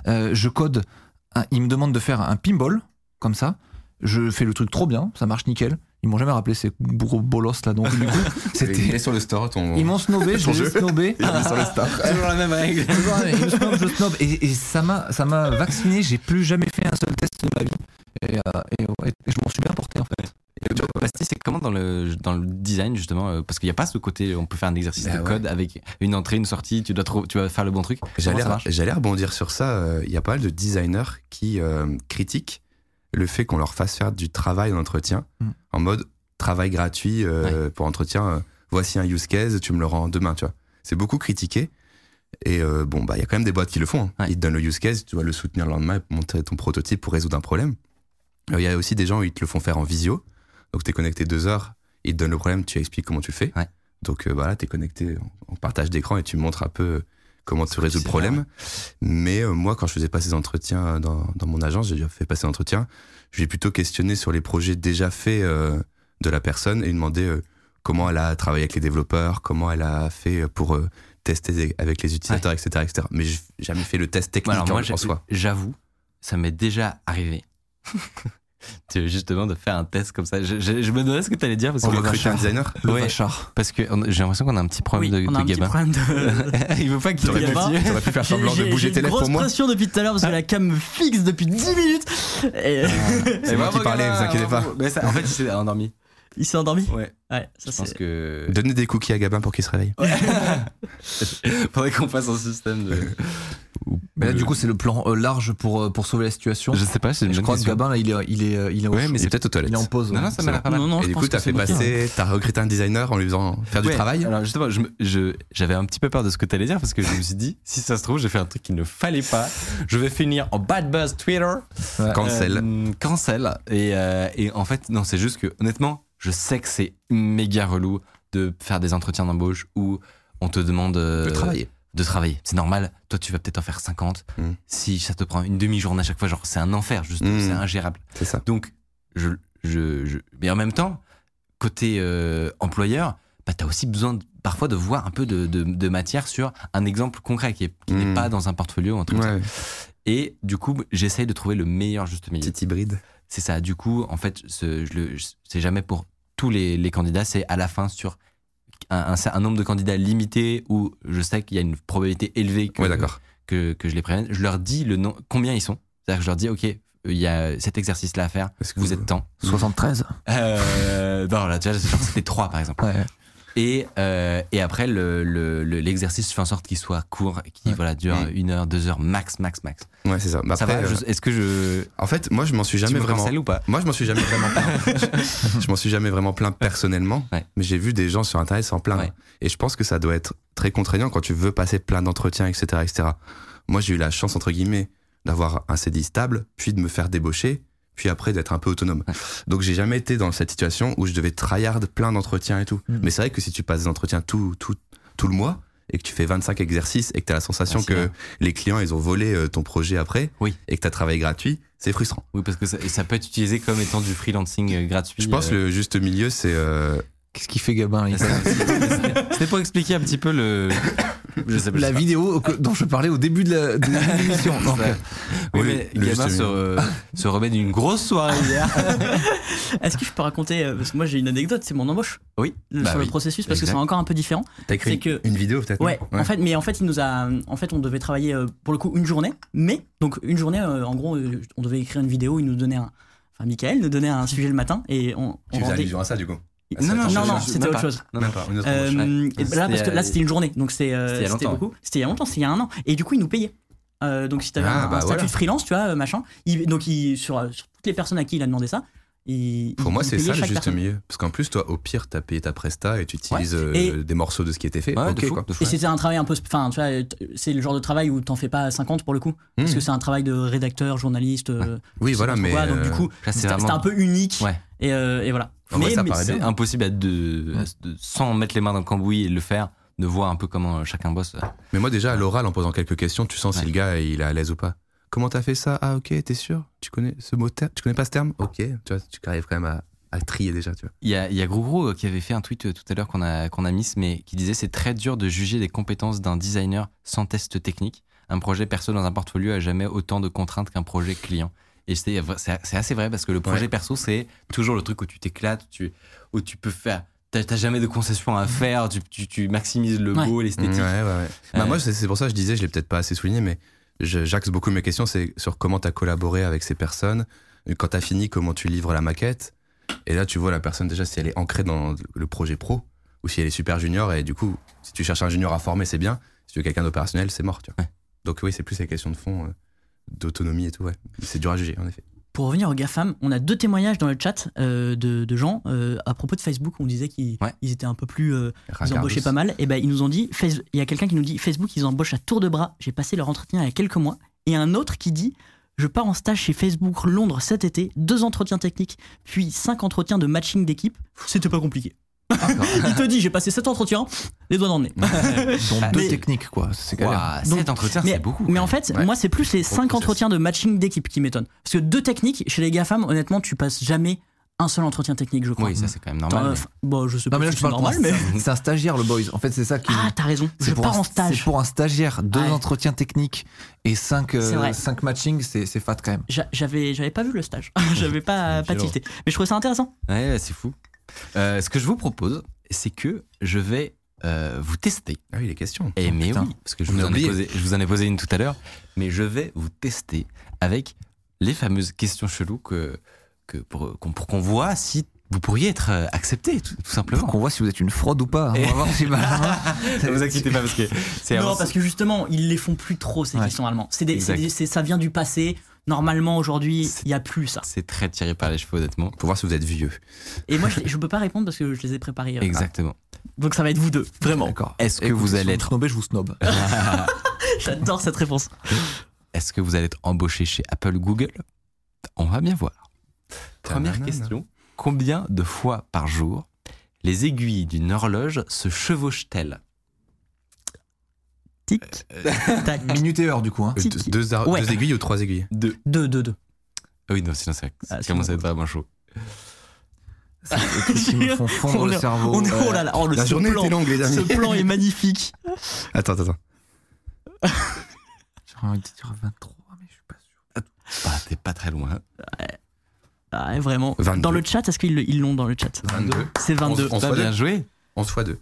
[SPEAKER 4] Euh, je code un- ils me demandent de faire un pinball, comme ça. Je fais le truc trop bien, ça marche nickel. Ils m'ont jamais rappelé ces gros bolos là, donc du coup,
[SPEAKER 3] Il est
[SPEAKER 4] c'était.
[SPEAKER 3] sur le store, ton.
[SPEAKER 4] Ils m'ont snobé, je
[SPEAKER 3] Ton
[SPEAKER 4] les ai
[SPEAKER 3] jeu.
[SPEAKER 4] snobés.
[SPEAKER 3] Il est sur le store.
[SPEAKER 1] Toujours la même règle.
[SPEAKER 4] Toujours la même. Je snob, je snob. Et, et ça m'a, ça m'a vacciné. J'ai plus jamais fait un seul test de ma vie. Et, euh, et ouais, et je m'en suis bien porté en fait.
[SPEAKER 1] Basti, c'est comment dans le, dans le design, justement euh, Parce qu'il n'y a pas ce côté, on peut faire un exercice
[SPEAKER 3] Bah
[SPEAKER 1] de
[SPEAKER 3] ouais.
[SPEAKER 1] code avec une entrée, une sortie, tu dois, trou- tu dois faire le bon truc. Comment
[SPEAKER 3] J'allais
[SPEAKER 1] ça marche
[SPEAKER 3] j'allais rebondir sur ça. euh, Il y a pas mal de designers qui euh, critiquent le fait qu'on leur fasse faire du travail en entretien,
[SPEAKER 4] Mm.
[SPEAKER 3] en mode travail gratuit euh, pour entretien. euh, voici un use case, tu me le rends demain, tu vois. C'est beaucoup critiqué. Et euh, bon, bah, il y a quand même des boîtes qui le font. hein.
[SPEAKER 1] Ouais.
[SPEAKER 3] Ils te donnent le use case, tu dois le soutenir le lendemain et monter ton prototype pour résoudre un problème. Euh, Il y a aussi des gens où ils te le font faire en visio. Donc, tu es connecté deux heures, ils te donnent le problème, tu expliques comment tu le fais.
[SPEAKER 1] Ouais.
[SPEAKER 3] Donc, euh, voilà, tu es connecté en partage d'écran et tu montres un peu euh, comment tu résous le
[SPEAKER 1] c'est
[SPEAKER 3] problème. Mais euh, moi, quand je faisais passer des entretiens euh, dans, dans mon agence, j'ai déjà fait passer l'entretien, je vais plutôt questionner sur les projets déjà faits euh, de la personne et lui demander euh, comment elle a travaillé avec les développeurs, comment elle a fait pour euh, tester avec les utilisateurs, etc., etc. Mais j'ai jamais fait le test technique
[SPEAKER 1] Bah
[SPEAKER 3] hein,
[SPEAKER 1] Alors, moi,
[SPEAKER 3] en, en soi.
[SPEAKER 1] j'avoue, ça m'est déjà arrivé. de- justement, de faire un test comme ça. Je, je- je me demandais ce que tu allais dire parce
[SPEAKER 3] On
[SPEAKER 1] que,
[SPEAKER 3] recrute un designer
[SPEAKER 4] Le
[SPEAKER 1] Oh, Ouais.
[SPEAKER 4] vachard.
[SPEAKER 1] parce que on- j'ai l'impression qu'on a un petit
[SPEAKER 2] Oui,
[SPEAKER 1] problème de,
[SPEAKER 2] on a
[SPEAKER 1] de
[SPEAKER 2] un petit
[SPEAKER 1] Gabin.
[SPEAKER 2] problème de.
[SPEAKER 1] Il veut pas qu'il
[SPEAKER 2] T'aurais
[SPEAKER 1] te
[SPEAKER 2] pu-
[SPEAKER 1] motive.
[SPEAKER 3] T'aurais pu faire
[SPEAKER 2] J'ai-
[SPEAKER 3] semblant de
[SPEAKER 2] j'ai- j'ai
[SPEAKER 3] bouger
[SPEAKER 2] une
[SPEAKER 3] tes lèvres
[SPEAKER 2] grosse
[SPEAKER 3] pour moi.
[SPEAKER 2] pression depuis tout à l'heure parce que la cam me fixe depuis 10 minutes. Et
[SPEAKER 3] C'est moi qui parlais, vous inquiétez pas.
[SPEAKER 1] Mais ça- en fait, il s'est endormi.
[SPEAKER 2] il s'est endormi.
[SPEAKER 1] Ouais,
[SPEAKER 2] Ouais, ça
[SPEAKER 1] je pense
[SPEAKER 2] c'est.
[SPEAKER 1] que.
[SPEAKER 3] Donnez des cookies à Gabin pour qu'il se réveille.
[SPEAKER 1] Faudrait qu'on fasse un système de.
[SPEAKER 4] Mais là, du coup, c'est le plan euh, large pour, euh, pour sauver la situation.
[SPEAKER 1] Je sais pas, c'est une
[SPEAKER 4] Je
[SPEAKER 1] bonne
[SPEAKER 4] crois que
[SPEAKER 1] question.
[SPEAKER 4] Gabin, là, il est, il est, euh, il est, en-
[SPEAKER 3] Ouais, mais c'est peut-être aux toilettes.
[SPEAKER 4] il est en pause.
[SPEAKER 1] Non,
[SPEAKER 4] ouais.
[SPEAKER 1] non, ça
[SPEAKER 3] c'est
[SPEAKER 1] m'a l'air
[SPEAKER 3] bon.
[SPEAKER 1] pas mal.
[SPEAKER 2] Non, non,
[SPEAKER 3] et
[SPEAKER 2] je
[SPEAKER 3] du
[SPEAKER 2] pense
[SPEAKER 3] coup, t'as
[SPEAKER 2] que c'est
[SPEAKER 3] fait
[SPEAKER 2] bloqué, hein.
[SPEAKER 3] passer, t'as recruté un designer en lui faisant faire du
[SPEAKER 1] Ouais,
[SPEAKER 3] travail.
[SPEAKER 1] Alors justement, je me- je- j'avais un petit peu peur de ce que t'allais dire parce que je me suis dit, si ça se trouve, j'ai fait un truc qu'il ne fallait pas. Je vais finir en bad buzz Twitter.
[SPEAKER 4] Ouais.
[SPEAKER 3] Cancel.
[SPEAKER 1] Euh, cancel. Et, euh, et en fait, non, c'est juste que honnêtement, je sais que c'est méga relou de faire des entretiens d'embauche où on te demande euh,
[SPEAKER 3] de travailler.
[SPEAKER 1] de travailler. C'est normal. Toi, tu vas peut-être en faire 50.
[SPEAKER 3] Mm.
[SPEAKER 1] Si ça te prend une demi-journée à chaque fois, genre c'est un enfer, juste
[SPEAKER 3] Mm.
[SPEAKER 1] c'est ingérable.
[SPEAKER 3] C'est ça.
[SPEAKER 1] Donc, je, je, je- mais en même temps, côté euh, employeur, bah, tu as aussi besoin de- parfois de voir un peu de, de- de matière sur un exemple concret qui est- qui n'est
[SPEAKER 3] Mm.
[SPEAKER 1] pas dans un portfolio. un truc comme ça.
[SPEAKER 3] Ouais.
[SPEAKER 1] Et du coup, j'essaye de trouver le meilleur juste milieu.
[SPEAKER 3] Petit hybride.
[SPEAKER 1] C'est ça. Du coup, en fait, ce- je le- je- c'est jamais pour tous les, les candidats, c'est à la fin sur un, un cer- un nombre de candidats limité où je sais qu'il y a une probabilité élevée que,
[SPEAKER 3] Ouais, d'accord.
[SPEAKER 1] que, que je les prévienne. Je leur dis le nom, combien ils sont. C'est-à-dire que je leur dis, OK, euh, il y a cet exercice-là à faire,
[SPEAKER 3] Est-ce que
[SPEAKER 1] vous
[SPEAKER 3] vous-
[SPEAKER 1] êtes temps.
[SPEAKER 4] 73.
[SPEAKER 1] Euh, non, là, déjà, genre, c'était trois, par exemple.
[SPEAKER 4] Ouais.
[SPEAKER 1] Et, euh, et après, le- le- le- l'exercice, je fais en sorte qu'il soit court, et qu'il
[SPEAKER 4] Ouais.
[SPEAKER 1] voilà, dure
[SPEAKER 3] Mm.
[SPEAKER 1] une heure, deux heures, max, max, max.
[SPEAKER 3] Ouais, c'est ça. Bah,
[SPEAKER 1] ça
[SPEAKER 3] après,
[SPEAKER 1] va
[SPEAKER 3] euh,
[SPEAKER 1] je- Est-ce que je.
[SPEAKER 3] En fait, moi, je m'en suis jamais
[SPEAKER 1] tu me
[SPEAKER 3] vraiment.
[SPEAKER 1] cancelles ou pas
[SPEAKER 3] Moi, je m'en suis jamais vraiment plaint. je m'en suis jamais vraiment plaint personnellement,
[SPEAKER 1] Ouais.
[SPEAKER 3] mais j'ai vu des gens sur Internet s'en plaindre.
[SPEAKER 1] Ouais.
[SPEAKER 3] Et je pense que ça doit être très contraignant quand tu veux passer plein d'entretiens, etc., etc. Moi, j'ai eu la chance, entre guillemets, d'avoir un CDI stable, puis de me faire débaucher, puis après d'être un peu autonome. Donc, j'ai jamais été dans cette situation où je devais tryhard plein d'entretiens et tout.
[SPEAKER 1] Mm.
[SPEAKER 4] Mhm.
[SPEAKER 3] Mais c'est vrai que si tu passes des entretiens tout, tout, tout le mois, et que tu fais 25 exercices et que tu as la sensation
[SPEAKER 1] Ah, c'est
[SPEAKER 3] que
[SPEAKER 1] bien.
[SPEAKER 3] les clients, ils ont volé euh, ton projet après,
[SPEAKER 1] Oui.
[SPEAKER 3] et que tu as travaillé gratuit, c'est frustrant.
[SPEAKER 1] Oui, parce que ça, et ça peut être utilisé comme étant du freelancing euh, gratuit.
[SPEAKER 3] Je pense
[SPEAKER 1] euh,
[SPEAKER 3] le juste milieu, c'est. euh,
[SPEAKER 4] Qu'est-ce qu'il fait, Gabin là, il-
[SPEAKER 1] C'était pour expliquer un petit peu le. Je sais pas.
[SPEAKER 4] La
[SPEAKER 1] je sais
[SPEAKER 4] vidéo que- dont je parlais au début de la- de l'émission. Donc,
[SPEAKER 1] Ouais. pas. Oui,
[SPEAKER 3] Oui,
[SPEAKER 1] mais
[SPEAKER 3] le
[SPEAKER 1] Gabin
[SPEAKER 3] juste
[SPEAKER 1] se, re- se remet d'une grosse soirée hier.
[SPEAKER 2] Est-ce que je peux raconter euh, Parce que moi j'ai une anecdote, c'est mon embauche
[SPEAKER 1] Oui.
[SPEAKER 2] euh,
[SPEAKER 3] Bah
[SPEAKER 2] sur
[SPEAKER 3] oui,
[SPEAKER 2] le processus parce que
[SPEAKER 3] exact.
[SPEAKER 2] c'est encore un peu différent.
[SPEAKER 3] T'as
[SPEAKER 2] écrit C'est que-
[SPEAKER 3] une vidéo peut-être
[SPEAKER 2] Ouais, en fait, mais en fait, il nous a, en fait, on devait travailler euh, pour le coup une journée, mais donc une journée, euh, en gros, euh, on devait écrire une vidéo, il nous donnait un, enfin, Michael nous donnait un sujet le matin et on, on rendait-
[SPEAKER 3] à ça du coup Ah,
[SPEAKER 1] Non,
[SPEAKER 3] ça,
[SPEAKER 1] non,
[SPEAKER 3] attends,
[SPEAKER 2] non, non,
[SPEAKER 3] je-
[SPEAKER 2] c'était autre chose.
[SPEAKER 1] Non, non.
[SPEAKER 3] une autre
[SPEAKER 2] Euh,
[SPEAKER 3] embauche.
[SPEAKER 2] et
[SPEAKER 1] C'était
[SPEAKER 2] là, parce que
[SPEAKER 1] à-
[SPEAKER 2] là, c'était une journée, donc c'est, euh,
[SPEAKER 1] C'était il y a
[SPEAKER 2] c'était
[SPEAKER 1] longtemps.
[SPEAKER 2] beaucoup. C'était il y a longtemps, c'était il y a un an. Et du coup, il nous payait. Euh, donc, si tu avais
[SPEAKER 3] Ah,
[SPEAKER 2] un,
[SPEAKER 3] bah
[SPEAKER 2] un statut
[SPEAKER 3] voilà.
[SPEAKER 2] de freelance, tu vois, euh, machin, il- donc il, sur, euh, sur toutes les personnes à qui il a demandé ça, il,
[SPEAKER 3] Pour
[SPEAKER 2] il-
[SPEAKER 3] moi,
[SPEAKER 2] il
[SPEAKER 3] c'est
[SPEAKER 2] Euh, payait
[SPEAKER 3] ça le
[SPEAKER 2] chaque
[SPEAKER 3] juste
[SPEAKER 2] personne.
[SPEAKER 3] milieu. Parce qu'en plus, toi, au pire, t'as payé ta presta et tu utilises
[SPEAKER 2] Et-
[SPEAKER 3] euh, des morceaux de ce qui était fait.
[SPEAKER 1] Ouais,
[SPEAKER 3] Ok,
[SPEAKER 1] de fou,
[SPEAKER 3] quoi.
[SPEAKER 1] de fou.
[SPEAKER 2] Et c'était un travail un peu. sp- Enfin, tu vois, euh, t- c'est le genre de travail où t'en fais pas 50 pour le coup. Parce
[SPEAKER 3] Hmm.
[SPEAKER 2] que c'est un travail de rédacteur, journaliste. euh,
[SPEAKER 3] Oui,
[SPEAKER 2] je sais
[SPEAKER 3] voilà,
[SPEAKER 2] pas trop
[SPEAKER 3] mais.
[SPEAKER 2] quoi, donc,
[SPEAKER 3] euh,
[SPEAKER 2] du coup,
[SPEAKER 1] Là, c'est
[SPEAKER 2] c'était
[SPEAKER 1] vraiment.
[SPEAKER 2] c'était un peu unique.
[SPEAKER 1] Ouais.
[SPEAKER 2] Et, euh, et voilà.
[SPEAKER 3] En vrai, ça paraît
[SPEAKER 1] C'est impossible à de, à de- sans mettre les mains dans le cambouis et le faire, de voir un peu comment chacun bosse.
[SPEAKER 3] Mais moi, déjà, à l'oral, en posant quelques questions, tu sens
[SPEAKER 1] Ouais.
[SPEAKER 3] si le gars il est à l'aise ou pas. Comment t'as fait ça Ah, ok, t'es sûr Tu connais ce mot terme Tu connais pas ce terme Ok, tu vois, tu arrives quand même à, à trier déjà, tu vois.
[SPEAKER 1] Il y a, il y a Gros Gros, euh, qui avait fait un tweet euh, tout à l'heure qu'on a, qu'on a mis, mais qui disait c'est très dur de juger les compétences d'un designer sans test technique. un projet perso dans un portfolio a jamais autant de contraintes qu'un projet client. Et c'est vrai- c'est c'est assez vrai parce que le projet
[SPEAKER 3] Ouais.
[SPEAKER 1] perso, c'est toujours le truc où tu t'éclates, tu, où tu peux faire. T'as t'as jamais de concessions à faire, tu, tu- tu maximises le
[SPEAKER 2] Ouais.
[SPEAKER 1] beau, l'esthétique.
[SPEAKER 3] Ouais, ouais, ouais. Bah,
[SPEAKER 1] Euh,
[SPEAKER 3] moi, c'est c'est pour ça que je disais, je l'ai peut-être pas assez souligné, mais je- j'axe beaucoup mes questions c'est sur comment tu as collaboré avec ces personnes, euh, quand tu as fini, comment tu livres la maquette. Et là, tu vois la personne déjà si elle est ancrée dans le projet pro ou si elle est super junior. Et du coup, si tu cherches un junior à former, c'est bien. Si tu veux quelqu'un d'opérationnel, c'est mort. Tu vois.
[SPEAKER 1] Ouais.
[SPEAKER 3] Donc, oui, c'est plus les questions de fond, euh, d'autonomie et tout. Ouais. C'est dur à juger, en effet.
[SPEAKER 2] Pour revenir aux GAFAM, on a deux témoignages dans le chat euh, de, de gens euh, à propos de Facebook. On disait qu'ils
[SPEAKER 1] Ouais.
[SPEAKER 2] ils étaient un peu plus. euh, ils
[SPEAKER 3] Ragardos.
[SPEAKER 2] embauchaient pas mal. Et ben ils nous ont dit Face- il y a quelqu'un qui nous dit Facebook, ils embauchent à tour de bras. J'ai passé leur entretien il y a quelques mois. Et un autre qui dit Je pars en stage chez Facebook Londres cet été, deux entretiens techniques, puis cinq entretiens de matching d'équipe. C'était pas compliqué.
[SPEAKER 1] D'accord.
[SPEAKER 2] Il te dit J'ai passé sept entretiens, les doigts dans le nez.
[SPEAKER 4] Dont
[SPEAKER 1] Ah,
[SPEAKER 4] euh, deux
[SPEAKER 2] mais-
[SPEAKER 4] techniques, quoi. C'est galère.
[SPEAKER 1] Ouah,
[SPEAKER 2] Donc-
[SPEAKER 1] Cet entretien,
[SPEAKER 2] Mais,
[SPEAKER 1] c'est beaucoup.
[SPEAKER 2] mais en
[SPEAKER 1] quand même.
[SPEAKER 2] fait,
[SPEAKER 3] Ouais.
[SPEAKER 2] moi, c'est plus les
[SPEAKER 3] Gros
[SPEAKER 2] 5
[SPEAKER 3] process.
[SPEAKER 2] entretiens de matching d'équipe qui m'étonnent. Parce que deux techniques, chez les GAFAM, honnêtement, tu passes jamais un seul entretien technique, je crois.
[SPEAKER 1] Oui, ça, c'est quand même
[SPEAKER 2] T'en-
[SPEAKER 1] normal. mais-
[SPEAKER 2] enfin, Bon, je sais
[SPEAKER 4] Non,
[SPEAKER 2] pas
[SPEAKER 4] mais là,
[SPEAKER 2] si
[SPEAKER 4] je
[SPEAKER 2] c'est
[SPEAKER 4] parle
[SPEAKER 2] normal,
[SPEAKER 4] pour
[SPEAKER 2] mais.
[SPEAKER 4] un- C'est un stagiaire, le boys. En fait, c'est ça qui.
[SPEAKER 2] Ah, t'as raison,
[SPEAKER 4] c'est
[SPEAKER 2] je
[SPEAKER 4] pour
[SPEAKER 2] pars
[SPEAKER 4] un-
[SPEAKER 2] en stage.
[SPEAKER 4] C'est pour un stagiaire, deux
[SPEAKER 2] Ouais.
[SPEAKER 4] entretiens techniques et cinq, euh,
[SPEAKER 2] C'est vrai.
[SPEAKER 4] cinq matchings, c'est c'est fat quand même.
[SPEAKER 2] J'a- J'avais, j'avais pas vu le stage, j'avais pas,
[SPEAKER 1] C'est
[SPEAKER 2] pas
[SPEAKER 1] violent.
[SPEAKER 2] tilté. Mais je trouvais ça intéressant.
[SPEAKER 1] Ouais, c'est fou. Euh, ce que je vous propose, c'est que je vais euh, vous tester.
[SPEAKER 3] Ah oui, les questions.
[SPEAKER 1] Et Eh, mais
[SPEAKER 4] putain,
[SPEAKER 1] oui, parce que je
[SPEAKER 3] on
[SPEAKER 1] vous,
[SPEAKER 3] a
[SPEAKER 1] en ai
[SPEAKER 3] oublié.
[SPEAKER 1] posé, je vous en ai posé une tout à l'heure, mais je vais vous tester avec les fameuses questions cheloues que, que pour qu'on pour qu'on voit si vous pourriez être euh, accepté, tout, tout
[SPEAKER 4] Faut
[SPEAKER 1] simplement.
[SPEAKER 4] qu'on voit si vous êtes une fraude ou pas. hein. On va voir si Benjamin-
[SPEAKER 1] Ne vous inquiétez pas parce que c'est
[SPEAKER 2] Non,
[SPEAKER 1] avant-
[SPEAKER 2] parce que justement, ils les font plus trop, ces
[SPEAKER 4] Ouais.
[SPEAKER 2] questions allemandes. C'est des- c'est
[SPEAKER 1] Exact.
[SPEAKER 2] des- c'est- ça vient du passé. Normalement, aujourd'hui,
[SPEAKER 1] C'est-
[SPEAKER 2] il y a plus ça.
[SPEAKER 1] c'est très tiré par les cheveux, honnêtement.
[SPEAKER 3] Pour voir si vous êtes vieux.
[SPEAKER 2] Et moi, je, je peux pas répondre parce que je les ai préparés. euh.
[SPEAKER 1] Exactement.
[SPEAKER 2] Donc ça va être vous deux, vraiment.
[SPEAKER 4] D'accord.
[SPEAKER 1] Est-ce que
[SPEAKER 4] Écoutez,
[SPEAKER 1] vous
[SPEAKER 4] si
[SPEAKER 1] allez
[SPEAKER 4] me
[SPEAKER 1] être-
[SPEAKER 4] snobez, je vous snob.
[SPEAKER 2] J'adore cette réponse.
[SPEAKER 1] Est-ce que vous allez être embauché chez Apple, Google On va bien voir. Première
[SPEAKER 3] Tanana.
[SPEAKER 1] question. Combien de fois par jour les aiguilles d'une horloge se chevauchent-elles
[SPEAKER 2] Tic,
[SPEAKER 4] Euh,
[SPEAKER 2] tac.
[SPEAKER 4] Minute et heure, du coup. hein.
[SPEAKER 3] Euh,
[SPEAKER 2] Si-
[SPEAKER 3] deux- deux ar-
[SPEAKER 2] Ouais.
[SPEAKER 3] deux aiguilles ou trois aiguilles
[SPEAKER 1] Deux.
[SPEAKER 2] Deux, deux, deux.
[SPEAKER 1] Ah oui, non, sinon ça ça
[SPEAKER 2] Ah,
[SPEAKER 1] commence à être vraiment chaud.
[SPEAKER 4] Les trucs qui me font fondre
[SPEAKER 2] On
[SPEAKER 4] le
[SPEAKER 2] est-
[SPEAKER 4] cerveau.
[SPEAKER 2] on est- oh là là, oh, le-
[SPEAKER 3] La
[SPEAKER 2] ce
[SPEAKER 3] journée
[SPEAKER 2] plan,
[SPEAKER 3] était longue, les amis.
[SPEAKER 2] ce plan est magnifique.
[SPEAKER 3] Attends, attends. attends.
[SPEAKER 4] J'aurais envie de dire 23, mais je suis pas sûr.
[SPEAKER 1] Bah, t'es pas très loin.
[SPEAKER 2] Ah, vraiment.
[SPEAKER 3] 22.
[SPEAKER 2] Dans le chat, est-ce qu'ils le- ils l'ont dans le chat
[SPEAKER 3] 22.
[SPEAKER 2] C'est 22.
[SPEAKER 3] On se
[SPEAKER 1] T'as
[SPEAKER 3] voit
[SPEAKER 1] bien
[SPEAKER 3] deux.
[SPEAKER 1] joué.
[SPEAKER 3] 11 fois 2.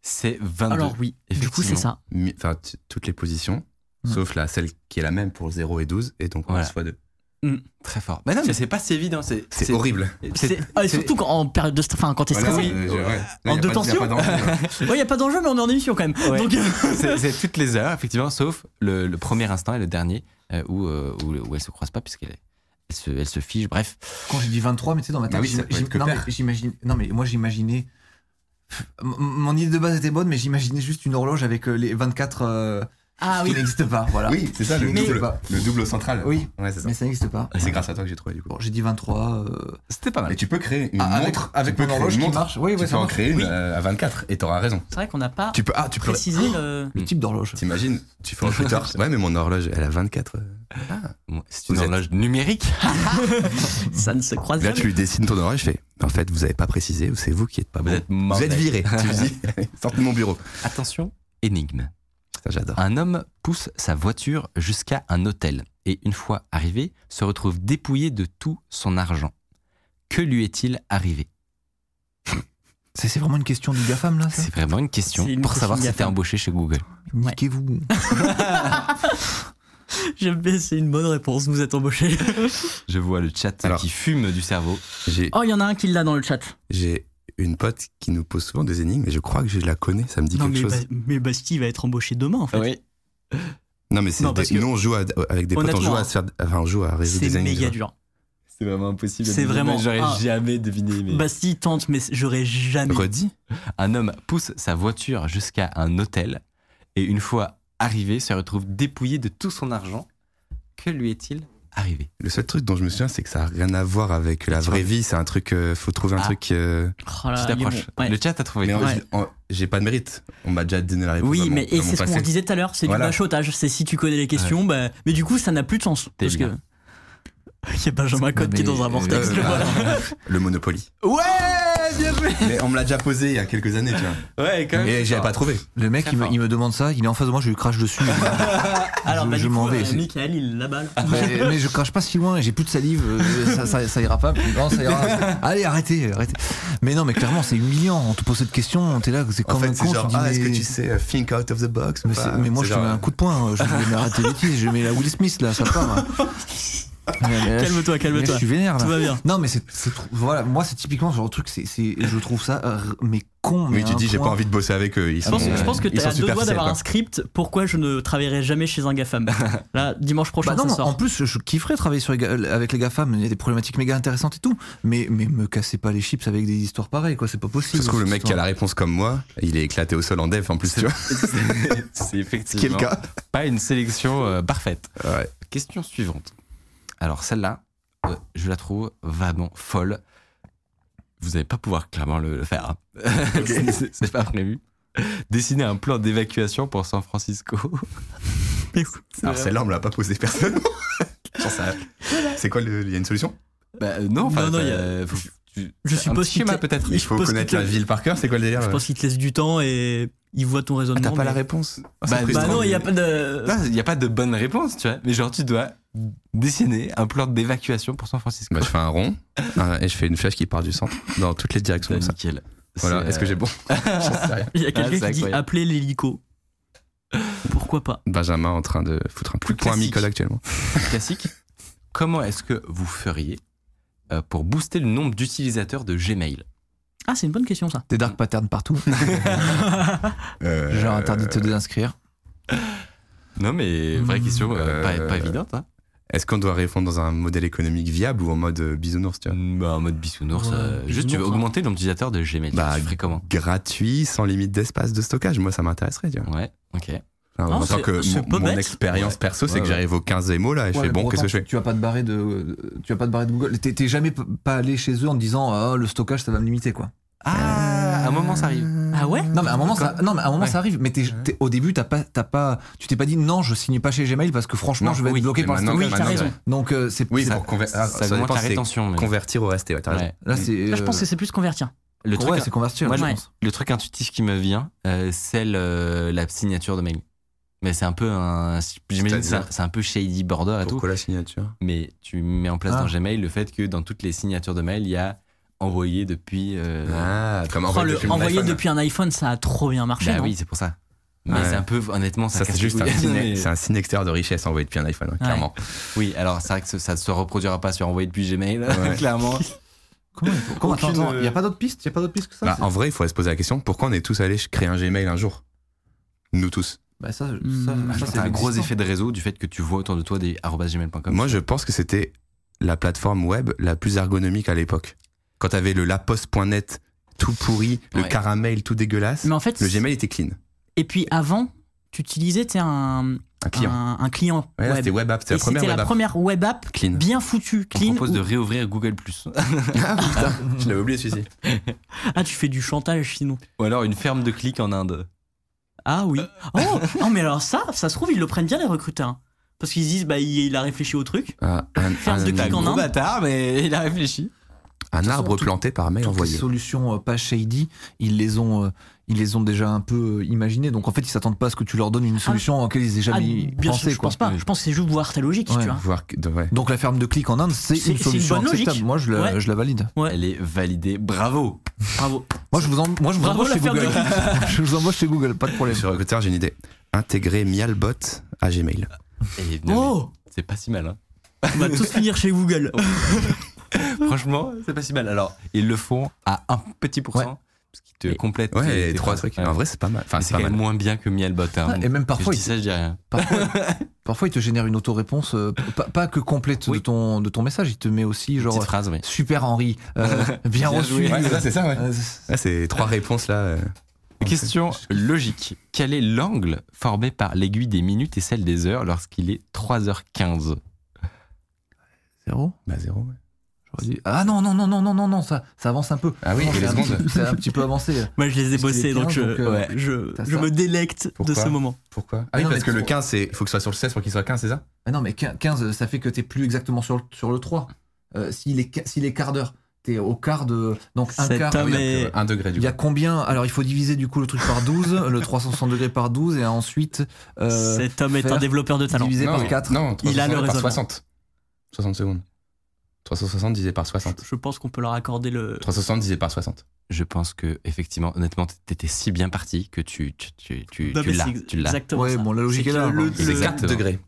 [SPEAKER 1] C'est 22.
[SPEAKER 2] Alors oui, du coup, c'est
[SPEAKER 1] Effectivement.
[SPEAKER 2] ça.
[SPEAKER 3] mi- enfin t- toutes les positions,
[SPEAKER 4] Mm.
[SPEAKER 3] sauf la celle qui est la même pour 0 et 12, et donc on
[SPEAKER 1] Voilà.
[SPEAKER 3] se fois 2.
[SPEAKER 1] Très fort. Mais non, mais c'est pas si évident. C'est
[SPEAKER 3] C'est horrible.
[SPEAKER 1] c'est-
[SPEAKER 2] C'est- ah, et surtout quand, en période de stra- enfin, quand t'es
[SPEAKER 3] Voilà,
[SPEAKER 2] stressé.
[SPEAKER 3] euh, je- ouais.
[SPEAKER 2] En
[SPEAKER 3] Là, y a
[SPEAKER 2] deux
[SPEAKER 3] pas- y a
[SPEAKER 2] tensions.
[SPEAKER 3] pas d'enjeu.
[SPEAKER 2] Ouais, il a pas d'enjeu, mais on est en émission quand même.
[SPEAKER 1] Ouais.
[SPEAKER 2] Donc, euh,
[SPEAKER 1] C'est c'est toutes les heures, effectivement, sauf le, le premier instant et le dernier euh, où, euh, où, où elles se croisent pas, puisqu'elles elles se, elles se figent. Bref,
[SPEAKER 4] Quand j'ai dit 23, mais tu sais, dans ma tête,
[SPEAKER 3] Bah oui, ça peut
[SPEAKER 4] j'im-
[SPEAKER 3] être que
[SPEAKER 4] non,
[SPEAKER 3] père.
[SPEAKER 4] mais j'imagine. Non, mais moi, j'imaginais. M- Mon idée de base était bonne, mais j'imaginais juste une horloge avec euh, les 24 euh,
[SPEAKER 2] Ah
[SPEAKER 4] qui
[SPEAKER 2] oui.
[SPEAKER 4] n'existent pas. Voilà.
[SPEAKER 3] Oui, c'est ça, le
[SPEAKER 4] Mais-
[SPEAKER 3] double, le double central.
[SPEAKER 4] Oui.
[SPEAKER 3] Ouais, c'est ça.
[SPEAKER 4] Mais ça n'existe pas.
[SPEAKER 3] C'est grâce à toi que j'ai trouvé du coup.
[SPEAKER 4] Bon, j'ai dit 23. euh,
[SPEAKER 1] c'était pas mal.
[SPEAKER 3] Mais tu peux créer une
[SPEAKER 4] Ah, avec-
[SPEAKER 3] montre tu
[SPEAKER 4] avec
[SPEAKER 3] peux
[SPEAKER 4] mon
[SPEAKER 3] créer
[SPEAKER 4] horloge
[SPEAKER 3] une
[SPEAKER 4] qui
[SPEAKER 3] montre.
[SPEAKER 4] marche. Oui, oui,
[SPEAKER 3] tu
[SPEAKER 4] ça
[SPEAKER 3] peux en
[SPEAKER 4] marche.
[SPEAKER 3] créer une
[SPEAKER 4] Oui.
[SPEAKER 3] euh, à 24 et t'auras raison.
[SPEAKER 2] C'est vrai qu'on n'a pas
[SPEAKER 3] Tu peux ah tu peux
[SPEAKER 2] précisé le.
[SPEAKER 4] Le type d'horloge.
[SPEAKER 3] T'imagines, tu fais un Twitter. ouais, mais mon horloge, elle a 24. euh, ah.
[SPEAKER 1] Bon, C'est une
[SPEAKER 3] Vous êtes-
[SPEAKER 1] horloge numérique.
[SPEAKER 2] Ça ne se croise
[SPEAKER 3] Là,
[SPEAKER 2] jamais.
[SPEAKER 3] tu lui dessines ton horloge, je fais. En fait, vous avez pas précisé, c'est vous qui êtes pas
[SPEAKER 1] Vous
[SPEAKER 3] bon.
[SPEAKER 1] êtes mort,
[SPEAKER 3] Vous êtes
[SPEAKER 1] mec.
[SPEAKER 3] viré. tu lui dis, sortez de mon bureau.
[SPEAKER 1] Attention, énigme.
[SPEAKER 3] Putain, J'adore.
[SPEAKER 1] Un homme pousse sa voiture jusqu'à un hôtel et, une fois arrivé, se retrouve dépouillé de tout son argent. Que lui est-il arrivé
[SPEAKER 4] C'est c'est vraiment une question du GAFAM là ça
[SPEAKER 1] C'est vraiment une question
[SPEAKER 2] C'est une
[SPEAKER 1] pour
[SPEAKER 2] question
[SPEAKER 1] savoir si t'es
[SPEAKER 2] GAFAM.
[SPEAKER 1] embauché chez Google.
[SPEAKER 2] Ouais.
[SPEAKER 4] Niquez-vous.
[SPEAKER 2] J'aime bien, c'est une bonne réponse. Vous êtes embauché.
[SPEAKER 1] Je vois le chat
[SPEAKER 3] Alors.
[SPEAKER 1] qui fume du cerveau.
[SPEAKER 3] J'ai
[SPEAKER 2] Oh, il y en a un qui l'a dans le chat.
[SPEAKER 3] J'ai une pote qui nous pose souvent des énigmes et je crois que je la connais, ça me dit
[SPEAKER 2] non,
[SPEAKER 3] quelque
[SPEAKER 2] mais, bah,
[SPEAKER 3] chose.
[SPEAKER 2] Ba- mais Bastille va être embauché demain, en fait.
[SPEAKER 1] Oui.
[SPEAKER 3] Non, mais c'est
[SPEAKER 2] Non,
[SPEAKER 3] des-
[SPEAKER 2] parce que-
[SPEAKER 3] nous on joue à- avec des potes, on
[SPEAKER 2] Honnêtement,
[SPEAKER 3] joue
[SPEAKER 2] hein.
[SPEAKER 3] à, se faire- enfin, on joue à résoudre
[SPEAKER 2] C'est
[SPEAKER 3] des énigmes. hein.
[SPEAKER 2] méga
[SPEAKER 3] tu vois.
[SPEAKER 2] dur.
[SPEAKER 1] C'est vraiment impossible.
[SPEAKER 2] à C'est deviner, vraiment
[SPEAKER 1] J'aurais
[SPEAKER 2] j'aurais un- Bah-
[SPEAKER 1] jamais deviné.
[SPEAKER 2] Bastille tente, mais j'aurais jamais.
[SPEAKER 3] Redis
[SPEAKER 1] Un homme pousse sa voiture jusqu'à un hôtel et une fois arrivé, se retrouve dépouillé de tout son argent. Que lui est-il arrivé
[SPEAKER 3] Le seul truc dont je me souviens, c'est que ça a rien à voir avec la vraie vie. C'est un truc, euh, faut trouver un
[SPEAKER 1] Ah.
[SPEAKER 3] truc. euh,
[SPEAKER 2] Oh là
[SPEAKER 1] Tu
[SPEAKER 2] là, il est
[SPEAKER 1] t'approches.
[SPEAKER 2] bon. Ouais.
[SPEAKER 1] Le chat a trouvé.
[SPEAKER 3] Mais en-
[SPEAKER 2] Ouais.
[SPEAKER 3] en- j'ai pas de mérite. On m'a déjà donné la réponse. à
[SPEAKER 2] Oui,
[SPEAKER 3] mon-
[SPEAKER 2] mais et
[SPEAKER 3] à mon
[SPEAKER 2] c'est ce qu'on
[SPEAKER 3] passé.
[SPEAKER 2] disait tout à l'heure, c'est
[SPEAKER 3] Voilà.
[SPEAKER 2] du bachotage. C'est si tu connais les questions, bah, mais du coup, ça n'a plus de sens.
[SPEAKER 1] T'es
[SPEAKER 2] Parce que.
[SPEAKER 1] bien.
[SPEAKER 2] Il y a Benjamin Code qui est dans un vortex.
[SPEAKER 3] Euh,
[SPEAKER 2] le
[SPEAKER 3] ah,
[SPEAKER 2] voilà.
[SPEAKER 3] Le Monopoly.
[SPEAKER 2] Ouais
[SPEAKER 1] bien joué
[SPEAKER 3] Mais on me l'a déjà posé il y a quelques années, tu vois.
[SPEAKER 1] Ouais, quand même.
[SPEAKER 3] Et j'avais pas trouvé.
[SPEAKER 4] Le mec,
[SPEAKER 1] Très
[SPEAKER 4] il me,
[SPEAKER 1] fort.
[SPEAKER 4] il me demande ça, il est en face de moi, je lui crache dessus.
[SPEAKER 2] Alors,
[SPEAKER 4] je,
[SPEAKER 2] bah,
[SPEAKER 4] je
[SPEAKER 2] du
[SPEAKER 4] m'en
[SPEAKER 2] coup,
[SPEAKER 4] vais. Ah,
[SPEAKER 2] euh,
[SPEAKER 4] c'est-
[SPEAKER 2] Michael, il la balle.
[SPEAKER 4] mais, mais je crache pas si loin, j'ai plus de salive, euh, ça, ça- ça ira pas. plus- Non, ça ira. Allez, arrêtez, arrêtez. Mais non, mais clairement, c'est humiliant. On te pose cette question, t'es là, c'est
[SPEAKER 3] En
[SPEAKER 4] comme un
[SPEAKER 3] fait, c'est
[SPEAKER 4] con. tu
[SPEAKER 3] genre,
[SPEAKER 4] dis,
[SPEAKER 3] ah,
[SPEAKER 4] mais-
[SPEAKER 3] est-ce que tu sais euh, think out of the box ou
[SPEAKER 4] mais,
[SPEAKER 3] pas
[SPEAKER 4] c'est- mais moi,
[SPEAKER 3] C'est
[SPEAKER 4] je te
[SPEAKER 3] genre, euh,
[SPEAKER 4] mets un coup de poing, euh, je vais m'arrêter les bêtises, je mets la Will Smith là, ça part.
[SPEAKER 2] Calme-toi, calme-toi.
[SPEAKER 4] Je suis vénère là.
[SPEAKER 2] Tout va bien.
[SPEAKER 4] Non, mais c'est, c'est trop- voilà, moi, c'est typiquement ce genre de truc, c'est, c'est- je trouve ça, euh, mais con.
[SPEAKER 3] Oui,
[SPEAKER 4] mais
[SPEAKER 3] tu
[SPEAKER 4] à
[SPEAKER 3] dis,
[SPEAKER 4] un
[SPEAKER 3] j'ai
[SPEAKER 4] point.
[SPEAKER 3] pas envie de bosser avec eux. Ils
[SPEAKER 2] Je pense,
[SPEAKER 3] sont-
[SPEAKER 2] je pense que
[SPEAKER 3] ils
[SPEAKER 2] t'as
[SPEAKER 3] sont
[SPEAKER 2] à deux doigts
[SPEAKER 3] superficiels,
[SPEAKER 2] d'avoir
[SPEAKER 3] quoi.
[SPEAKER 2] un script. Pourquoi je ne travaillerai jamais chez un GAFAM Là, dimanche prochain,
[SPEAKER 4] Bah non,
[SPEAKER 2] ça
[SPEAKER 4] non,
[SPEAKER 2] sort.
[SPEAKER 4] en plus, je kifferais travailler sur les gars- avec les GAFAM, il y a des problématiques méga intéressantes et tout. Mais, mais me cassez pas les chips avec des histoires pareilles, quoi, c'est pas possible.
[SPEAKER 3] Ça se trouve, le
[SPEAKER 4] cette
[SPEAKER 3] mec qui a
[SPEAKER 4] histoire.
[SPEAKER 3] la réponse comme moi, il est éclaté au sol en dev en plus, tu vois.
[SPEAKER 1] C'est
[SPEAKER 3] Ce qui est le
[SPEAKER 1] effectivement
[SPEAKER 3] cas.
[SPEAKER 1] pas une sélection euh, parfaite.
[SPEAKER 3] Ouais.
[SPEAKER 1] Question suivante. Alors celle-là, euh, je la trouve vraiment folle. Vous n'allez pas pouvoir clairement le, le faire. hein. C'est- C'est pas prévu. Dessiner un plan d'évacuation pour San Francisco.
[SPEAKER 3] Alors celle-là, on me l'a pas posé personne. C'est quoi le- Il y a une solution
[SPEAKER 1] Bah, euh, non, enfin,
[SPEAKER 2] Non, non, il y a-
[SPEAKER 1] euh, faut- tu-
[SPEAKER 2] je
[SPEAKER 1] un
[SPEAKER 2] suppose
[SPEAKER 1] petit
[SPEAKER 2] qu'il
[SPEAKER 1] schéma
[SPEAKER 2] te-
[SPEAKER 1] peut-être.
[SPEAKER 2] il-
[SPEAKER 3] Il faut
[SPEAKER 2] suppose
[SPEAKER 3] connaître
[SPEAKER 2] que-
[SPEAKER 3] la ville par cœur, c'est quoi le délire euh
[SPEAKER 2] Je
[SPEAKER 3] ouais
[SPEAKER 2] pense qu'il te laisse du temps et il voit ton
[SPEAKER 4] Ah,
[SPEAKER 2] raisonnement.
[SPEAKER 3] T'as pas
[SPEAKER 2] mais-
[SPEAKER 3] la réponse Ah, c'est
[SPEAKER 1] Bah,
[SPEAKER 2] Bah
[SPEAKER 3] frustrant.
[SPEAKER 2] non, il n'y a pas de.
[SPEAKER 1] Non, Il n'y a pas de bonne réponse, tu vois. Mais genre, tu dois dessiner un plan d'évacuation pour San Francisco.
[SPEAKER 3] Bah, je fais un rond hein, et je fais une flèche qui part du centre dans toutes les directions comme ça.
[SPEAKER 1] nickel.
[SPEAKER 3] Voilà, est-ce que j'ai bon J'en sais rien.
[SPEAKER 2] Il y a
[SPEAKER 1] Ah,
[SPEAKER 2] quelqu'un
[SPEAKER 1] c'est
[SPEAKER 2] qui dit
[SPEAKER 1] incroyable.
[SPEAKER 2] appeler l'hélico. Pourquoi pas
[SPEAKER 3] Benjamin en train de foutre un coup de poing à
[SPEAKER 1] classique.
[SPEAKER 3] Micole actuellement.
[SPEAKER 1] classique. Comment est-ce que vous feriez euh, pour booster le nombre d'utilisateurs de Gmail
[SPEAKER 2] Ah, c'est une bonne question ça.
[SPEAKER 4] Des dark patterns partout, genre interdite de d'inscrire.
[SPEAKER 1] Non, mais vraie question, euh,
[SPEAKER 3] Euh,
[SPEAKER 1] pas, pas évidente. Hein.
[SPEAKER 3] Est-ce qu'on doit répondre dans un modèle économique viable ou en mode euh, bisounours, tu vois
[SPEAKER 1] Bah, en mode bisounours,
[SPEAKER 2] Ouais,
[SPEAKER 1] euh, juste tu veux
[SPEAKER 2] bisounours, hein.
[SPEAKER 1] augmenter le nombre d'utilisateurs de Gmail.
[SPEAKER 3] Bah,
[SPEAKER 1] tu ferais comment
[SPEAKER 3] Gratuit, sans limite d'espace de stockage, moi ça m'intéresserait, tu vois.
[SPEAKER 1] Ouais, ok.
[SPEAKER 3] Enfin,
[SPEAKER 2] Non,
[SPEAKER 3] en tant
[SPEAKER 2] c'est-
[SPEAKER 3] que
[SPEAKER 2] c'est
[SPEAKER 3] mon,
[SPEAKER 2] pas
[SPEAKER 3] mon
[SPEAKER 2] bête.
[SPEAKER 3] expérience
[SPEAKER 1] Ouais.
[SPEAKER 3] perso, c'est
[SPEAKER 4] Ouais,
[SPEAKER 3] que
[SPEAKER 4] ouais.
[SPEAKER 3] j'arrive aux 15 émo là et je fais bon, qu'est-ce que je fais
[SPEAKER 4] Tu vas pas te barrer de, tu vas pas te barrer de Google. T'es, t'es jamais p- pas allé chez eux en te disant, ah, le stockage, ça va me limiter, quoi.
[SPEAKER 2] Euh,
[SPEAKER 1] Ah, à un moment, ça arrive.
[SPEAKER 2] Ah ouais
[SPEAKER 4] Non mais à un moment,
[SPEAKER 1] Quoi
[SPEAKER 4] ça, non, mais à un moment
[SPEAKER 1] Ouais.
[SPEAKER 4] ça arrive. Mais t'es- t'es- au début, t'as pas, t'as pas, tu t'es pas dit non, je signe pas chez Gmail parce que franchement,
[SPEAKER 3] Non,
[SPEAKER 4] je vais
[SPEAKER 3] oui,
[SPEAKER 4] être bloqué
[SPEAKER 3] mais
[SPEAKER 4] par le
[SPEAKER 3] maintenant-
[SPEAKER 4] stockage.
[SPEAKER 2] Oui, t'as
[SPEAKER 3] maintenant,
[SPEAKER 2] raison.
[SPEAKER 3] ouais.
[SPEAKER 4] Donc euh, c'est
[SPEAKER 3] Oui,
[SPEAKER 4] c'est-
[SPEAKER 3] c'est pour conver-
[SPEAKER 1] Ça,
[SPEAKER 3] ah, ça
[SPEAKER 1] augmente
[SPEAKER 3] dépend,
[SPEAKER 1] la
[SPEAKER 3] c'est Ah,
[SPEAKER 1] rétention. mais-
[SPEAKER 3] convertir au resté, ouais, t'as raison.
[SPEAKER 1] Ouais.
[SPEAKER 4] là c'est.
[SPEAKER 2] Là, je pense
[SPEAKER 4] euh,
[SPEAKER 2] que c'est plus convertir.
[SPEAKER 1] Le truc,
[SPEAKER 4] ouais, c'est convertir.
[SPEAKER 1] moi,
[SPEAKER 4] je
[SPEAKER 1] je-
[SPEAKER 4] pense.
[SPEAKER 1] le truc intuitif qui me vient, euh, c'est le- la signature de mail. Mais c'est un peu un. J'imagine que c'est un- c'est un peu shady border et tout.
[SPEAKER 3] Pourquoi la signature
[SPEAKER 1] mais tu mets en place
[SPEAKER 4] Ah.
[SPEAKER 1] dans Gmail le fait que dans toutes les signatures de mail, il y a envoyé depuis. euh,
[SPEAKER 3] Ah, comme
[SPEAKER 2] Oh,
[SPEAKER 3] envoyer
[SPEAKER 2] le-
[SPEAKER 3] depuis mon
[SPEAKER 2] envoyer
[SPEAKER 3] iPhone.
[SPEAKER 2] depuis un iPhone, ça a trop bien marché.
[SPEAKER 1] bah
[SPEAKER 2] non
[SPEAKER 1] oui, c'est pour ça. Mais
[SPEAKER 3] Ouais.
[SPEAKER 1] c'est un peu, honnêtement, ça,
[SPEAKER 3] Ça, c'est
[SPEAKER 1] casse
[SPEAKER 3] juste
[SPEAKER 1] les
[SPEAKER 3] un
[SPEAKER 1] couilles.
[SPEAKER 3] signe,
[SPEAKER 1] Mais-
[SPEAKER 3] c'est un signe extérieur de richesse envoyé depuis un iPhone, hein, clairement.
[SPEAKER 1] Oui, alors c'est vrai que ce- ça ne se reproduira pas sur envoyé depuis Gmail,
[SPEAKER 3] Ouais.
[SPEAKER 1] clairement.
[SPEAKER 4] Comment, comment attends,
[SPEAKER 1] Aucune,
[SPEAKER 4] attends,
[SPEAKER 1] euh,
[SPEAKER 4] y a pas d'autre piste, y a pas d'autre piste que ça.
[SPEAKER 3] Bah,
[SPEAKER 4] c'est-
[SPEAKER 3] en vrai, il faudrait se poser la question pourquoi on est tous allés créer un Gmail un jour Nous tous.
[SPEAKER 4] Bah, ça,
[SPEAKER 2] Hmm.
[SPEAKER 4] ça,
[SPEAKER 2] Bah,
[SPEAKER 4] ça,
[SPEAKER 1] Genre,
[SPEAKER 4] c'est
[SPEAKER 1] T'as Ah, un gros
[SPEAKER 4] existant.
[SPEAKER 1] effet de réseau du fait que tu vois autour de toi des arobase gmail.com.
[SPEAKER 3] Moi, je pense que c'était la plateforme web la plus ergonomique à l'époque. Quand t'avais le laposte.net tout pourri, le
[SPEAKER 1] Ouais.
[SPEAKER 3] caramel tout dégueulasse,
[SPEAKER 2] Mais en fait,
[SPEAKER 3] le Gmail était clean.
[SPEAKER 2] et puis avant, tu utilisais tu sais, un,
[SPEAKER 3] Un client.
[SPEAKER 2] un, un client.
[SPEAKER 3] Ouais,
[SPEAKER 2] Ah.
[SPEAKER 3] là,
[SPEAKER 2] web.
[SPEAKER 3] c'était web app, c'était
[SPEAKER 2] Et
[SPEAKER 3] la première
[SPEAKER 2] c'était
[SPEAKER 3] web
[SPEAKER 2] la
[SPEAKER 3] app.
[SPEAKER 2] première web app
[SPEAKER 3] Clean.
[SPEAKER 2] bien foutue,
[SPEAKER 1] On
[SPEAKER 2] clean.
[SPEAKER 1] propose de
[SPEAKER 2] où-
[SPEAKER 1] réouvrir Google Plus.
[SPEAKER 3] Je l'avais oublié celui-ci.
[SPEAKER 2] Ah, tu fais du chantage sinon.
[SPEAKER 1] Ou alors une ferme de clics en Inde.
[SPEAKER 2] Ah oui.
[SPEAKER 4] Euh.
[SPEAKER 2] Oh, non, mais alors ça, ça se trouve, ils le prennent bien les recruteurs. hein. Parce qu'ils se disent, bah, il, il a réfléchi au truc.
[SPEAKER 3] Ah, un,
[SPEAKER 2] Ferme de
[SPEAKER 3] un-
[SPEAKER 2] clic en Inde.
[SPEAKER 1] bâtard, mais il a réfléchi.
[SPEAKER 3] un arbre
[SPEAKER 4] Tout-
[SPEAKER 3] planté par mail
[SPEAKER 4] Toutes les
[SPEAKER 3] envoyé.
[SPEAKER 4] solutions euh, pas shady, ils les ont, euh, ils les ont déjà un peu euh, imaginées. Donc en fait, ils s'attendent pas à ce que tu leur donnes une solution auquelle ils aient
[SPEAKER 2] Ah,
[SPEAKER 4] jamais
[SPEAKER 2] bien sûr,
[SPEAKER 4] pensé.
[SPEAKER 2] je
[SPEAKER 4] quoi.
[SPEAKER 2] pense pas. Je pense que c'est juste voir ta logique,
[SPEAKER 4] Ouais.
[SPEAKER 2] tu vois.
[SPEAKER 3] Voir que- de- ouais.
[SPEAKER 4] Donc la ferme de clics en Inde, c'est
[SPEAKER 2] C'est-
[SPEAKER 4] une
[SPEAKER 2] c'est une
[SPEAKER 4] solution
[SPEAKER 2] bonne
[SPEAKER 4] acceptable.
[SPEAKER 2] logique.
[SPEAKER 4] Moi, je la,
[SPEAKER 2] Ouais.
[SPEAKER 4] je la valide.
[SPEAKER 2] Ouais,
[SPEAKER 1] Elle est validée. Bravo.
[SPEAKER 2] bravo.
[SPEAKER 4] Moi, je vous, en- moi, je vous
[SPEAKER 2] Bravo,
[SPEAKER 4] embauche
[SPEAKER 2] la
[SPEAKER 4] chez
[SPEAKER 2] ferme de
[SPEAKER 4] Google. je vous embauche chez Google, pas de problème.
[SPEAKER 3] Sur recruteur, j'ai une idée. Intégrer Mialbot à Gmail.
[SPEAKER 1] Et non,
[SPEAKER 2] Oh,
[SPEAKER 1] mais C'est pas si mal, hein.
[SPEAKER 2] on va tous finir chez Google.
[SPEAKER 4] Oh.
[SPEAKER 1] Franchement, c'est pas si mal. Alors, ils le font à un petit pourcent, ce qui te
[SPEAKER 2] Mais-
[SPEAKER 1] complète.
[SPEAKER 3] Ouais,
[SPEAKER 1] tes-
[SPEAKER 3] les
[SPEAKER 1] tes
[SPEAKER 3] trois
[SPEAKER 1] phrases.
[SPEAKER 3] trucs.
[SPEAKER 1] Ouais.
[SPEAKER 3] En vrai, c'est pas mal. Enfin,
[SPEAKER 1] Mais
[SPEAKER 3] c'est
[SPEAKER 1] c'est
[SPEAKER 3] pas
[SPEAKER 1] quand même
[SPEAKER 3] mal.
[SPEAKER 1] moins bien que Mielbot. hein.
[SPEAKER 4] Ah, et même
[SPEAKER 1] je
[SPEAKER 4] parfois,
[SPEAKER 1] dis
[SPEAKER 4] ils,
[SPEAKER 1] ça, je dis rien.
[SPEAKER 4] parfois, parfois, ils te génèrent une auto-réponse, euh, pas, pas que complète de,
[SPEAKER 1] Oui.
[SPEAKER 4] ton, de ton message, il te met aussi
[SPEAKER 1] Petite
[SPEAKER 4] genre
[SPEAKER 1] phrase, oui.
[SPEAKER 4] super Henri, euh,
[SPEAKER 1] Bien
[SPEAKER 4] bien, reçu.
[SPEAKER 1] joué.
[SPEAKER 3] Ouais, c'est ça, c'est ça, ouais.
[SPEAKER 4] Euh, c'est-
[SPEAKER 3] Ouais, c'est trois réponses là. euh.
[SPEAKER 1] Question logique. Quel est l'angle formé par l'aiguille des minutes et celle des heures lorsqu'il est 3h15
[SPEAKER 4] Zéro
[SPEAKER 3] Bah, zéro, ouais.
[SPEAKER 4] J'aurais dit- Ah non, non, non, non, non, non, non, ça, ça avance un peu.
[SPEAKER 3] Ah oui,
[SPEAKER 4] Non,
[SPEAKER 3] et
[SPEAKER 4] c'est
[SPEAKER 3] les
[SPEAKER 4] un petit-
[SPEAKER 3] secondes
[SPEAKER 4] C'est un petit peu avancé.
[SPEAKER 2] Moi, je les ai
[SPEAKER 4] Parce qu'il est
[SPEAKER 2] bossés, donc je,
[SPEAKER 4] quinze, donc, euh,
[SPEAKER 2] ouais, je,
[SPEAKER 4] t'as
[SPEAKER 2] je
[SPEAKER 4] ça.
[SPEAKER 2] me délecte
[SPEAKER 3] Pourquoi
[SPEAKER 2] de ce moment.
[SPEAKER 3] Pourquoi Ah oui,
[SPEAKER 4] Non,
[SPEAKER 3] parce
[SPEAKER 4] mais
[SPEAKER 3] que le
[SPEAKER 4] pour-
[SPEAKER 3] 15, c'est faut que ce soit sur le 16 pour qu'il soit 15, c'est ça
[SPEAKER 4] Ah non, mais quin- 15, ça fait que t'es plus exactement sur le, sur le 3. Euh, S'il est, qua- s'il est quart d'heure, t'es au quart de. Donc un
[SPEAKER 2] Cet
[SPEAKER 4] quart.
[SPEAKER 2] homme
[SPEAKER 4] ah oui, donc,
[SPEAKER 2] est-
[SPEAKER 4] euh,
[SPEAKER 3] Un degré du
[SPEAKER 4] Il y a combien Alors il faut diviser du coup le truc par 12, le 360 degrés par 12, et ensuite. euh,
[SPEAKER 2] Cet homme est un
[SPEAKER 4] faire
[SPEAKER 2] développeur de talent.
[SPEAKER 4] diviser
[SPEAKER 3] non,
[SPEAKER 4] par 4.
[SPEAKER 3] Non,
[SPEAKER 2] Il a le
[SPEAKER 3] 360 par
[SPEAKER 2] raisonnement.
[SPEAKER 3] 60. 60 secondes. 360 divisé par 60.
[SPEAKER 2] Je pense qu'on peut leur accorder le.
[SPEAKER 3] 360 divisé par 60.
[SPEAKER 1] Je pense que, effectivement, honnêtement, t'étais si bien parti que tu, tu, tu, tu,
[SPEAKER 2] Non,
[SPEAKER 1] tu
[SPEAKER 2] mais
[SPEAKER 1] l'as.
[SPEAKER 2] c'est ex-
[SPEAKER 1] Tu l'as.
[SPEAKER 2] Exactement.
[SPEAKER 4] Ouais,
[SPEAKER 2] ça.
[SPEAKER 4] bon, la logique
[SPEAKER 2] C'est
[SPEAKER 4] est
[SPEAKER 2] que
[SPEAKER 4] là,
[SPEAKER 2] le-
[SPEAKER 4] hein.
[SPEAKER 2] le-
[SPEAKER 3] C'est
[SPEAKER 1] Le-
[SPEAKER 3] 4 degrés.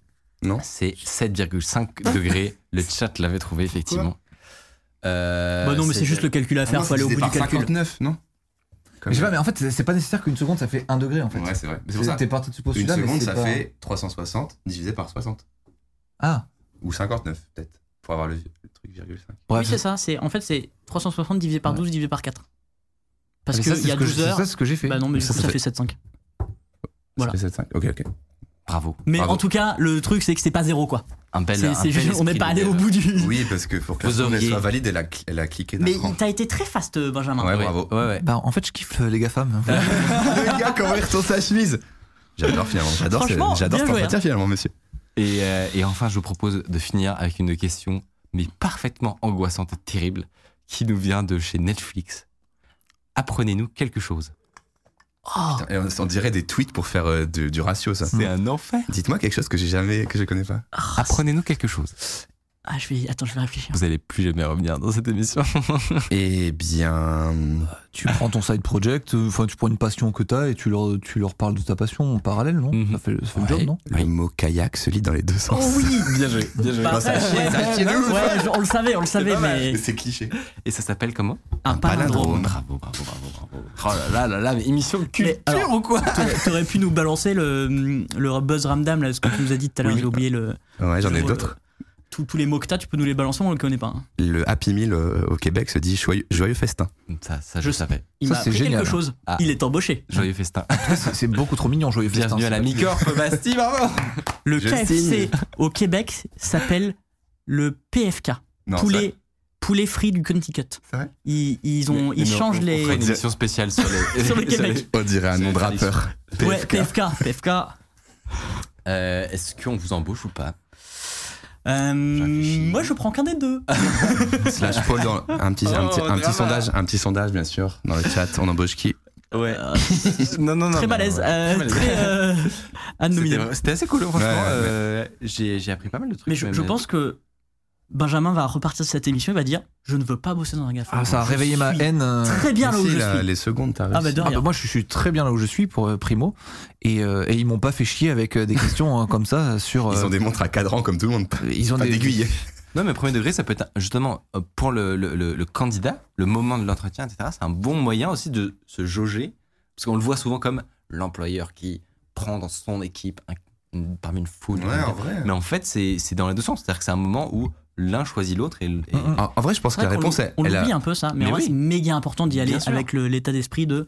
[SPEAKER 3] Non
[SPEAKER 1] C'est 7,5 degrés. Le chat l'avait trouvé, effectivement. Euh,
[SPEAKER 2] Bah non, mais c'est juste le calcul à faire, faut aller au bout du calcul.
[SPEAKER 3] 59, non
[SPEAKER 4] Mais je sais pas, mais en fait, c'est- c'est pas nécessaire qu'une seconde ça fait un degré en fait.
[SPEAKER 3] Ouais, c'est vrai. Mais c'est pour ça.
[SPEAKER 4] T'es parti de ce
[SPEAKER 3] Une
[SPEAKER 4] postulat, mais
[SPEAKER 3] seconde,
[SPEAKER 4] c'est
[SPEAKER 3] ça
[SPEAKER 4] pas-
[SPEAKER 3] fait 360 divisé par 60.
[SPEAKER 4] Ah,
[SPEAKER 3] Ou 59, peut-être. Pour avoir le, le truc, virgule 5.
[SPEAKER 4] bref.
[SPEAKER 2] Oui, c'est ça. C'est en fait c'est 360 divisé par
[SPEAKER 4] Ouais.
[SPEAKER 2] 12 divisé par 4. Parce
[SPEAKER 4] Mais ça,
[SPEAKER 2] qu'il
[SPEAKER 4] c'est
[SPEAKER 2] y a
[SPEAKER 4] ce que je-
[SPEAKER 2] 12
[SPEAKER 4] c'est
[SPEAKER 2] heures.
[SPEAKER 4] ça, c'est ce que j'ai fait.
[SPEAKER 2] Bah non, mais du
[SPEAKER 3] Ça,
[SPEAKER 2] coup
[SPEAKER 3] ça
[SPEAKER 2] ça fait 7,5. Voilà.
[SPEAKER 3] Ça fait 7,5. Ok, ok.
[SPEAKER 1] Bravo.
[SPEAKER 2] Mais
[SPEAKER 3] Bravo.
[SPEAKER 2] en tout cas, le truc c'est que c'est pas zéro quoi.
[SPEAKER 1] Un bel.
[SPEAKER 2] C'est-
[SPEAKER 1] un
[SPEAKER 2] c'est
[SPEAKER 1] bel
[SPEAKER 2] juste- on n'est
[SPEAKER 1] esprit
[SPEAKER 2] pas
[SPEAKER 1] de
[SPEAKER 2] allé au
[SPEAKER 1] dev.
[SPEAKER 2] bout du.
[SPEAKER 3] Oui, parce que pour que la
[SPEAKER 1] Vous
[SPEAKER 3] somme elle
[SPEAKER 1] auriez-
[SPEAKER 3] soit valide, elle a, cl- elle a cliqué d'un
[SPEAKER 2] Mais
[SPEAKER 3] cran.
[SPEAKER 2] t'as été très fast, euh, Benjamin.
[SPEAKER 3] Ouais,
[SPEAKER 1] Ouais,
[SPEAKER 3] bravo.
[SPEAKER 1] Ouais, ouais.
[SPEAKER 4] Bah en fait, je kiffe euh, les GAFAM.
[SPEAKER 2] Bah,
[SPEAKER 3] Le gars, comment il retourne sa chemise J'adore finalement, j'adore ce-
[SPEAKER 2] Franchement,
[SPEAKER 3] j'adore
[SPEAKER 2] bien
[SPEAKER 3] cet
[SPEAKER 2] joué,
[SPEAKER 3] entretien finalement, monsieur.
[SPEAKER 1] Et, euh, et enfin, je vous propose de finir avec une question, mais parfaitement angoissante et terrible, qui nous vient de chez Netflix. Apprenez-nous quelque chose.
[SPEAKER 2] Oh,
[SPEAKER 3] Et on, on dirait des tweets pour faire euh, du, du ratio, ça.
[SPEAKER 1] C'est un enfer.
[SPEAKER 3] Dites-moi quelque chose que j'ai jamais, que je connais pas.
[SPEAKER 1] Apprenez-nous quelque chose.
[SPEAKER 2] ah, je vais. Attends, je vais réfléchir.
[SPEAKER 1] Vous allez plus jamais revenir dans cette émission.
[SPEAKER 3] Eh bien,
[SPEAKER 4] tu prends ton side project, euh, enfin tu prends une passion que t'as et tu leur, tu leur parles de ta passion en parallèle, non
[SPEAKER 1] Mhm.
[SPEAKER 4] Ça fait, ça
[SPEAKER 1] Ouais.
[SPEAKER 4] fait le job, non
[SPEAKER 3] le mot kayak se lit dans les deux
[SPEAKER 2] Oh
[SPEAKER 3] sens.
[SPEAKER 1] bien joué, bien joué.
[SPEAKER 2] Bah,
[SPEAKER 3] ça
[SPEAKER 2] ouais,
[SPEAKER 3] chie, ça chie de
[SPEAKER 2] ouais,
[SPEAKER 3] ouf.
[SPEAKER 2] ouais, je- on le savait, on le
[SPEAKER 3] C'est
[SPEAKER 2] savait,
[SPEAKER 3] pas mal,
[SPEAKER 2] mais
[SPEAKER 3] C'est cliché.
[SPEAKER 1] Et ça s'appelle comment
[SPEAKER 2] un palindrome.
[SPEAKER 1] Bravo, bravo, bravo, bravo. Oh là là là là, mais émission culture
[SPEAKER 2] alors-
[SPEAKER 1] ou quoi
[SPEAKER 2] T'aurais- T'aurais pu nous balancer le, le buzz ramdam, là, ce que tu nous as dit tout à l'heure,
[SPEAKER 1] Oui.
[SPEAKER 2] j'ai oublié le.
[SPEAKER 3] Ouais, j'en ai
[SPEAKER 2] le-
[SPEAKER 3] d'autres.
[SPEAKER 2] Tous, tous les mots que t'as, tu peux nous les balancer, on le connaît pas. hein.
[SPEAKER 3] Le Happy Meal euh, au Québec se dit joyeux, joyeux festin.
[SPEAKER 1] Ça, ça je
[SPEAKER 2] Je-
[SPEAKER 1] savais.
[SPEAKER 2] Il
[SPEAKER 4] Ça,
[SPEAKER 2] m'a
[SPEAKER 4] c'est
[SPEAKER 2] appris
[SPEAKER 4] génial.
[SPEAKER 2] quelque chose.
[SPEAKER 1] Ah.
[SPEAKER 2] Il est embauché.
[SPEAKER 1] Joyeux festin.
[SPEAKER 4] C'est- C'est beaucoup trop mignon, joyeux festin.
[SPEAKER 1] Bienvenue à la Micorp, Basti, bravo
[SPEAKER 2] Le
[SPEAKER 3] Je
[SPEAKER 2] KFC au Québec s'appelle le PFK.
[SPEAKER 3] Non,
[SPEAKER 2] poulet, poulet frit du Connecticut.
[SPEAKER 3] C'est vrai
[SPEAKER 2] ils, ils ont, ils
[SPEAKER 1] Mais on-
[SPEAKER 2] changent
[SPEAKER 1] on
[SPEAKER 2] les.
[SPEAKER 1] fera une émission spéciale sur les-
[SPEAKER 2] Sur le Québec.
[SPEAKER 3] On dirait un nom de rappeur.
[SPEAKER 2] Ouais, PFK. PFK.
[SPEAKER 1] Euh, Est-ce qu'on vous embauche ou pas
[SPEAKER 2] Euh,
[SPEAKER 1] réfléchis.
[SPEAKER 2] moi, je prends qu'un des deux.
[SPEAKER 3] Slash Paul dans un petit, un
[SPEAKER 1] Oh,
[SPEAKER 3] petit, un petit
[SPEAKER 1] drama.
[SPEAKER 3] sondage, un petit sondage bien sûr dans le chat. On embauche qui
[SPEAKER 1] Ouais. non, non, non.
[SPEAKER 2] Euh, très
[SPEAKER 1] non,
[SPEAKER 2] malaise.
[SPEAKER 1] non,
[SPEAKER 2] euh,
[SPEAKER 1] non, non.
[SPEAKER 2] très euh,
[SPEAKER 1] C'était
[SPEAKER 2] anonyme.
[SPEAKER 1] vra- C'était assez cool, franchement.
[SPEAKER 3] Ouais, ouais,
[SPEAKER 1] euh, J'ai j'ai appris pas mal de trucs.
[SPEAKER 2] Mais je,
[SPEAKER 1] même. euh,
[SPEAKER 2] je pense que Benjamin va repartir de cette émission et va dire Je ne veux pas bosser dans un gaffe.
[SPEAKER 4] Ah, ça a réveillé ma haine. euh.
[SPEAKER 2] Très bien là où
[SPEAKER 3] Merci,
[SPEAKER 2] je
[SPEAKER 3] la-
[SPEAKER 2] suis.
[SPEAKER 3] Les secondes, t'as
[SPEAKER 2] Ah,
[SPEAKER 3] réussi.
[SPEAKER 2] bah de
[SPEAKER 4] Ah, bah,
[SPEAKER 2] rien.
[SPEAKER 4] moi je suis très bien là où je suis pour euh, Primo et, euh, et ils m'ont pas fait chier avec euh, des questions euh, comme ça sur
[SPEAKER 3] Ils
[SPEAKER 4] euh,
[SPEAKER 3] ont des montres à cadran comme tout le monde. Pas
[SPEAKER 4] ils ont
[SPEAKER 3] pas d'aiguille.
[SPEAKER 1] Non, mais premier degré, ça peut être un- justement euh, pour le, le- le- le candidat, le moment de l'entretien, etc. C'est un bon moyen aussi de se jauger. Parce qu'on le voit souvent comme l'employeur qui prend dans son équipe un- une- parmi une foule.
[SPEAKER 3] vrai.
[SPEAKER 1] mais en fait, c'est c'est dans les deux sens. C'est-à-dire que c'est un moment où l'un choisit l'autre et, et-
[SPEAKER 4] Mm, mm.
[SPEAKER 3] En, en vrai, je pense
[SPEAKER 2] C'est
[SPEAKER 3] que la
[SPEAKER 2] vrai qu'on
[SPEAKER 3] réponse,
[SPEAKER 2] l'ou-
[SPEAKER 3] elle,
[SPEAKER 2] on
[SPEAKER 3] elle a-
[SPEAKER 2] l'oublie un peu ça, mais,
[SPEAKER 1] Mais
[SPEAKER 2] en vrai,
[SPEAKER 1] oui.
[SPEAKER 2] c'est méga important d'y aller
[SPEAKER 1] Bien sûr.
[SPEAKER 2] avec le- l'état d'esprit de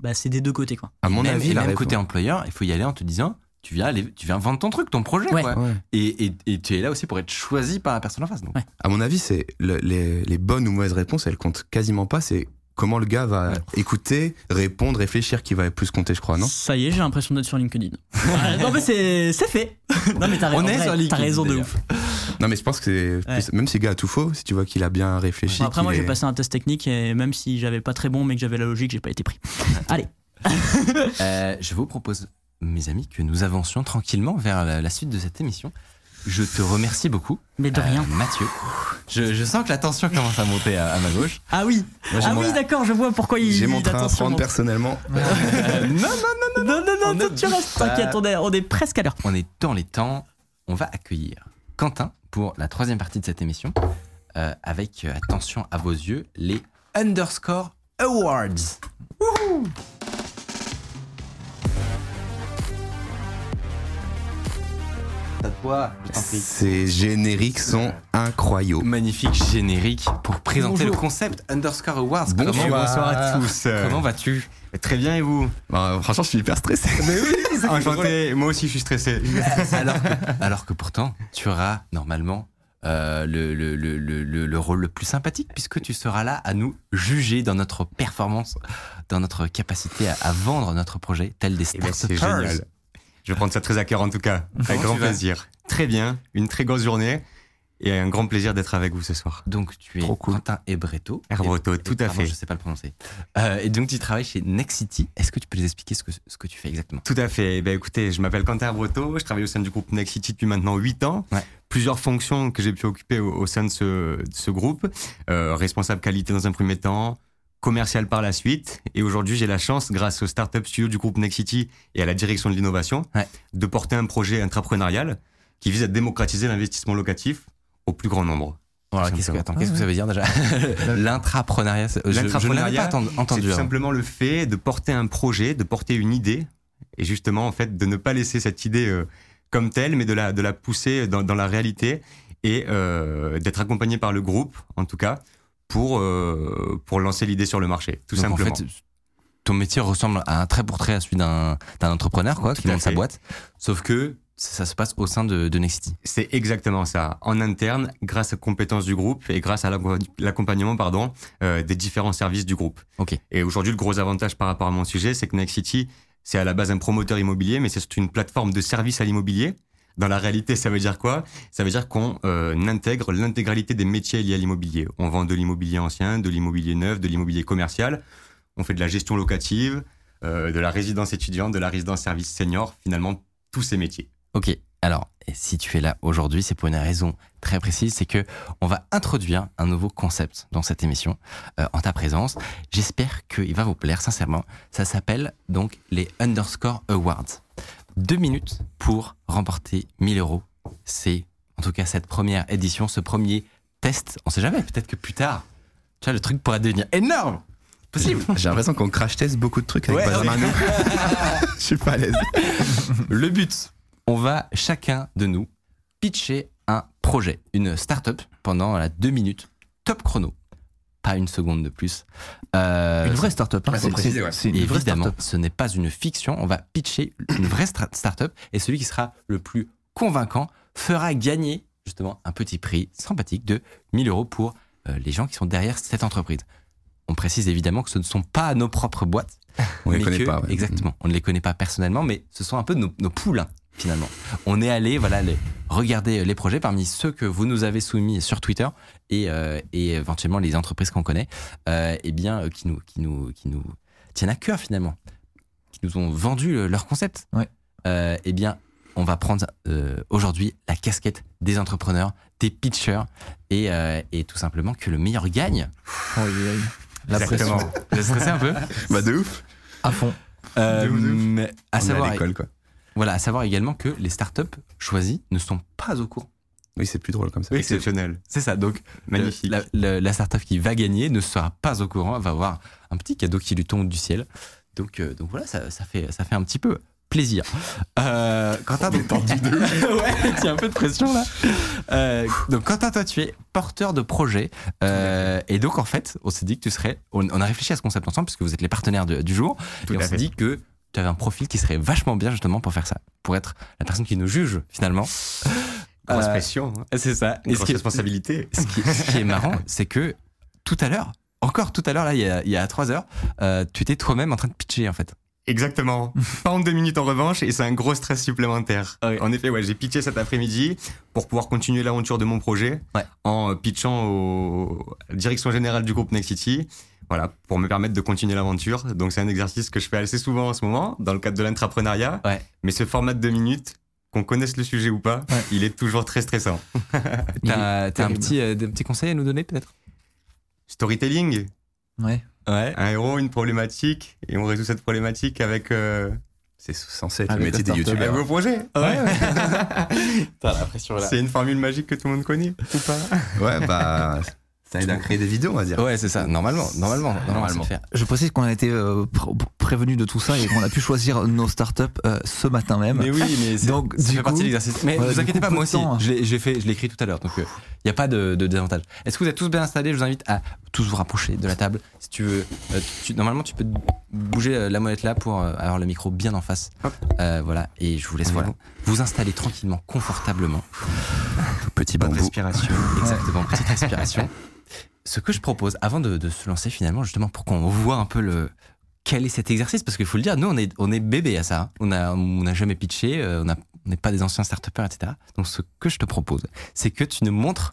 [SPEAKER 2] bah, c'est des deux côtés quoi.
[SPEAKER 3] à mon
[SPEAKER 1] même,
[SPEAKER 3] avis,
[SPEAKER 1] et
[SPEAKER 3] la hein.
[SPEAKER 1] même
[SPEAKER 3] réponse.
[SPEAKER 1] côté employeur, il faut y aller en te disant tu viens, aller- tu viens vendre ton truc, ton projet.
[SPEAKER 2] Ouais.
[SPEAKER 1] quoi.
[SPEAKER 3] Ouais.
[SPEAKER 1] Et, et- et tu es là aussi pour être choisi par la personne en face. Donc.
[SPEAKER 2] Ouais.
[SPEAKER 3] À mon avis, c'est le- les, les bonnes ou mauvaises réponses, elles comptent quasiment pas. C'est comment le gars va
[SPEAKER 1] Ouais.
[SPEAKER 3] écouter, répondre, réfléchir qui va plus compter, je crois, Ah non
[SPEAKER 2] Ça y est, j'ai l'impression d'être sur LinkedIn. Ah, non mais c'est c'est fait. non mais t'as
[SPEAKER 1] On
[SPEAKER 2] en
[SPEAKER 1] est
[SPEAKER 2] vrai,
[SPEAKER 1] sur LinkedIn,
[SPEAKER 2] T'as raison de
[SPEAKER 1] d'ailleurs.
[SPEAKER 2] ouf.
[SPEAKER 3] Non, mais je pense que c'est
[SPEAKER 2] Ouais.
[SPEAKER 3] plus- même si le gars a tout faux, si tu vois qu'il a bien réfléchi.
[SPEAKER 2] Bon, après
[SPEAKER 3] qu'il
[SPEAKER 2] moi
[SPEAKER 3] est-
[SPEAKER 2] j'ai passé un test technique et même si j'avais pas très bon mais que j'avais la logique, j'ai pas été pris. Allez,
[SPEAKER 1] Euh, je vous propose, mes amis, que nous avancions tranquillement vers la, la suite de cette émission. Je te remercie beaucoup,
[SPEAKER 2] mais de
[SPEAKER 1] euh,
[SPEAKER 2] rien.
[SPEAKER 1] Mathieu. Je, je sens que la tension commence à monter à, à ma gauche.
[SPEAKER 2] Ah oui.
[SPEAKER 3] Moi, j'ai
[SPEAKER 2] ah
[SPEAKER 3] mon-
[SPEAKER 2] oui, d'accord, je vois pourquoi il
[SPEAKER 3] J'ai
[SPEAKER 2] il
[SPEAKER 3] mon train à
[SPEAKER 2] attend ce
[SPEAKER 3] prendre
[SPEAKER 2] moment.
[SPEAKER 3] personnellement.
[SPEAKER 1] Euh, non, non,
[SPEAKER 2] Non non non,
[SPEAKER 1] On
[SPEAKER 2] non, tu
[SPEAKER 1] ne
[SPEAKER 2] restes
[SPEAKER 1] bouge pas.
[SPEAKER 2] t'inquiète, on est on est presque à l'heure.
[SPEAKER 1] on est dans les temps. On va accueillir Quentin pour la troisième partie de cette émission, euh, avec euh, attention à vos yeux les Underscore Awards. À toi, je t'en prie.
[SPEAKER 3] Ah, Ces génériques sont incroyables.
[SPEAKER 1] magnifique générique pour présenter le concept Underscore Awards.
[SPEAKER 3] Bonsoir.
[SPEAKER 1] Comment,
[SPEAKER 3] Bonsoir à tous.
[SPEAKER 1] Ah,
[SPEAKER 5] euh,
[SPEAKER 1] Comment vas-tu Très bien et vous
[SPEAKER 3] Bah, franchement, je suis hyper stressé.
[SPEAKER 5] Enchanté, moi aussi je suis stressé.
[SPEAKER 1] alors, que, alors que pourtant, tu auras normalement euh, le, le, le, le, le- le rôle le plus sympathique puisque tu seras là à nous juger dans notre performance, dans notre capacité à, à vendre notre projet tel des
[SPEAKER 5] Eh ben, c'est
[SPEAKER 1] startups.
[SPEAKER 5] génial. Je vais prendre ça très à cœur en tout cas, avec
[SPEAKER 1] tu
[SPEAKER 5] grand
[SPEAKER 1] vas
[SPEAKER 5] plaisir. Très bien, une très grosse journée. et un grand plaisir d'être avec vous ce soir.
[SPEAKER 1] Donc tu es
[SPEAKER 4] Trop cool.
[SPEAKER 1] Quentin Ebreto.
[SPEAKER 5] Ebreto,
[SPEAKER 1] Et-
[SPEAKER 5] tout à
[SPEAKER 1] pardon,
[SPEAKER 5] fait.
[SPEAKER 1] Je sais pas le prononcer. Euh, et donc tu travailles chez Next City. Est-ce que tu peux les expliquer ce que, ce que tu fais exactement
[SPEAKER 5] Tout à fait. Eh ben, écoutez, je m'appelle Quentin Breteau, je travaille au sein du groupe Next City depuis maintenant 8 ans.
[SPEAKER 1] Ouais.
[SPEAKER 5] Plusieurs fonctions que j'ai pu occuper au, au sein de ce, de ce groupe. Euh, responsable qualité dans un premier temps, commercial par la suite. Et aujourd'hui, j'ai la chance, grâce au Startup Studio du groupe Next City et à la direction de l'innovation,
[SPEAKER 1] Ouais.
[SPEAKER 5] de porter un projet entrepreneurial qui vise à démocratiser l'investissement locatif au plus grand nombre.
[SPEAKER 1] Voilà,
[SPEAKER 5] Tout
[SPEAKER 1] qu'est-ce que,
[SPEAKER 5] Ah, simplement.
[SPEAKER 1] attends, qu'est-ce que ça veut dire déjà L'intrapreneuriat. c'est- Je, je l'avais
[SPEAKER 5] L'intrapreneuriat,
[SPEAKER 1] pas atten-
[SPEAKER 5] C'est
[SPEAKER 1] entendu. hein.
[SPEAKER 5] tout
[SPEAKER 1] avant.
[SPEAKER 5] simplement le fait de porter un projet, de porter une idée, et justement, en fait, de ne pas laisser cette idée euh, comme telle, mais de la, de la pousser dans, dans la réalité et euh, d'être accompagné par le groupe, en tout cas, pour, euh, pour lancer l'idée sur le marché, tout
[SPEAKER 1] Donc,
[SPEAKER 5] simplement.
[SPEAKER 1] En fait, ton métier ressemble à un trait pour trait à celui d'un d'un entrepreneur quoi,
[SPEAKER 5] Tout
[SPEAKER 1] qui
[SPEAKER 5] à
[SPEAKER 1] monte sa
[SPEAKER 5] fait.
[SPEAKER 1] boîte. Sauf que ça se passe au sein de, de Next City.
[SPEAKER 5] C'est exactement ça. En interne, grâce aux compétences du groupe et grâce à l'ac- l'accompagnement pardon, euh, des différents services du groupe.
[SPEAKER 1] Ok.
[SPEAKER 5] Et aujourd'hui, le gros avantage par rapport à mon sujet, c'est que Next City, c'est à la base un promoteur immobilier, mais c'est surtout une plateforme de service à l'immobilier. Dans la réalité, ça veut dire quoi Ça veut dire qu'on euh, intègre l'intégralité des métiers liés à l'immobilier. On vend de l'immobilier ancien, de l'immobilier neuf, de l'immobilier commercial. On fait de la gestion locative, euh, de la résidence étudiante, de la résidence service senior, finalement, tous ces métiers.
[SPEAKER 1] Ok, alors et si tu es là aujourd'hui, c'est pour une raison très précise, c'est que on va introduire un nouveau concept dans cette émission euh, en ta présence. J'espère qu'il va vous plaire, sincèrement. Ça s'appelle donc les Underscore Awards. Deux minutes pour remporter 1000 euros. C'est en tout cas cette première édition, ce premier test. On sait jamais, peut-être que plus tard, tu vois, le truc pourra devenir énorme. Possible.
[SPEAKER 3] J'ai l'impression qu'on crash test beaucoup de trucs avec
[SPEAKER 1] Ouais,
[SPEAKER 3] Benjamin.
[SPEAKER 1] ouais.
[SPEAKER 3] Nous. Je suis pas à l'aise.
[SPEAKER 1] Le but, on va chacun de nous pitcher un projet, une start-up pendant la deux minutes, top chrono. Pas une seconde de plus. Euh,
[SPEAKER 4] Une vraie start-up, hein,
[SPEAKER 3] Ah, c'est
[SPEAKER 4] faut
[SPEAKER 3] précisé,
[SPEAKER 4] préciser.
[SPEAKER 3] ouais.
[SPEAKER 4] C'est une vraie
[SPEAKER 1] évidemment,
[SPEAKER 4] start-up.
[SPEAKER 1] ce n'est pas une fiction. On va pitcher une vraie stra- start-up et celui qui sera le plus convaincant fera gagner justement un petit prix sympathique de 1000 euros pour euh, les gens qui sont derrière cette entreprise. On précise évidemment que ce ne sont pas nos propres boîtes,
[SPEAKER 3] On les
[SPEAKER 1] mais
[SPEAKER 3] connaît
[SPEAKER 1] que-
[SPEAKER 3] pas. ouais. Mm.
[SPEAKER 1] Exactement. On ne les connaît pas personnellement, mais ce sont un peu nos, nos poulains, finalement. On est allé, voilà, les, regarder euh, les projets parmi ceux que vous nous avez soumis sur Twitter et, euh, et éventuellement les entreprises qu'on connaît, euh, eh bien, euh, qui nous, qui nous, qui nous tiennent à cœur, finalement, qui nous ont vendu euh, leur concept.
[SPEAKER 4] Ouais.
[SPEAKER 1] Euh, eh bien, on va prendre euh, aujourd'hui la casquette des entrepreneurs, des pitchers et, euh, et tout simplement que le meilleur gagne.
[SPEAKER 4] Oh, oui, oui. La pression
[SPEAKER 5] Exactement.
[SPEAKER 1] Vous êtes stressé un peu
[SPEAKER 3] Bah de ouf.
[SPEAKER 4] à fond.
[SPEAKER 1] Euh,
[SPEAKER 3] De ouf, de ouf.
[SPEAKER 1] mais à
[SPEAKER 3] On est à
[SPEAKER 1] savoir,
[SPEAKER 3] l'école quoi.
[SPEAKER 1] Voilà, à savoir également que les startups choisies ne sont pas au courant.
[SPEAKER 3] Oui, c'est plus drôle comme ça.
[SPEAKER 5] Exceptionnel.
[SPEAKER 1] C'est ça, donc
[SPEAKER 5] Magnifique.
[SPEAKER 1] le- la, la- la startup qui va gagner ne sera pas au courant, elle va avoir un petit cadeau qui lui tombe du ciel. Donc, euh, donc voilà, ça, ça fait, ça fait un petit peu plaisir. Euh, Quentin, donc, ouais, tu as un peu de pression là. Euh, donc Quentin, toi, tu es porteur de projet. Euh, et donc en fait, on s'est dit que tu serais. On, on a réfléchi à ce concept ensemble puisque vous êtes les partenaires de- du jour.
[SPEAKER 5] Tout
[SPEAKER 1] et on
[SPEAKER 5] à
[SPEAKER 1] s'est
[SPEAKER 5] fait.
[SPEAKER 1] dit que tu avais un profil qui serait vachement bien justement pour faire ça, pour être la personne qui nous juge finalement.
[SPEAKER 5] Grosse
[SPEAKER 1] Euh,
[SPEAKER 5] pression, hein.
[SPEAKER 1] C'est ça.
[SPEAKER 5] Une
[SPEAKER 1] ce
[SPEAKER 5] grosse
[SPEAKER 1] qui,
[SPEAKER 5] responsabilité.
[SPEAKER 1] ce qui- ce qui est marrant, c'est que tout à l'heure, encore tout à l'heure, là, il y a, il y a trois heures, euh, tu étais toi-même en train de pitcher, en fait.
[SPEAKER 5] Exactement. Pas en deux minutes en revanche, et c'est un gros stress supplémentaire.
[SPEAKER 1] Ah oui.
[SPEAKER 5] En effet, ouais, j'ai pitché cet après-midi pour pouvoir continuer l'aventure de mon projet
[SPEAKER 1] Ouais.
[SPEAKER 5] en euh, pitchant au à la direction générale du groupe Next City. Voilà, pour me permettre de continuer l'aventure. Donc c'est un exercice que je fais assez souvent en ce moment dans le cadre de l'entrepreneuriat.
[SPEAKER 1] Ouais.
[SPEAKER 5] Mais ce format de deux minutes, qu'on connaisse le sujet ou pas, il est toujours très stressant.
[SPEAKER 1] T'as t'as un
[SPEAKER 4] terrible.
[SPEAKER 1] petit, euh, des petits conseils à nous donner, peut-être
[SPEAKER 5] Storytelling,
[SPEAKER 4] Ouais.
[SPEAKER 1] Ouais.
[SPEAKER 5] un héros, une problématique, et on résout cette problématique avec euh,
[SPEAKER 3] C'est censé être
[SPEAKER 4] Avec
[SPEAKER 3] le métier
[SPEAKER 4] la
[SPEAKER 3] des
[SPEAKER 4] start-up.
[SPEAKER 5] un
[SPEAKER 3] youtubeurs.
[SPEAKER 5] beau projet.
[SPEAKER 1] la pression
[SPEAKER 5] C'est une formule magique que tout le monde connaît.
[SPEAKER 3] Ouais, bah. Ça aide à créer des vidéos, on va dire.
[SPEAKER 1] Ouais, c'est ça. Normalement, normalement, normalement.
[SPEAKER 3] Normalement.
[SPEAKER 1] Ah, c'est le faire.
[SPEAKER 4] Je précise qu'on a été euh, pr- pr- prévenu de tout ça et qu'on a pu choisir nos startups euh, ce matin même.
[SPEAKER 1] Mais oui, mais c'est-
[SPEAKER 4] Donc,
[SPEAKER 1] ça
[SPEAKER 4] du
[SPEAKER 1] fait partie
[SPEAKER 4] coup,
[SPEAKER 1] de l'exercice. Mais
[SPEAKER 4] voilà,
[SPEAKER 1] vous
[SPEAKER 4] du
[SPEAKER 1] inquiétez
[SPEAKER 4] coup,
[SPEAKER 1] pas,
[SPEAKER 4] peu
[SPEAKER 1] moi
[SPEAKER 4] de
[SPEAKER 1] aussi,
[SPEAKER 4] temps, hein.
[SPEAKER 1] je l'ai- je l'ai fait, je l'ai écrit tout à l'heure, donc euh, il n'y a pas de, de désavantage. Est-ce que vous êtes tous bien installés Je vous invite à tous vous rapprocher de la table. Si tu veux, euh, tu- normalement, tu peux bouger euh, la molette là pour euh, avoir le micro bien en face. Euh, voilà, et je vous laisse voilà. Vous installer tranquillement, confortablement.
[SPEAKER 3] Petit
[SPEAKER 5] Pas de
[SPEAKER 3] bambou.
[SPEAKER 5] respiration.
[SPEAKER 1] Exactement, petite respiration. Ce que je propose, avant de, de se lancer finalement, justement, pour qu'on voit un peu le, quel est cet exercice, parce qu'il faut le dire, nous, on est, on est bébé à ça. hein. On n'a on n'a jamais pitché, euh, on n'a on n'est pas des anciens start etc. Donc ce que je te propose, c'est que tu nous montres,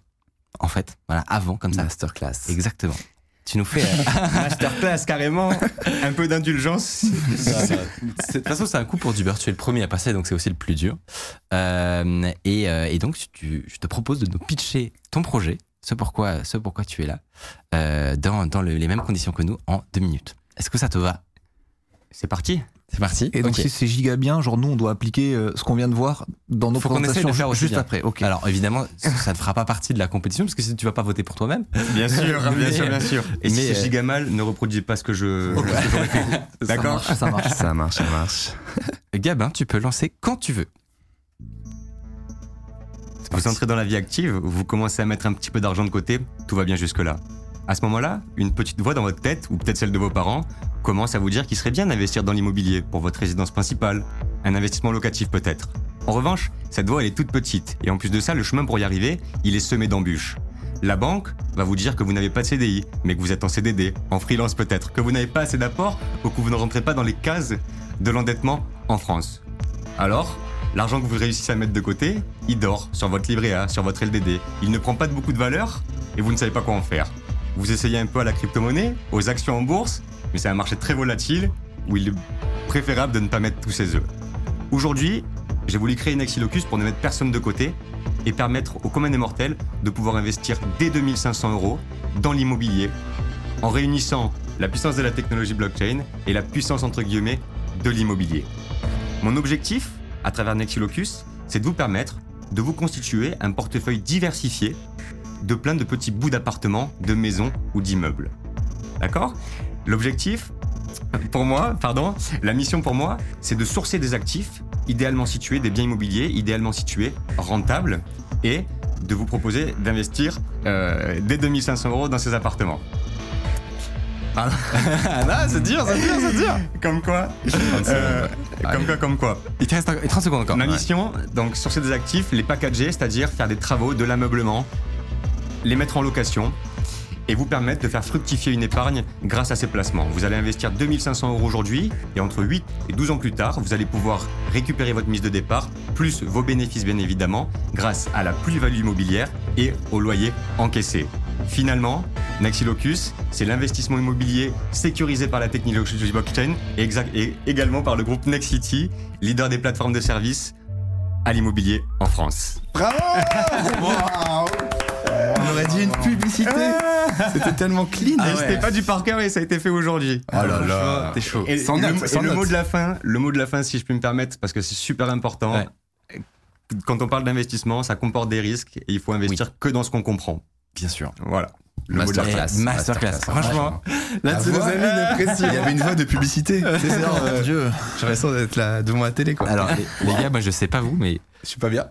[SPEAKER 1] en fait, voilà, avant, comme ça.
[SPEAKER 3] Masterclass.
[SPEAKER 1] Exactement. Tu nous fais. euh,
[SPEAKER 5] Masterclass, carrément. Un peu d'indulgence.
[SPEAKER 1] c'est- de toute façon, c'est un coup pour Duber. Tu es le premier à passer, donc c'est aussi le plus dur. Euh, et, euh, et donc, tu- je te propose de nous pitcher ton projet, ce pourquoi, ce pourquoi tu es là, euh, dans, dans le- les mêmes conditions que nous, en deux minutes. Est-ce que ça te va
[SPEAKER 5] C'est parti.
[SPEAKER 1] C'est parti
[SPEAKER 4] Et donc
[SPEAKER 1] Ok.
[SPEAKER 4] si c'est giga bien, genre nous on doit appliquer euh, ce qu'on vient de voir dans nos
[SPEAKER 1] Faut qu'on essaye
[SPEAKER 4] présentations
[SPEAKER 1] de faire
[SPEAKER 4] ju-
[SPEAKER 1] aussi
[SPEAKER 4] juste
[SPEAKER 1] bien.
[SPEAKER 4] après. Ok.
[SPEAKER 1] Alors évidemment, ça ne fera pas partie de la compétition parce que si tu vas pas voter pour toi-même,
[SPEAKER 5] Bien sûr,
[SPEAKER 1] Mais-
[SPEAKER 5] bien sûr, bien sûr. Et si
[SPEAKER 1] mais,
[SPEAKER 5] c'est
[SPEAKER 1] euh,
[SPEAKER 5] giga mal, ne reproduis pas ce que je. ce que j'aurais fait. D'accord
[SPEAKER 4] Ça marche, ça marche.
[SPEAKER 3] Ça marche, ça marche.
[SPEAKER 1] Euh, Gabin, tu peux lancer quand tu veux.
[SPEAKER 5] Vous entrez dans la vie active, vous commencez à mettre un petit peu d'argent de côté, tout va bien jusque-là. À ce moment-là, une petite voix dans votre tête, ou peut-être celle de vos parents, commence à vous dire qu'il serait bien d'investir dans l'immobilier pour votre résidence principale, un investissement locatif peut-être. En revanche, cette voix elle est toute petite, et en plus de ça, le chemin pour y arriver, il est semé d'embûches. La banque va vous dire que vous n'avez pas de CDI, mais que vous êtes en CDD, en freelance peut-être, que vous n'avez pas assez d'apports ou que vous ne rentrez pas dans les cases de l'endettement en France. Alors, l'argent que vous réussissez à mettre de côté, il dort sur votre livret A, sur votre LDD. Il ne prend pas de beaucoup de valeur et vous ne savez pas quoi en faire. Vous essayez un peu à la crypto-monnaie, aux actions en bourse, mais c'est un marché très volatile où il est préférable de ne pas mettre tous ses œufs. Aujourd'hui, j'ai voulu créer Nexilocus pour ne mettre personne de côté et permettre aux communs des mortels de pouvoir investir dès 2500 euros dans l'immobilier en réunissant la puissance de la technologie blockchain et la puissance entre guillemets de l'immobilier. Mon objectif, à travers Nexilocus, c'est de vous permettre de vous constituer un portefeuille diversifié de plein de petits bouts d'appartements, de maisons ou d'immeubles. D'accord L'objectif, pour moi, pardon, la mission pour moi, c'est de sourcer des actifs, idéalement situés, des biens immobiliers, idéalement situés, rentables, et de vous proposer d'investir euh, dès 2500 euros dans ces appartements. Ah non, c'est dur, c'est dur, c'est dur Comme quoi, euh, comme quoi, comme quoi.
[SPEAKER 1] Il te reste encore- 30 secondes encore.
[SPEAKER 5] Ma
[SPEAKER 1] Ouais.
[SPEAKER 5] mission, donc sourcer des actifs, les packager, c'est-à-dire faire des travaux, de l'ameublement, les mettre en location et vous permettre de faire fructifier une épargne grâce à ces placements. Vous allez investir 2500 euros aujourd'hui et entre 8 et 12 ans plus tard, vous allez pouvoir récupérer votre mise de départ, plus vos bénéfices bien évidemment, grâce à la plus-value immobilière et au loyer encaissé. Finalement, Naxilocus, c'est l'investissement immobilier sécurisé par la technologie blockchain et, exa- et également par le groupe Nexity, leader des plateformes de services à l'immobilier en France.
[SPEAKER 3] On aurait dit une publicité. C'était tellement clean.
[SPEAKER 5] Et c'était pas du par cœur et ça a été fait aujourd'hui.
[SPEAKER 3] Ah Oh là là.
[SPEAKER 1] T'es chaud.
[SPEAKER 5] Et,
[SPEAKER 3] Sans
[SPEAKER 5] et le,
[SPEAKER 3] note,
[SPEAKER 5] et
[SPEAKER 3] sans
[SPEAKER 5] le
[SPEAKER 3] note.
[SPEAKER 5] mot de la fin, le mot de la fin, si je puis me permettre, parce que c'est super important.
[SPEAKER 1] Ouais.
[SPEAKER 5] Quand on parle d'investissement, ça comporte des risques et il faut investir que dans ce qu'on comprend.
[SPEAKER 1] Bien sûr.
[SPEAKER 5] Voilà.
[SPEAKER 2] Eh,
[SPEAKER 5] Le mot de la
[SPEAKER 3] Masterclass. Ah,
[SPEAKER 5] fin.
[SPEAKER 1] Masterclass. Franchement, là, tu nous as mis une pression.
[SPEAKER 3] Il y avait une voix de publicité. C'est
[SPEAKER 2] Oh,
[SPEAKER 3] genre, euh,
[SPEAKER 4] Dieu.
[SPEAKER 3] j'ai l'impression d'être là devant la télé, quoi.
[SPEAKER 1] Alors, les, les gars, moi, je sais pas vous, mais
[SPEAKER 3] je suis pas bien.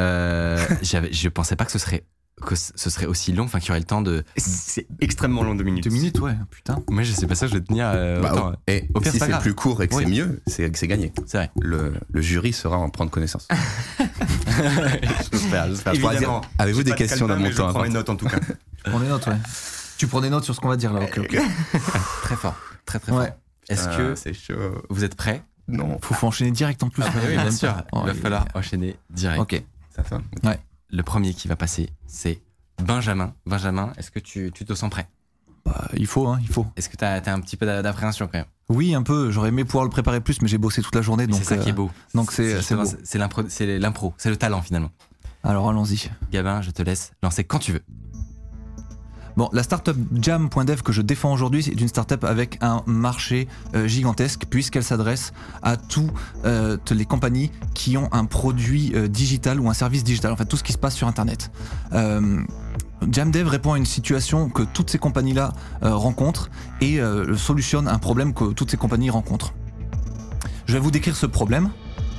[SPEAKER 1] euh, j'avais- je pensais pas que ce serait que ce serait aussi long, enfin qu'il y aurait le temps de.
[SPEAKER 5] C'est extrêmement long, deux minutes.
[SPEAKER 4] Deux minutes, ouais, putain.
[SPEAKER 1] Moi, je sais pas ça, je vais tenir. euh,
[SPEAKER 3] Bah,
[SPEAKER 1] autant.
[SPEAKER 3] au- et
[SPEAKER 1] au pire, c'est
[SPEAKER 3] si
[SPEAKER 1] pas
[SPEAKER 3] c'est
[SPEAKER 1] grave.
[SPEAKER 3] plus court et que
[SPEAKER 1] Oui.
[SPEAKER 3] c'est mieux, c'est c'est gagné.
[SPEAKER 1] C'est vrai.
[SPEAKER 3] Le, le jury sera en prendre connaissance.
[SPEAKER 1] J'espère, j'espère.
[SPEAKER 3] pourrais dire,
[SPEAKER 5] Évidemment.
[SPEAKER 3] avez-vous
[SPEAKER 5] J'ai
[SPEAKER 3] des
[SPEAKER 5] pas de
[SPEAKER 3] questions
[SPEAKER 5] calepin,
[SPEAKER 3] dans mon
[SPEAKER 5] mais je
[SPEAKER 3] temps
[SPEAKER 5] prends
[SPEAKER 3] à
[SPEAKER 5] mes notes en tout cas.
[SPEAKER 4] Prends des notes, ouais. Tu prends des notes sur ce qu'on va dire là, ok, ok.
[SPEAKER 1] Très fort. Très, très
[SPEAKER 4] Ouais.
[SPEAKER 1] fort. Euh, Est-ce que
[SPEAKER 3] Ah, c'est chaud
[SPEAKER 1] vous êtes prêts
[SPEAKER 3] Non.
[SPEAKER 4] Faut, faut enchaîner direct en plus.
[SPEAKER 1] Ah bah oui, bien sûr.
[SPEAKER 4] Oh,
[SPEAKER 1] Il va
[SPEAKER 4] il-
[SPEAKER 1] falloir enchaîner direct.
[SPEAKER 4] Ok.
[SPEAKER 3] Ça sonne.
[SPEAKER 1] Le premier qui va passer, c'est Benjamin. Benjamin, est-ce que tu, tu te sens prêt
[SPEAKER 4] Bah, il faut, hein, il faut.
[SPEAKER 1] Est-ce que t'as as un petit peu d'a- d'appréhension quand même
[SPEAKER 4] Oui, un peu. J'aurais aimé pouvoir le préparer plus, mais j'ai bossé toute la journée,
[SPEAKER 1] Mais
[SPEAKER 4] donc.
[SPEAKER 1] C'est ça qui est
[SPEAKER 4] euh,
[SPEAKER 1] beau.
[SPEAKER 4] donc c'est- c'est
[SPEAKER 1] justement-
[SPEAKER 4] beau.
[SPEAKER 1] c'est l'impro, c'est l'impro, c'est le talent finalement.
[SPEAKER 4] Alors allons-y.
[SPEAKER 1] Gabin, je te laisse lancer quand tu veux.
[SPEAKER 4] Bon, la startup Jam.dev que je défends aujourd'hui, c'est une startup avec un marché euh, gigantesque puisqu'elle s'adresse à toutes les compagnies qui ont un produit euh, digital ou un service digital, en fait tout ce qui se passe sur Internet. Euh, Jamdev répond à une situation que toutes ces compagnies-là euh, rencontrent et euh, solutionne un problème que toutes ces compagnies rencontrent. Je vais vous décrire ce problème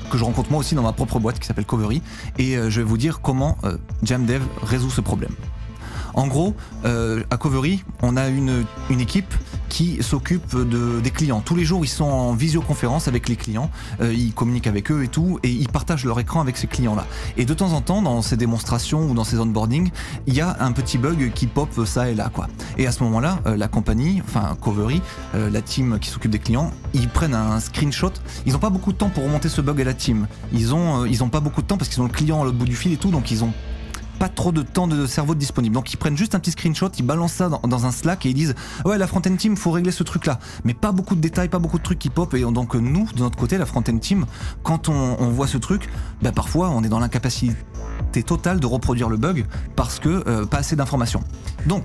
[SPEAKER 4] que je rencontre moi aussi dans ma propre boîte qui s'appelle Covery et euh, je vais vous dire comment euh, Jamdev résout ce problème. En gros, euh, à Covery, on a une, une équipe qui s'occupe de, des clients. Tous les jours, ils sont en visioconférence avec les clients, euh, ils communiquent avec eux et tout, et ils partagent leur écran avec ces clients-là. Et de temps en temps, dans ces démonstrations ou dans ces onboardings, il y a un petit bug qui pop ça et là, quoi. Et à ce moment-là, euh, la compagnie, enfin Covery, euh, la team qui s'occupe des clients, ils prennent un screenshot. Ils n'ont pas beaucoup de temps pour remonter ce bug à la team. Ils ont, euh, ils ont pas beaucoup de temps parce qu'ils ont le client à l'autre bout du fil et tout, donc ils ont pas trop de temps de cerveau disponible. Donc ils prennent juste un petit screenshot, ils balancent ça dans, dans un Slack et ils disent ouais la front-end team faut régler ce truc là. Mais pas beaucoup de détails, pas beaucoup de trucs qui pop et donc nous de notre côté la front-end team quand on, on voit ce truc, bah parfois on est dans l'incapacité totale de reproduire le bug parce que euh, pas assez d'informations. Donc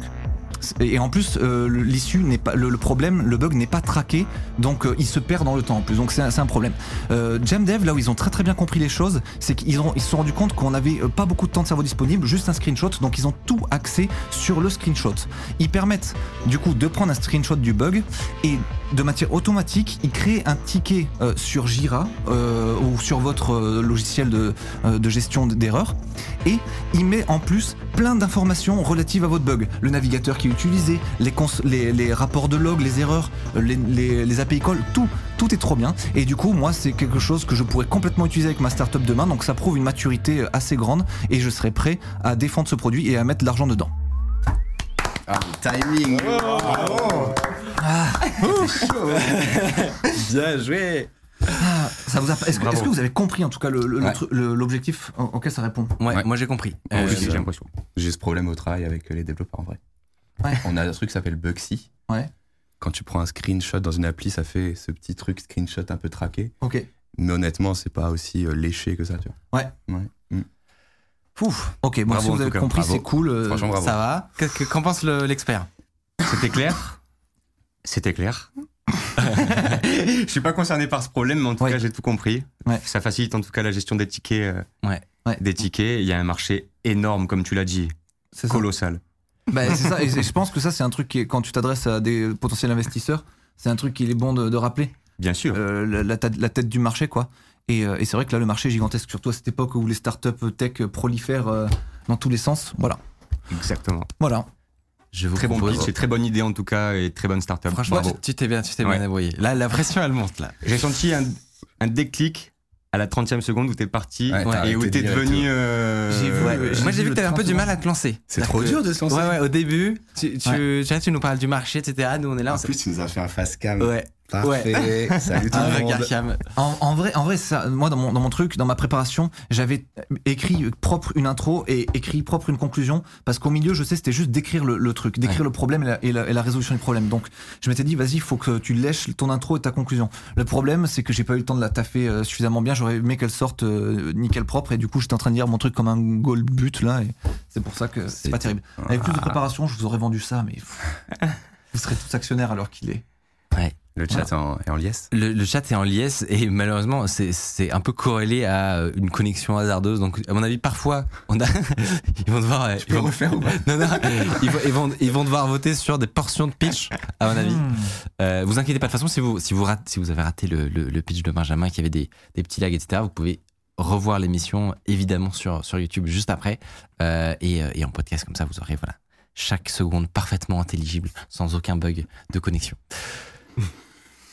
[SPEAKER 4] et en plus, euh, le- l'issue n'est pas le, le problème, le bug n'est pas traqué, donc euh, il se perd dans le temps en plus. Donc c'est un, c'est un problème. Euh, Jamdev, là où ils ont très très bien compris les choses, c'est qu'ils ont ils se sont rendus compte qu'on n'avait pas beaucoup de temps de cerveau disponible, juste un screenshot. Donc ils ont tout axé sur le screenshot. Ils permettent du coup de prendre un screenshot du bug et de matière automatique, ils créent un ticket euh, sur Jira euh, ou sur votre euh, logiciel de, euh, de gestion d'erreurs et il met en plus plein d'informations relatives à votre bug. Le navigateur qui est utilisé, les, cons- les, les rapports de log, les erreurs, euh, les, les, les API calls, tout, tout est trop bien. Et du coup, moi, c'est quelque chose que je pourrais complètement utiliser avec ma startup demain. Donc ça prouve une maturité euh, assez grande et je serai prêt à défendre ce produit et à mettre de l'argent dedans.
[SPEAKER 1] Ah, timing Bien joué
[SPEAKER 4] Ah, Ça vous a- Est-ce que, est-ce que vous avez compris en tout cas le- le- le
[SPEAKER 3] Ouais.
[SPEAKER 4] tru- le- l'objectif au- auquel ça répond
[SPEAKER 1] Ouais, moi j'ai compris.
[SPEAKER 3] Ouais,
[SPEAKER 1] Euh,
[SPEAKER 3] je sais.
[SPEAKER 5] J'ai l'impression.
[SPEAKER 3] J'ai ce problème au travail avec les développeurs en vrai.
[SPEAKER 4] Ouais.
[SPEAKER 3] On a un truc qui s'appelle Bugsy.
[SPEAKER 4] Ouais.
[SPEAKER 3] Quand tu prends un screenshot dans une appli, ça fait ce petit truc screenshot un peu traqué.
[SPEAKER 4] Ok.
[SPEAKER 3] Mais honnêtement, c'est pas aussi euh, léché que ça, tu vois.
[SPEAKER 4] Pouf. Ok, bon,
[SPEAKER 3] Bravo,
[SPEAKER 4] si
[SPEAKER 3] en
[SPEAKER 4] vous
[SPEAKER 3] tout
[SPEAKER 4] avez
[SPEAKER 3] cas.
[SPEAKER 4] compris,
[SPEAKER 3] Bravo.
[SPEAKER 4] c'est cool. euh,
[SPEAKER 3] Franchement, bravo.
[SPEAKER 1] ça va Qu'est-ce que- Qu'en pense le- l'expert
[SPEAKER 5] C'était clair C'était clair. Je suis pas concerné par ce problème, mais en tout
[SPEAKER 4] Ouais.
[SPEAKER 5] cas, j'ai tout compris.
[SPEAKER 4] Ouais.
[SPEAKER 5] Ça facilite en tout cas la gestion des tickets. euh,
[SPEAKER 1] Ouais.
[SPEAKER 4] Ouais.
[SPEAKER 5] Des tickets. Il y a un marché énorme, comme tu l'as dit,
[SPEAKER 4] c'est ça.
[SPEAKER 5] colossal.
[SPEAKER 4] Bah, c'est ça. Et, et je pense que ça, c'est un truc qui, est- quand tu t'adresses à des potentiels investisseurs, c'est un truc qu'il est bon de, de rappeler.
[SPEAKER 5] Bien sûr.
[SPEAKER 4] Euh, la, la tête- la tête du marché, quoi. Et, euh, et c'est vrai que là, le marché est gigantesque, surtout à cette époque où les startups tech prolifèrent euh, dans tous les sens. Voilà.
[SPEAKER 5] Exactement.
[SPEAKER 4] Voilà.
[SPEAKER 1] Je vous
[SPEAKER 5] Très bon
[SPEAKER 1] propose-
[SPEAKER 5] pitch, et très bonne idée en tout cas, et très bonne startup.
[SPEAKER 1] Franchement,
[SPEAKER 5] Bravo.
[SPEAKER 1] tu- tu t'es bien, tu t'es
[SPEAKER 5] Ouais.
[SPEAKER 1] bien débrouillé. Là, la pression, elle monte là.
[SPEAKER 5] j'ai senti un, un déclic à la 30e seconde où t'es parti
[SPEAKER 3] Ouais, t'as
[SPEAKER 5] et où
[SPEAKER 3] arrêté
[SPEAKER 5] t'es
[SPEAKER 3] direct,
[SPEAKER 5] devenu. euh,
[SPEAKER 1] Ouais,
[SPEAKER 4] euh, j'ai
[SPEAKER 1] moi, j'ai vu
[SPEAKER 4] vu
[SPEAKER 1] que
[SPEAKER 4] le
[SPEAKER 1] t'avais un peu du
[SPEAKER 4] 30
[SPEAKER 1] mal à te lancer.
[SPEAKER 3] C'est
[SPEAKER 1] C'est-à-dire
[SPEAKER 3] trop
[SPEAKER 1] que-
[SPEAKER 3] dur de se lancer.
[SPEAKER 1] Ouais, ouais, au début, tu, tu, tu vois, tu nous parles du marché, etc. Nous, on est là.
[SPEAKER 3] En
[SPEAKER 1] on s'est-
[SPEAKER 3] plus, tu nous as fait un face cam.
[SPEAKER 1] Ouais, Ah,
[SPEAKER 3] Parfait. Salut tout
[SPEAKER 1] un
[SPEAKER 3] Ah, le
[SPEAKER 1] regard
[SPEAKER 3] monde.
[SPEAKER 1] cam.
[SPEAKER 4] En, en vrai, en vrai ça, moi, dans mon, dans mon truc, dans ma préparation, j'avais écrit propre une intro et écrit propre une conclusion, parce qu'au milieu, je sais, c'était juste d'écrire le, le truc, d'écrire le problème et la, et la- et la résolution du problème. Donc, je m'étais dit, vas-y, il faut que tu lèches ton intro et ta conclusion. Le problème, c'est que j'ai pas eu le temps de la taffer euh, suffisamment bien. J'aurais aimé qu'elle sorte euh, nickel propre, et du coup, j'étais en train de dire mon truc comme un goal but là, et c'est pour ça que c'est pas terrible. Avec
[SPEAKER 1] Ah.
[SPEAKER 4] plus de préparation, je vous aurais vendu ça, mais pff, vous serez tous actionnaires alors qu'il est.
[SPEAKER 3] Le chat en- est en liesse.
[SPEAKER 1] Le, le chat est en liesse et malheureusement, c'est- c'est un peu corrélé à euh, une connexion hasardeuse. Donc, à mon avis, parfois, on a, ils vont devoir. euh, ils vont-
[SPEAKER 3] ou pas
[SPEAKER 1] Non, non, ils, vont, ils, vont, ils vont devoir voter sur des portions de pitch, à mon avis. Euh, vous inquiétez pas, de toute façon, si vous, si vous, rate- si vous avez raté le, le- le pitch de Benjamin, qui avait des, des petits lags, etc., vous pouvez revoir l'émission, évidemment, sur, sur YouTube juste après. Euh, et, euh, et en podcast, comme ça, vous aurez voilà, chaque seconde parfaitement intelligible, sans aucun bug de connexion.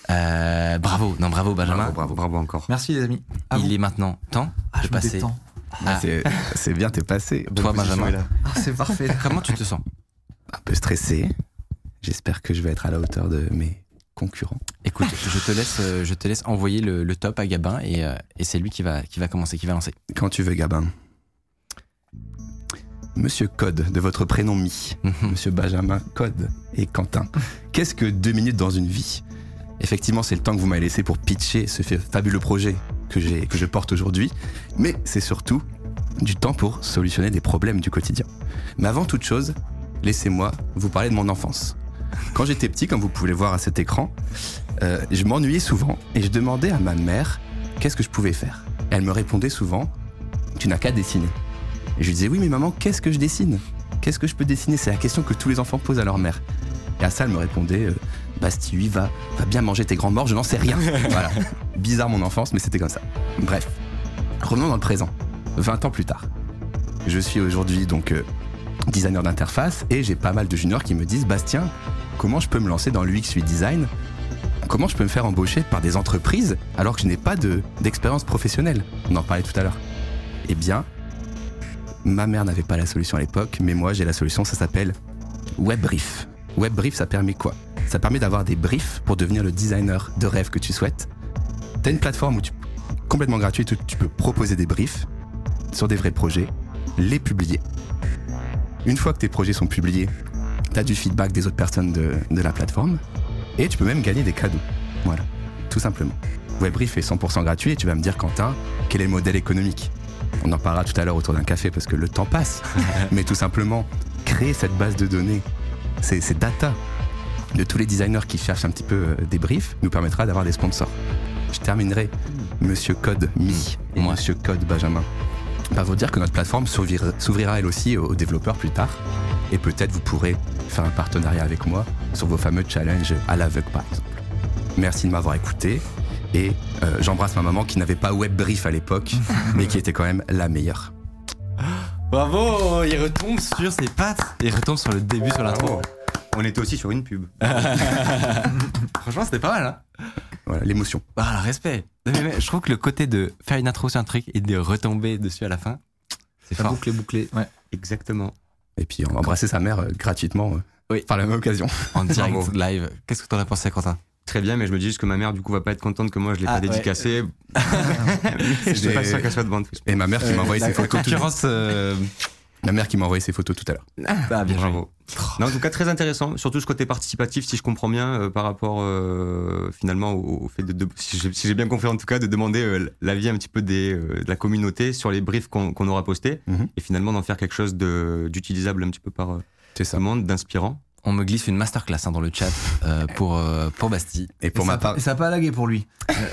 [SPEAKER 1] Euh, bravo, non, bravo, Benjamin.
[SPEAKER 5] Bravo, bravo, bravo encore.
[SPEAKER 4] Merci les amis. À
[SPEAKER 1] Il
[SPEAKER 4] vous.
[SPEAKER 1] est maintenant temps
[SPEAKER 4] Ah,
[SPEAKER 1] de
[SPEAKER 4] je me
[SPEAKER 1] passer.
[SPEAKER 4] détends.
[SPEAKER 1] Ah.
[SPEAKER 3] C'est- C'est bien, t'es passé.
[SPEAKER 1] Toi, Benjamin.
[SPEAKER 4] Ah, c'est parfait.
[SPEAKER 1] Comment tu te sens
[SPEAKER 3] Un peu stressé. J'espère que je vais être à la hauteur de mes concurrents.
[SPEAKER 1] Écoute, je te laisse, euh, je te laisse envoyer le, le top à Gabin et, euh, et c'est lui qui va, qui va commencer, qui va lancer.
[SPEAKER 3] Quand tu veux, Gabin. Monsieur Code, de votre prénom Mi. Monsieur Benjamin Code et Quentin. Qu'est-ce que deux minutes dans une vie Effectivement, c'est le temps que vous m'avez laissé pour pitcher ce fa- fabuleux projet que, j'ai- que je porte aujourd'hui, mais c'est surtout du temps pour solutionner des problèmes du quotidien. Mais avant toute chose, laissez-moi vous parler de mon enfance. Quand j'étais petit, comme vous pouvez le voir à cet écran, euh, je m'ennuyais souvent et je demandais à ma mère qu'est-ce que je pouvais faire. Elle me répondait souvent Tu n'as qu'à dessiner. Et je lui disais Oui, mais maman, qu'est-ce que je dessine Qu'est-ce que je peux dessiner C'est la question que tous les enfants posent à leur mère. Et à ça, elle me répondait euh, Bastille, va, va bien manger tes grands morts, je n'en sais rien. voilà. Bizarre mon enfance, mais c'était comme ça. Bref. Revenons dans le présent. 20 ans plus tard. Je suis aujourd'hui donc euh, designer d'interface et j'ai pas mal de juniors qui me disent Bastien, comment je peux me lancer dans l'UX UI design Comment je peux me faire embaucher par des entreprises alors que je n'ai pas de- d'expérience professionnelle On en parlait tout à l'heure. Eh bien, ma mère n'avait pas la solution à l'époque, mais moi j'ai la solution, ça s'appelle WebBrief. WebBrief, ça permet quoi Ça permet d'avoir des briefs pour devenir le designer de rêve que tu souhaites. T'as une plateforme où tu, complètement gratuite où tu peux proposer des briefs sur des vrais projets, les publier. Une fois que tes projets sont publiés, tu as du feedback des autres personnes de, de la plateforme et tu peux même gagner des cadeaux. Voilà, tout simplement. WebBrief est 100% gratuit et tu vas me dire, Quentin, quel est le modèle économique On en parlera tout à l'heure autour d'un café parce que le temps passe. Mais tout simplement, créer cette base de données, ces, ces data de tous les designers qui cherchent un petit peu euh, des briefs, nous permettra d'avoir des sponsors. Je terminerai, monsieur Code Mi et
[SPEAKER 1] Moi.
[SPEAKER 3] monsieur Code Benjamin va vous dire que notre plateforme s'ouvrira s'ouvrira elle aussi aux développeurs plus tard. Et peut-être vous pourrez faire un partenariat avec moi sur vos fameux challenges à l'aveugle par exemple. Merci de m'avoir écouté. Et euh, j'embrasse ma maman qui n'avait pas web brief à l'époque, mais qui était quand même la meilleure.
[SPEAKER 1] Bravo, il retombe sur ses pattes. Oh. Il retombe sur le début, sur l'intro.
[SPEAKER 5] On était aussi sur une pub.
[SPEAKER 1] Franchement, c'était pas mal. Hein
[SPEAKER 3] Voilà, l'émotion.
[SPEAKER 1] voilà, Ah, respect. Non, mais- mais je trouve que le côté de faire une intro sur un truc et de retomber dessus à la fin, c'est fort.
[SPEAKER 4] Bouclé, bouclé. Ouais.
[SPEAKER 5] Exactement.
[SPEAKER 3] Et puis embrasser sa mère euh, gratuitement euh,
[SPEAKER 1] Oui.
[SPEAKER 3] par la même occasion.
[SPEAKER 1] En direct
[SPEAKER 5] Bravo.
[SPEAKER 1] live. Qu'est-ce que t'en as pensé, Quentin
[SPEAKER 5] Très bien, mais je me dis juste que ma mère, du coup, va pas être contente que moi je l'ai
[SPEAKER 1] Ah,
[SPEAKER 5] pas dédicacé. je suis pas sûr qu'elle soit de bonne.
[SPEAKER 3] Et ma mère qui m'a envoyé ses photos. tout-
[SPEAKER 1] Concurrence. euh,
[SPEAKER 3] Ma mère qui m'a envoyé ses photos tout à l'heure.
[SPEAKER 1] Ah, bien joué.
[SPEAKER 5] Bravo. Non, en tout cas, très intéressant. Surtout ce côté participatif, si je comprends bien, euh, par rapport euh, finalement au, au fait de, de- si j'ai si j'ai bien compris en tout cas, de demander euh, l'avis un petit peu des, euh, de la communauté sur les briefs qu'on qu'on aura postés
[SPEAKER 3] Mhm.
[SPEAKER 5] et finalement d'en faire quelque chose de- d'utilisable un petit peu par euh,
[SPEAKER 3] C'est
[SPEAKER 5] tout
[SPEAKER 3] ça.
[SPEAKER 5] le monde, d'inspirant.
[SPEAKER 1] On me glisse une masterclass hein, dans le chat euh, pour, euh, pour Bastille.
[SPEAKER 3] Et pour
[SPEAKER 4] Et ça
[SPEAKER 3] ma
[SPEAKER 4] a
[SPEAKER 3] part,
[SPEAKER 4] pas- et Ça a pas lagué pour lui.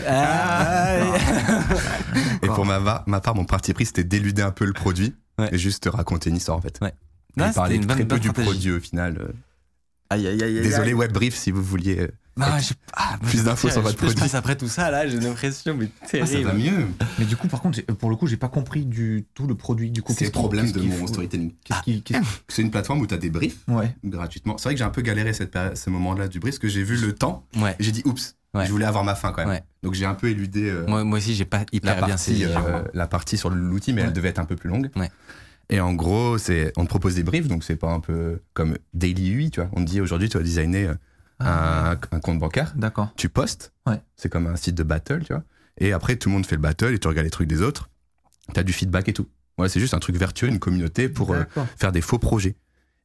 [SPEAKER 1] Ah,
[SPEAKER 3] et pour ma, va- ma part, mon parti pris, c'était d'éluder un peu le produit
[SPEAKER 1] Ouais.
[SPEAKER 3] et juste raconter une histoire en fait.
[SPEAKER 1] Ouais.
[SPEAKER 3] Et
[SPEAKER 1] Non,
[SPEAKER 3] parler
[SPEAKER 1] c'était une
[SPEAKER 3] très
[SPEAKER 1] bonne-
[SPEAKER 3] peu
[SPEAKER 1] bonne
[SPEAKER 3] du
[SPEAKER 1] stratégie.
[SPEAKER 3] produit au final. euh.
[SPEAKER 1] Aïe, aïe, aïe, aïe,
[SPEAKER 3] Désolé
[SPEAKER 1] aïe.
[SPEAKER 3] WebBrief si vous vouliez. euh,
[SPEAKER 1] Non, j'ai- ah,
[SPEAKER 3] Plus
[SPEAKER 1] je-
[SPEAKER 3] d'infos
[SPEAKER 1] je-
[SPEAKER 3] sur votre
[SPEAKER 1] je- Je
[SPEAKER 3] produit.
[SPEAKER 1] passe après tout ça, là, j'ai une impression, mais terrible.
[SPEAKER 3] mieux.
[SPEAKER 4] Mais du coup, par contre, j'ai- pour le coup, j'ai pas compris du tout le produit. Du coup,
[SPEAKER 3] C'est le
[SPEAKER 4] qu'est-ce
[SPEAKER 3] problème
[SPEAKER 4] qu'il-
[SPEAKER 3] de
[SPEAKER 4] qu'est-ce
[SPEAKER 3] mon
[SPEAKER 4] qu'il faut-
[SPEAKER 3] storytelling.
[SPEAKER 4] Qu'est-ce qu'il- qu'est-ce-
[SPEAKER 3] C'est une plateforme où tu as des briefs
[SPEAKER 4] Ouais.
[SPEAKER 3] gratuitement. C'est vrai que j'ai un peu galéré cette période- ce moment-là du brief parce que j'ai vu le temps.
[SPEAKER 1] Ouais.
[SPEAKER 3] J'ai dit oups,
[SPEAKER 1] Ouais.
[SPEAKER 3] je voulais avoir ma fin quand même.
[SPEAKER 1] Ouais.
[SPEAKER 3] Donc j'ai un peu éludé euh,
[SPEAKER 1] Moi, moi aussi, j'ai pas
[SPEAKER 3] la,
[SPEAKER 1] hyper bien
[SPEAKER 3] partie,
[SPEAKER 1] saisi.
[SPEAKER 3] euh,
[SPEAKER 1] je crois.
[SPEAKER 3] la partie sur l'outil, mais elle devait être un peu plus longue.
[SPEAKER 1] Ouais.
[SPEAKER 3] Et en gros, c'est on te propose des briefs, donc c'est pas un peu comme Daily UI, tu vois. On te dit aujourd'hui, tu vas designer euh,
[SPEAKER 1] Ah,
[SPEAKER 3] un, un compte bancaire,
[SPEAKER 4] D'accord.
[SPEAKER 3] tu postes,
[SPEAKER 4] Ouais.
[SPEAKER 3] c'est comme un site de battle, tu vois. Et après, tout le monde fait le battle et tu regardes les trucs des autres, tu as du feedback et tout. Voilà, c'est juste un truc vertueux, une communauté
[SPEAKER 1] Bah
[SPEAKER 3] pour euh,
[SPEAKER 4] D'accord.
[SPEAKER 3] faire des faux projets.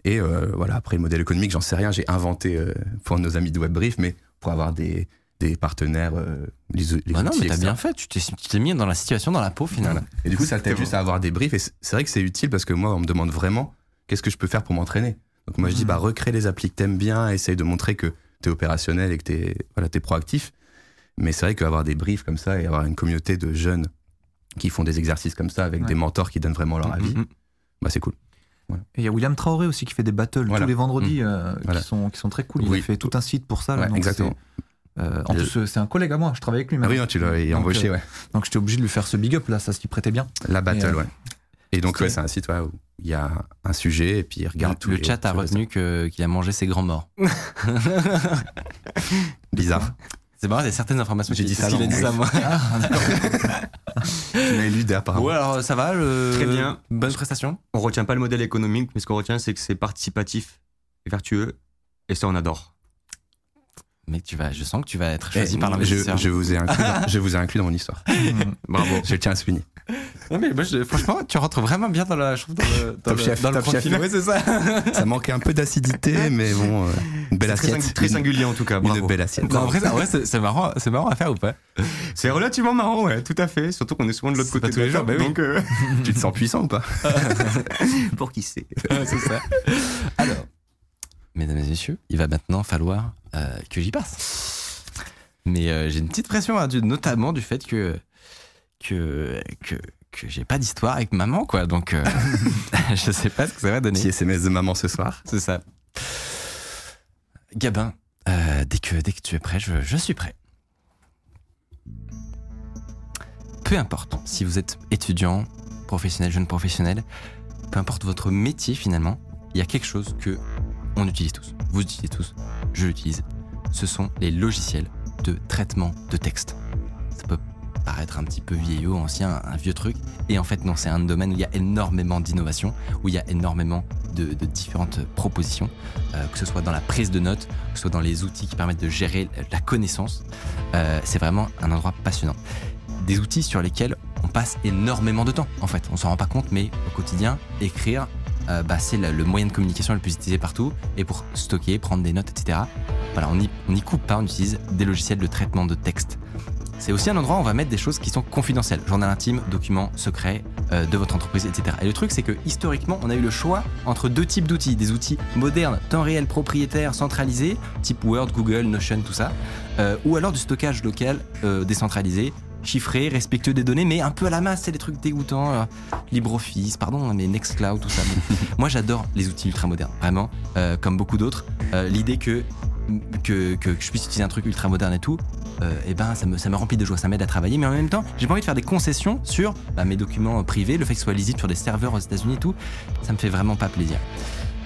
[SPEAKER 3] Et euh, voilà, après le modèle économique, j'en sais rien, j'ai inventé euh, pour nos amis de WebBrief, mais pour avoir des, des partenaires, euh, les, les
[SPEAKER 1] Bah non,
[SPEAKER 3] outils,
[SPEAKER 1] mais t'as
[SPEAKER 3] etc.
[SPEAKER 1] bien fait. Tu t'es, tu t'es mis dans la situation, dans la peau, finalement.
[SPEAKER 3] Voilà. Et du coup, ça t'aide juste à avoir des briefs. Et c'est c'est vrai que c'est utile parce que moi, on me demande vraiment qu'est-ce que je peux faire pour m'entraîner. Donc moi, je
[SPEAKER 1] Mmh.
[SPEAKER 3] dis, bah, recrée les applis que t'aimes bien, essaye de montrer que t'es opérationnel et que t'es voilà, t'es proactif. Mais c'est vrai qu'avoir des briefs comme ça et avoir une communauté de jeunes qui font des exercices comme ça avec
[SPEAKER 4] Ouais.
[SPEAKER 3] des mentors qui donnent vraiment leur avis,
[SPEAKER 1] Mhm.
[SPEAKER 3] bah, c'est cool.
[SPEAKER 4] Et il y a William Traoré aussi qui fait des battles
[SPEAKER 3] Voilà. Mm.
[SPEAKER 4] tous les vendredis euh,
[SPEAKER 3] Voilà.
[SPEAKER 4] qui, sont, qui sont très cool. Il
[SPEAKER 3] Oui.
[SPEAKER 4] a fait tout un site pour ça. là,
[SPEAKER 3] Ouais,
[SPEAKER 4] donc
[SPEAKER 3] exactement.
[SPEAKER 4] c'est, euh, en
[SPEAKER 3] Et-
[SPEAKER 4] plus, euh, c'est un collègue à moi. Je travaille avec lui.
[SPEAKER 1] Bah
[SPEAKER 3] Ah oui,
[SPEAKER 4] maintenant.
[SPEAKER 3] non, tu l'as
[SPEAKER 4] Donc,
[SPEAKER 3] embauché,
[SPEAKER 4] euh,
[SPEAKER 3] ouais.
[SPEAKER 4] Donc j'étais obligé de lui faire ce big up là. Ça s'y prêtait bien.
[SPEAKER 3] La battle,
[SPEAKER 4] et, euh,
[SPEAKER 3] ouais. Et donc,
[SPEAKER 4] c'est-
[SPEAKER 3] ouais, c'est un site ouais, où il y a un sujet et puis il regarde tous
[SPEAKER 1] le
[SPEAKER 3] les-
[SPEAKER 1] chat a
[SPEAKER 3] tous les-
[SPEAKER 1] retenu que- qu'il a mangé ses grands morts.
[SPEAKER 3] Bizarre.
[SPEAKER 1] C'est marrant, il y a certaines informations
[SPEAKER 3] J'ai
[SPEAKER 1] qui
[SPEAKER 3] dit
[SPEAKER 1] disent
[SPEAKER 3] ça
[SPEAKER 1] qu'il a dit
[SPEAKER 3] dans mon
[SPEAKER 1] ça, moi.
[SPEAKER 3] tu l'as éludé apparemment.
[SPEAKER 1] Ouais, alors euh, ça va le...
[SPEAKER 5] Très bien.
[SPEAKER 1] Bonne prestation.
[SPEAKER 5] On retient pas le modèle économique, mais ce qu'on retient, c'est que c'est participatif, et vertueux, et ça on adore.
[SPEAKER 1] Mais tu vas, je sens que tu vas être
[SPEAKER 3] Eh,
[SPEAKER 1] choisi par Mm.
[SPEAKER 3] je,
[SPEAKER 1] l'investisseur.
[SPEAKER 3] je vous ai inclus dans- je vous ai inclus dans mon histoire.
[SPEAKER 5] Bravo.
[SPEAKER 3] Je tiens à souligner.
[SPEAKER 1] Non, mais moi, je- franchement, tu rentres vraiment bien dans la, je trouve, dans le, dans
[SPEAKER 3] Top
[SPEAKER 1] le-
[SPEAKER 3] chef,
[SPEAKER 1] dans le
[SPEAKER 3] top chef.
[SPEAKER 1] profil. Ouais, c'est ça.
[SPEAKER 3] Ça manquait un peu d'acidité, mais bon, euh, une belle
[SPEAKER 5] C'est Très,
[SPEAKER 3] assiette.
[SPEAKER 5] singu- très
[SPEAKER 3] Une-
[SPEAKER 5] singulier en tout cas,
[SPEAKER 3] Une,
[SPEAKER 5] bravo.
[SPEAKER 3] belle assiette.
[SPEAKER 1] Non, en vrai, c'est- en vrai, c'est c'est marrant, c'est marrant à faire ou pas
[SPEAKER 5] C'est relativement marrant, ouais, tout à fait. Surtout qu'on est souvent de l'autre
[SPEAKER 1] C'est
[SPEAKER 5] côté
[SPEAKER 1] pas tous
[SPEAKER 5] de la
[SPEAKER 1] les jours,
[SPEAKER 5] table,
[SPEAKER 1] bah oui.
[SPEAKER 5] donc euh,
[SPEAKER 3] tu te sens puissant ou pas
[SPEAKER 5] pour qui c'est
[SPEAKER 1] C'est ça. Alors, mesdames et messieurs, il va maintenant falloir euh, que j'y passe. Mais euh, j'ai une petite pression, hein, du- notamment du fait que que que, que j'ai pas d'histoire avec maman, quoi. Donc, euh, je sais pas ce que ça va donner.
[SPEAKER 3] Petit SMS de maman ce soir.
[SPEAKER 1] C'est ça. Gabin, euh, dès, que, dès que tu es prêt, je, je suis prêt. Peu importe si vous êtes étudiant, professionnel, jeune professionnel, peu importe votre métier finalement, il y a quelque chose que on utilise tous. Vous utilisez tous, je l'utilise. Ce sont les logiciels de traitement de texte. Ça peut paraître un petit peu vieillot, ancien, un vieux truc. Et en fait, non, c'est un domaine où il y a énormément d'innovation, où il y a énormément de, de différentes propositions, euh, que ce soit dans la prise de notes, que ce soit dans les outils qui permettent de gérer la connaissance. Euh, c'est vraiment un endroit passionnant. Des outils sur lesquels on passe énormément de temps, en fait. On s'en rend pas compte, mais au quotidien, écrire, euh, bah, c'est le, le moyen de communication le plus utilisé partout. Et pour stocker, prendre des notes, etc. Voilà, on n'y on y coupe pas, on utilise des logiciels de traitement de texte. C'est aussi un endroit où on va mettre des choses qui sont confidentielles, journal intime, documents secrets euh, de votre entreprise, etc. Et le truc, c'est que historiquement, on a eu le choix entre deux types d'outils, des outils modernes, temps réel, propriétaires, centralisés, type Word, Google, Notion, tout ça, euh, ou alors du stockage local euh, décentralisé, chiffré, respectueux des données, mais un peu à la masse, c'est des trucs dégoûtants, euh, LibreOffice, pardon, hein, mais Nextcloud, tout ça. Bon. Moi, j'adore les outils ultra modernes, vraiment, euh, comme beaucoup d'autres. Euh, L'idée que, que, que je puisse utiliser un truc ultra moderne et tout, et ben ça me, ça me remplit de joie, ça m'aide à travailler, mais en même temps, j'ai pas envie de faire des concessions sur bah, mes documents privés, le fait que ce soit lisible sur des serveurs aux États-Unis et tout, ça me fait vraiment pas plaisir.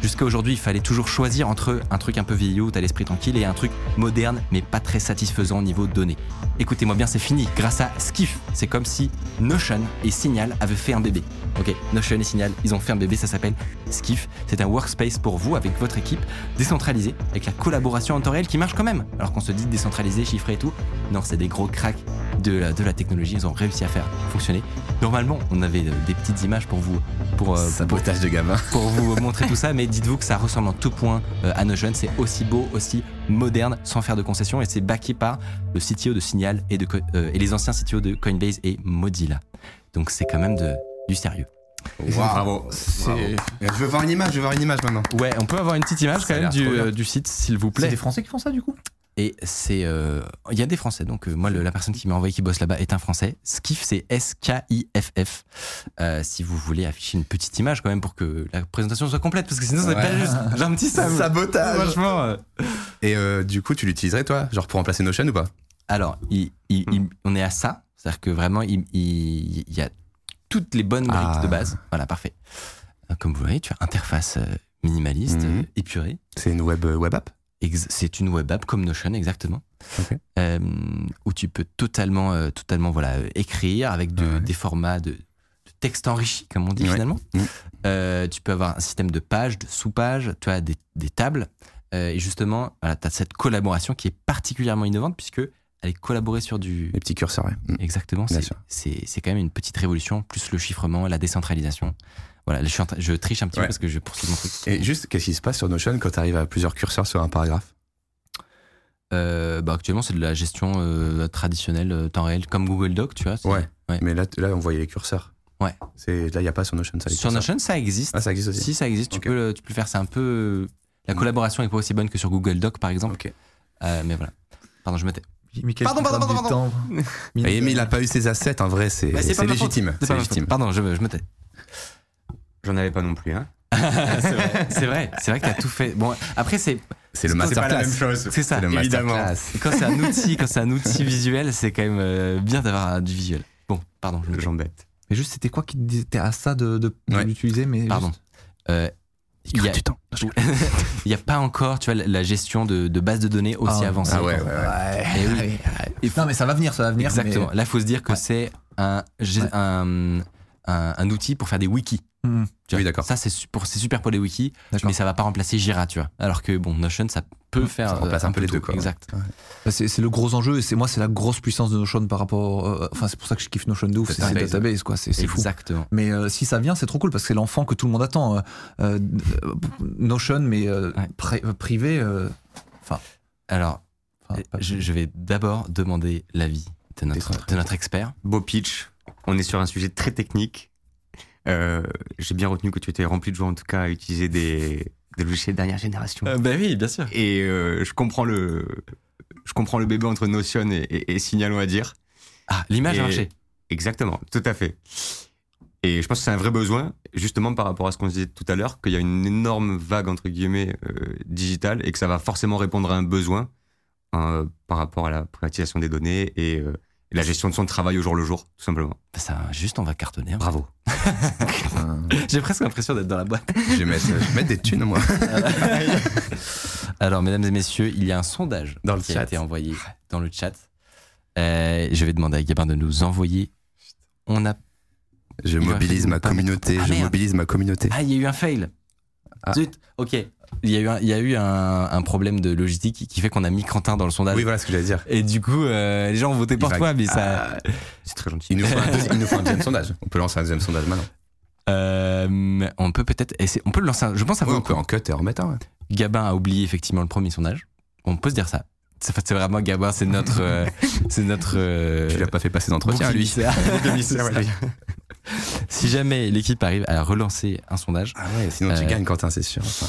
[SPEAKER 1] Jusqu'à aujourd'hui, il fallait toujours choisir entre un truc un peu vieillot, où t'as l'esprit tranquille, et un truc moderne, mais pas très satisfaisant au niveau données. Écoutez-moi bien, c'est fini. Grâce à Skiff, c'est comme si Notion et Signal avaient fait un bébé. Ok, Notion et Signal, ils ont fait un bébé, ça s'appelle Skiff. C'est un workspace pour vous, avec votre équipe, décentralisé, avec la collaboration en temps réel qui marche quand même. Alors qu'on se dit décentralisé, chiffré et tout. Non, c'est des gros cracks de la, de la technologie, ils ont réussi à faire fonctionner. Normalement, on avait euh, des petites images pour vous, pour, euh, pour,
[SPEAKER 3] Sabotage de gamin.
[SPEAKER 1] pour vous montrer tout ça, mais dites-vous que ça ressemble en tout point euh, à Notion. C'est aussi beau, aussi moderne, sans faire de concession, et c'est backé par le CTO de Signal et, de, Co- euh, et les anciens CTO de Coinbase et Mozilla. Donc c'est quand même de- du sérieux.
[SPEAKER 3] Bravo.
[SPEAKER 4] C'est-
[SPEAKER 3] Je veux voir une image, je veux voir une image maintenant.
[SPEAKER 1] Ouais, on peut avoir une petite image
[SPEAKER 3] Ça
[SPEAKER 1] quand
[SPEAKER 3] a
[SPEAKER 1] même
[SPEAKER 3] l'air
[SPEAKER 1] du,
[SPEAKER 3] trop bien.
[SPEAKER 1] euh, du site, s'il vous
[SPEAKER 4] C'est
[SPEAKER 1] plaît.
[SPEAKER 4] des Français qui font ça du coup
[SPEAKER 1] Et c'est. euh, Il y a des Français, donc euh, moi, le- la personne qui m'a envoyé qui bosse là-bas est un Français. Skiff, c'est S-K-I-F-F. Euh, si vous voulez afficher une petite image quand même pour que la présentation soit complète, parce que sinon, ça va pas
[SPEAKER 3] Ouais.
[SPEAKER 1] juste. J'ai un petit sam.
[SPEAKER 3] Sabotage.
[SPEAKER 1] Franchement. euh,
[SPEAKER 3] Et euh, du coup, tu l'utiliserais toi Genre pour remplacer Notion ou pas
[SPEAKER 1] Alors, il- il-
[SPEAKER 3] Hmm.
[SPEAKER 1] il- on est à ça. C'est-à-dire que vraiment, il, il- il y a toutes les bonnes briques
[SPEAKER 3] Ah.
[SPEAKER 1] de base. Voilà, parfait. Euh, Comme vous voyez, tu as interface euh, minimaliste,
[SPEAKER 3] Mhm.
[SPEAKER 1] euh, épurée.
[SPEAKER 3] C'est une web, euh, web app
[SPEAKER 1] Ex- C'est une web app comme Notion, exactement.
[SPEAKER 3] Ok.
[SPEAKER 1] Euh, où tu peux totalement, euh, totalement voilà, euh, écrire avec de-
[SPEAKER 3] Ouais.
[SPEAKER 1] des formats de, de texte enrichi, comme on dit
[SPEAKER 3] Ouais.
[SPEAKER 1] finalement.
[SPEAKER 3] Mm.
[SPEAKER 1] Euh, tu peux avoir un système de pages, de sous-pages, tu as des, des tables. Euh, et justement, voilà, tu as cette collaboration qui est particulièrement innovante puisque elle est collaborée sur du,
[SPEAKER 3] Les petits curseurs, ouais. Mm.
[SPEAKER 1] Exactement,
[SPEAKER 3] Bien
[SPEAKER 1] c'est-
[SPEAKER 3] sûr.
[SPEAKER 1] c'est c'est quand même une petite révolution, plus le chiffrement, la décentralisation. Voilà, je, suis en train- je triche un petit
[SPEAKER 3] Ouais.
[SPEAKER 1] peu parce que je poursuis mon truc.
[SPEAKER 3] Et juste, qu'est-ce qui se passe sur Notion quand tu arrives à plusieurs curseurs sur un paragraphe
[SPEAKER 1] Euh, bah, actuellement, c'est de la gestion euh, traditionnelle, euh, temps réel, comme Google Doc, tu vois. c'est-
[SPEAKER 3] Ouais. Mais là, t- là, on voyait les curseurs.
[SPEAKER 1] Ouais.
[SPEAKER 3] C'est, là, il n'y a pas sur Notion, ça. les
[SPEAKER 1] Sur
[SPEAKER 3] curseurs.
[SPEAKER 1] Notion, ça existe.
[SPEAKER 3] Ah, ça existe aussi.
[SPEAKER 1] si, ça existe,
[SPEAKER 3] Ok. Mm.
[SPEAKER 1] tu, peux le, tu peux le faire. C'est un peu. La collaboration n'est pas aussi bonne que sur Google Doc, par exemple.
[SPEAKER 3] Ok.
[SPEAKER 1] Euh, mais voilà. Pardon, je me tais.
[SPEAKER 4] Pardon, pardon, pardon, pardon.
[SPEAKER 3] Et, mais il a pas eu ses assets, en vrai, c'est,
[SPEAKER 1] Bah,
[SPEAKER 3] c'est,
[SPEAKER 1] pas ma faute.
[SPEAKER 3] légitime.
[SPEAKER 1] C'est pas
[SPEAKER 3] C'est
[SPEAKER 1] ma faute.
[SPEAKER 3] légitime.
[SPEAKER 1] Pardon, je, me- je me tais.
[SPEAKER 5] J'en avais pas non plus. Hein.
[SPEAKER 3] Ah,
[SPEAKER 1] c'est vrai, c'est vrai, c'est vrai que tu as tout fait. Bon, après, c'est.
[SPEAKER 3] C'est le
[SPEAKER 1] C'est pas la
[SPEAKER 3] masterclass.
[SPEAKER 1] même
[SPEAKER 3] chose.
[SPEAKER 1] C'est ça.
[SPEAKER 3] le
[SPEAKER 5] Évidemment.
[SPEAKER 3] masterclass.
[SPEAKER 1] Quand c'est un outil, quand c'est un outil visuel, c'est quand même euh, bien d'avoir euh, du visuel. Bon, pardon, je me tais.
[SPEAKER 5] J'embête.
[SPEAKER 4] Mais juste, c'était quoi qui te disait T'es à ça de, de, de
[SPEAKER 3] Ouais.
[SPEAKER 4] l'utiliser, mais.
[SPEAKER 1] Pardon.
[SPEAKER 4] juste-
[SPEAKER 1] Euh, il y a-
[SPEAKER 3] temps.
[SPEAKER 1] il n'y a, pas encore, tu vois, la gestion de, de bases de données aussi
[SPEAKER 4] Ah,
[SPEAKER 1] avancée.
[SPEAKER 3] Ah ouais, ouais, ouais.
[SPEAKER 1] Eh oui.
[SPEAKER 4] Et non, mais ça va venir, ça va venir.
[SPEAKER 1] Exactement. Là, il faut se dire que c'est un, gé- un, un- un outil pour faire des wikis.
[SPEAKER 4] mais- Hmm,
[SPEAKER 1] tu vois.
[SPEAKER 3] Oui, d'accord.
[SPEAKER 1] Ça, c'est su- pour- c'est super pour les wikis,
[SPEAKER 4] d'accord.
[SPEAKER 1] mais ça va pas remplacer Jira, tu vois. Alors que, bon, Notion, ça peut faire.
[SPEAKER 3] Ça remplace
[SPEAKER 1] euh,
[SPEAKER 3] un peu les
[SPEAKER 1] tout.
[SPEAKER 3] deux, quoi.
[SPEAKER 1] Exact.
[SPEAKER 4] Bah, C'est c'est le gros enjeu et c'est moi, c'est la grosse puissance de Notion par rapport. euh, Enfin, c'est pour ça que je kiffe Notion de ouf. C'est ses
[SPEAKER 1] Database.
[SPEAKER 4] databases, quoi. C'est c'est fou.
[SPEAKER 1] Exactement.
[SPEAKER 4] Mais euh, si ça vient, c'est trop cool parce que c'est l'enfant que tout le monde attend. Euh, euh, euh, Notion, mais euh,
[SPEAKER 1] Ouais.
[SPEAKER 4] pri- euh, privé. euh,
[SPEAKER 1] Alors,
[SPEAKER 3] Ah,
[SPEAKER 4] enfin, pas-
[SPEAKER 1] je, je vais d'abord demander l'avis de notre, de notre expert.
[SPEAKER 5] Beau pitch. On est sur un sujet très technique. Euh, J'ai bien retenu que tu étais rempli de joie, en tout cas, à utiliser des, des logiciels de dernière génération.
[SPEAKER 1] ben oui, bien sûr.
[SPEAKER 5] Et euh, je comprends le. Je comprends le bébé entre Notion et, et- et Signal, on va dire.
[SPEAKER 1] Ah, l'image
[SPEAKER 5] Et-
[SPEAKER 1] a marché.
[SPEAKER 5] Exactement, tout à fait. Et je pense que c'est un vrai besoin, justement par rapport à ce qu'on disait tout à l'heure, qu'il y a une énorme vague, entre guillemets, euh, digitale et que ça va forcément répondre à un besoin hein, par rapport à la privatisation des données et euh, la gestion de son travail au jour le jour, tout simplement.
[SPEAKER 1] Ça, juste, on va cartonner.
[SPEAKER 5] Bravo.
[SPEAKER 1] J'ai presque l'impression d'être dans la boîte.
[SPEAKER 3] Je vais mettre, je vais mettre des thunes, moi.
[SPEAKER 1] Alors, mesdames et messieurs, il y a un sondage
[SPEAKER 3] Dans le
[SPEAKER 1] qui a
[SPEAKER 3] chat.
[SPEAKER 1] été envoyé dans le chat. Euh, je vais demander à Gabin de nous envoyer. On a.
[SPEAKER 3] Je
[SPEAKER 1] Il va
[SPEAKER 3] mobilise ma
[SPEAKER 1] pas
[SPEAKER 3] communauté.
[SPEAKER 1] mettre- Ah,
[SPEAKER 3] je
[SPEAKER 1] merde.
[SPEAKER 3] mobilise ma communauté.
[SPEAKER 1] Ah, il y a eu un fail.
[SPEAKER 3] Ah.
[SPEAKER 1] Zut. Ok. Il y a eu un, il y a eu un, un problème de logistique qui- qui fait qu'on a mis Quentin dans le sondage.
[SPEAKER 3] Oui, voilà ce que j'allais dire.
[SPEAKER 1] Et du coup, euh, les gens ont voté pour
[SPEAKER 3] va- Ah.
[SPEAKER 1] toi, mais ça.
[SPEAKER 5] C'est très gentil.
[SPEAKER 3] Il nous, faut un deuxi- il nous faut un deuxième sondage. On peut lancer un deuxième sondage maintenant.
[SPEAKER 1] Euh, on peut peut-être. essayer- On peut le lancer. un- Je pense à
[SPEAKER 3] Ouais,
[SPEAKER 1] vous.
[SPEAKER 3] Ah, on peut en cut et en remettre un. ouais.
[SPEAKER 1] Gabin a oublié effectivement le premier sondage. On peut se dire ça. C'est c'est vraiment Gabin, c'est notre. euh, c'est notre. euh,
[SPEAKER 3] Tu l'as pas fait passer
[SPEAKER 1] bouc
[SPEAKER 3] d'entretien, lui.
[SPEAKER 1] émissaire.
[SPEAKER 3] émissaire,
[SPEAKER 1] C'est
[SPEAKER 3] ouais,
[SPEAKER 1] ça. Si jamais l'équipe arrive à relancer un sondage,
[SPEAKER 3] Ah ouais, sinon
[SPEAKER 1] Euh,
[SPEAKER 3] tu gagnes, Quentin, c'est sûr. Enfin,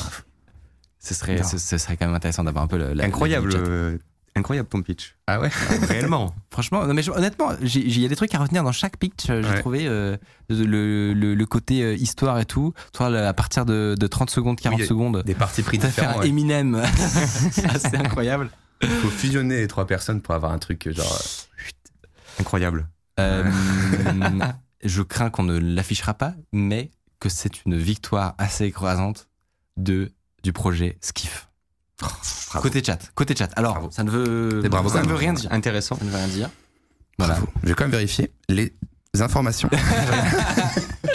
[SPEAKER 1] ce serait,
[SPEAKER 3] Non.
[SPEAKER 1] ce, ce serait quand même intéressant d'avoir un peu le. la-
[SPEAKER 5] Incroyable,
[SPEAKER 1] la- le chat.
[SPEAKER 5] euh, incroyable ton pitch.
[SPEAKER 3] ah ouais
[SPEAKER 5] Réellement.
[SPEAKER 1] Franchement, non mais je- honnêtement, j'ai- j'ai- il y a des trucs à retenir dans chaque pitch. J'ai
[SPEAKER 3] Ouais.
[SPEAKER 1] trouvé euh, le, le- le côté euh, histoire et tout. Toi, là, à partir de, de 30 secondes, 40
[SPEAKER 3] il y a-
[SPEAKER 1] secondes,
[SPEAKER 3] Des parties pris
[SPEAKER 1] t'as fait un
[SPEAKER 3] différents. Il
[SPEAKER 1] Eminem. C'est incroyable.
[SPEAKER 3] faut fusionner les trois personnes pour avoir un truc euh, genre. euh,
[SPEAKER 5] Incroyable.
[SPEAKER 1] Euh, je crains qu'on ne l'affichera pas, mais que c'est une victoire assez écrasante de, du projet Skiff. Côté chat, côté chat. Alors,
[SPEAKER 3] Oh, Bravo.
[SPEAKER 1] ça ne veut,
[SPEAKER 3] Et bravo
[SPEAKER 1] ça
[SPEAKER 3] quand
[SPEAKER 1] ne veut
[SPEAKER 3] même.
[SPEAKER 1] rien dire.
[SPEAKER 5] Intéressant.
[SPEAKER 1] Ça ne veut rien dire. Voilà.
[SPEAKER 3] bravo. Je vais quand même vérifier les informations.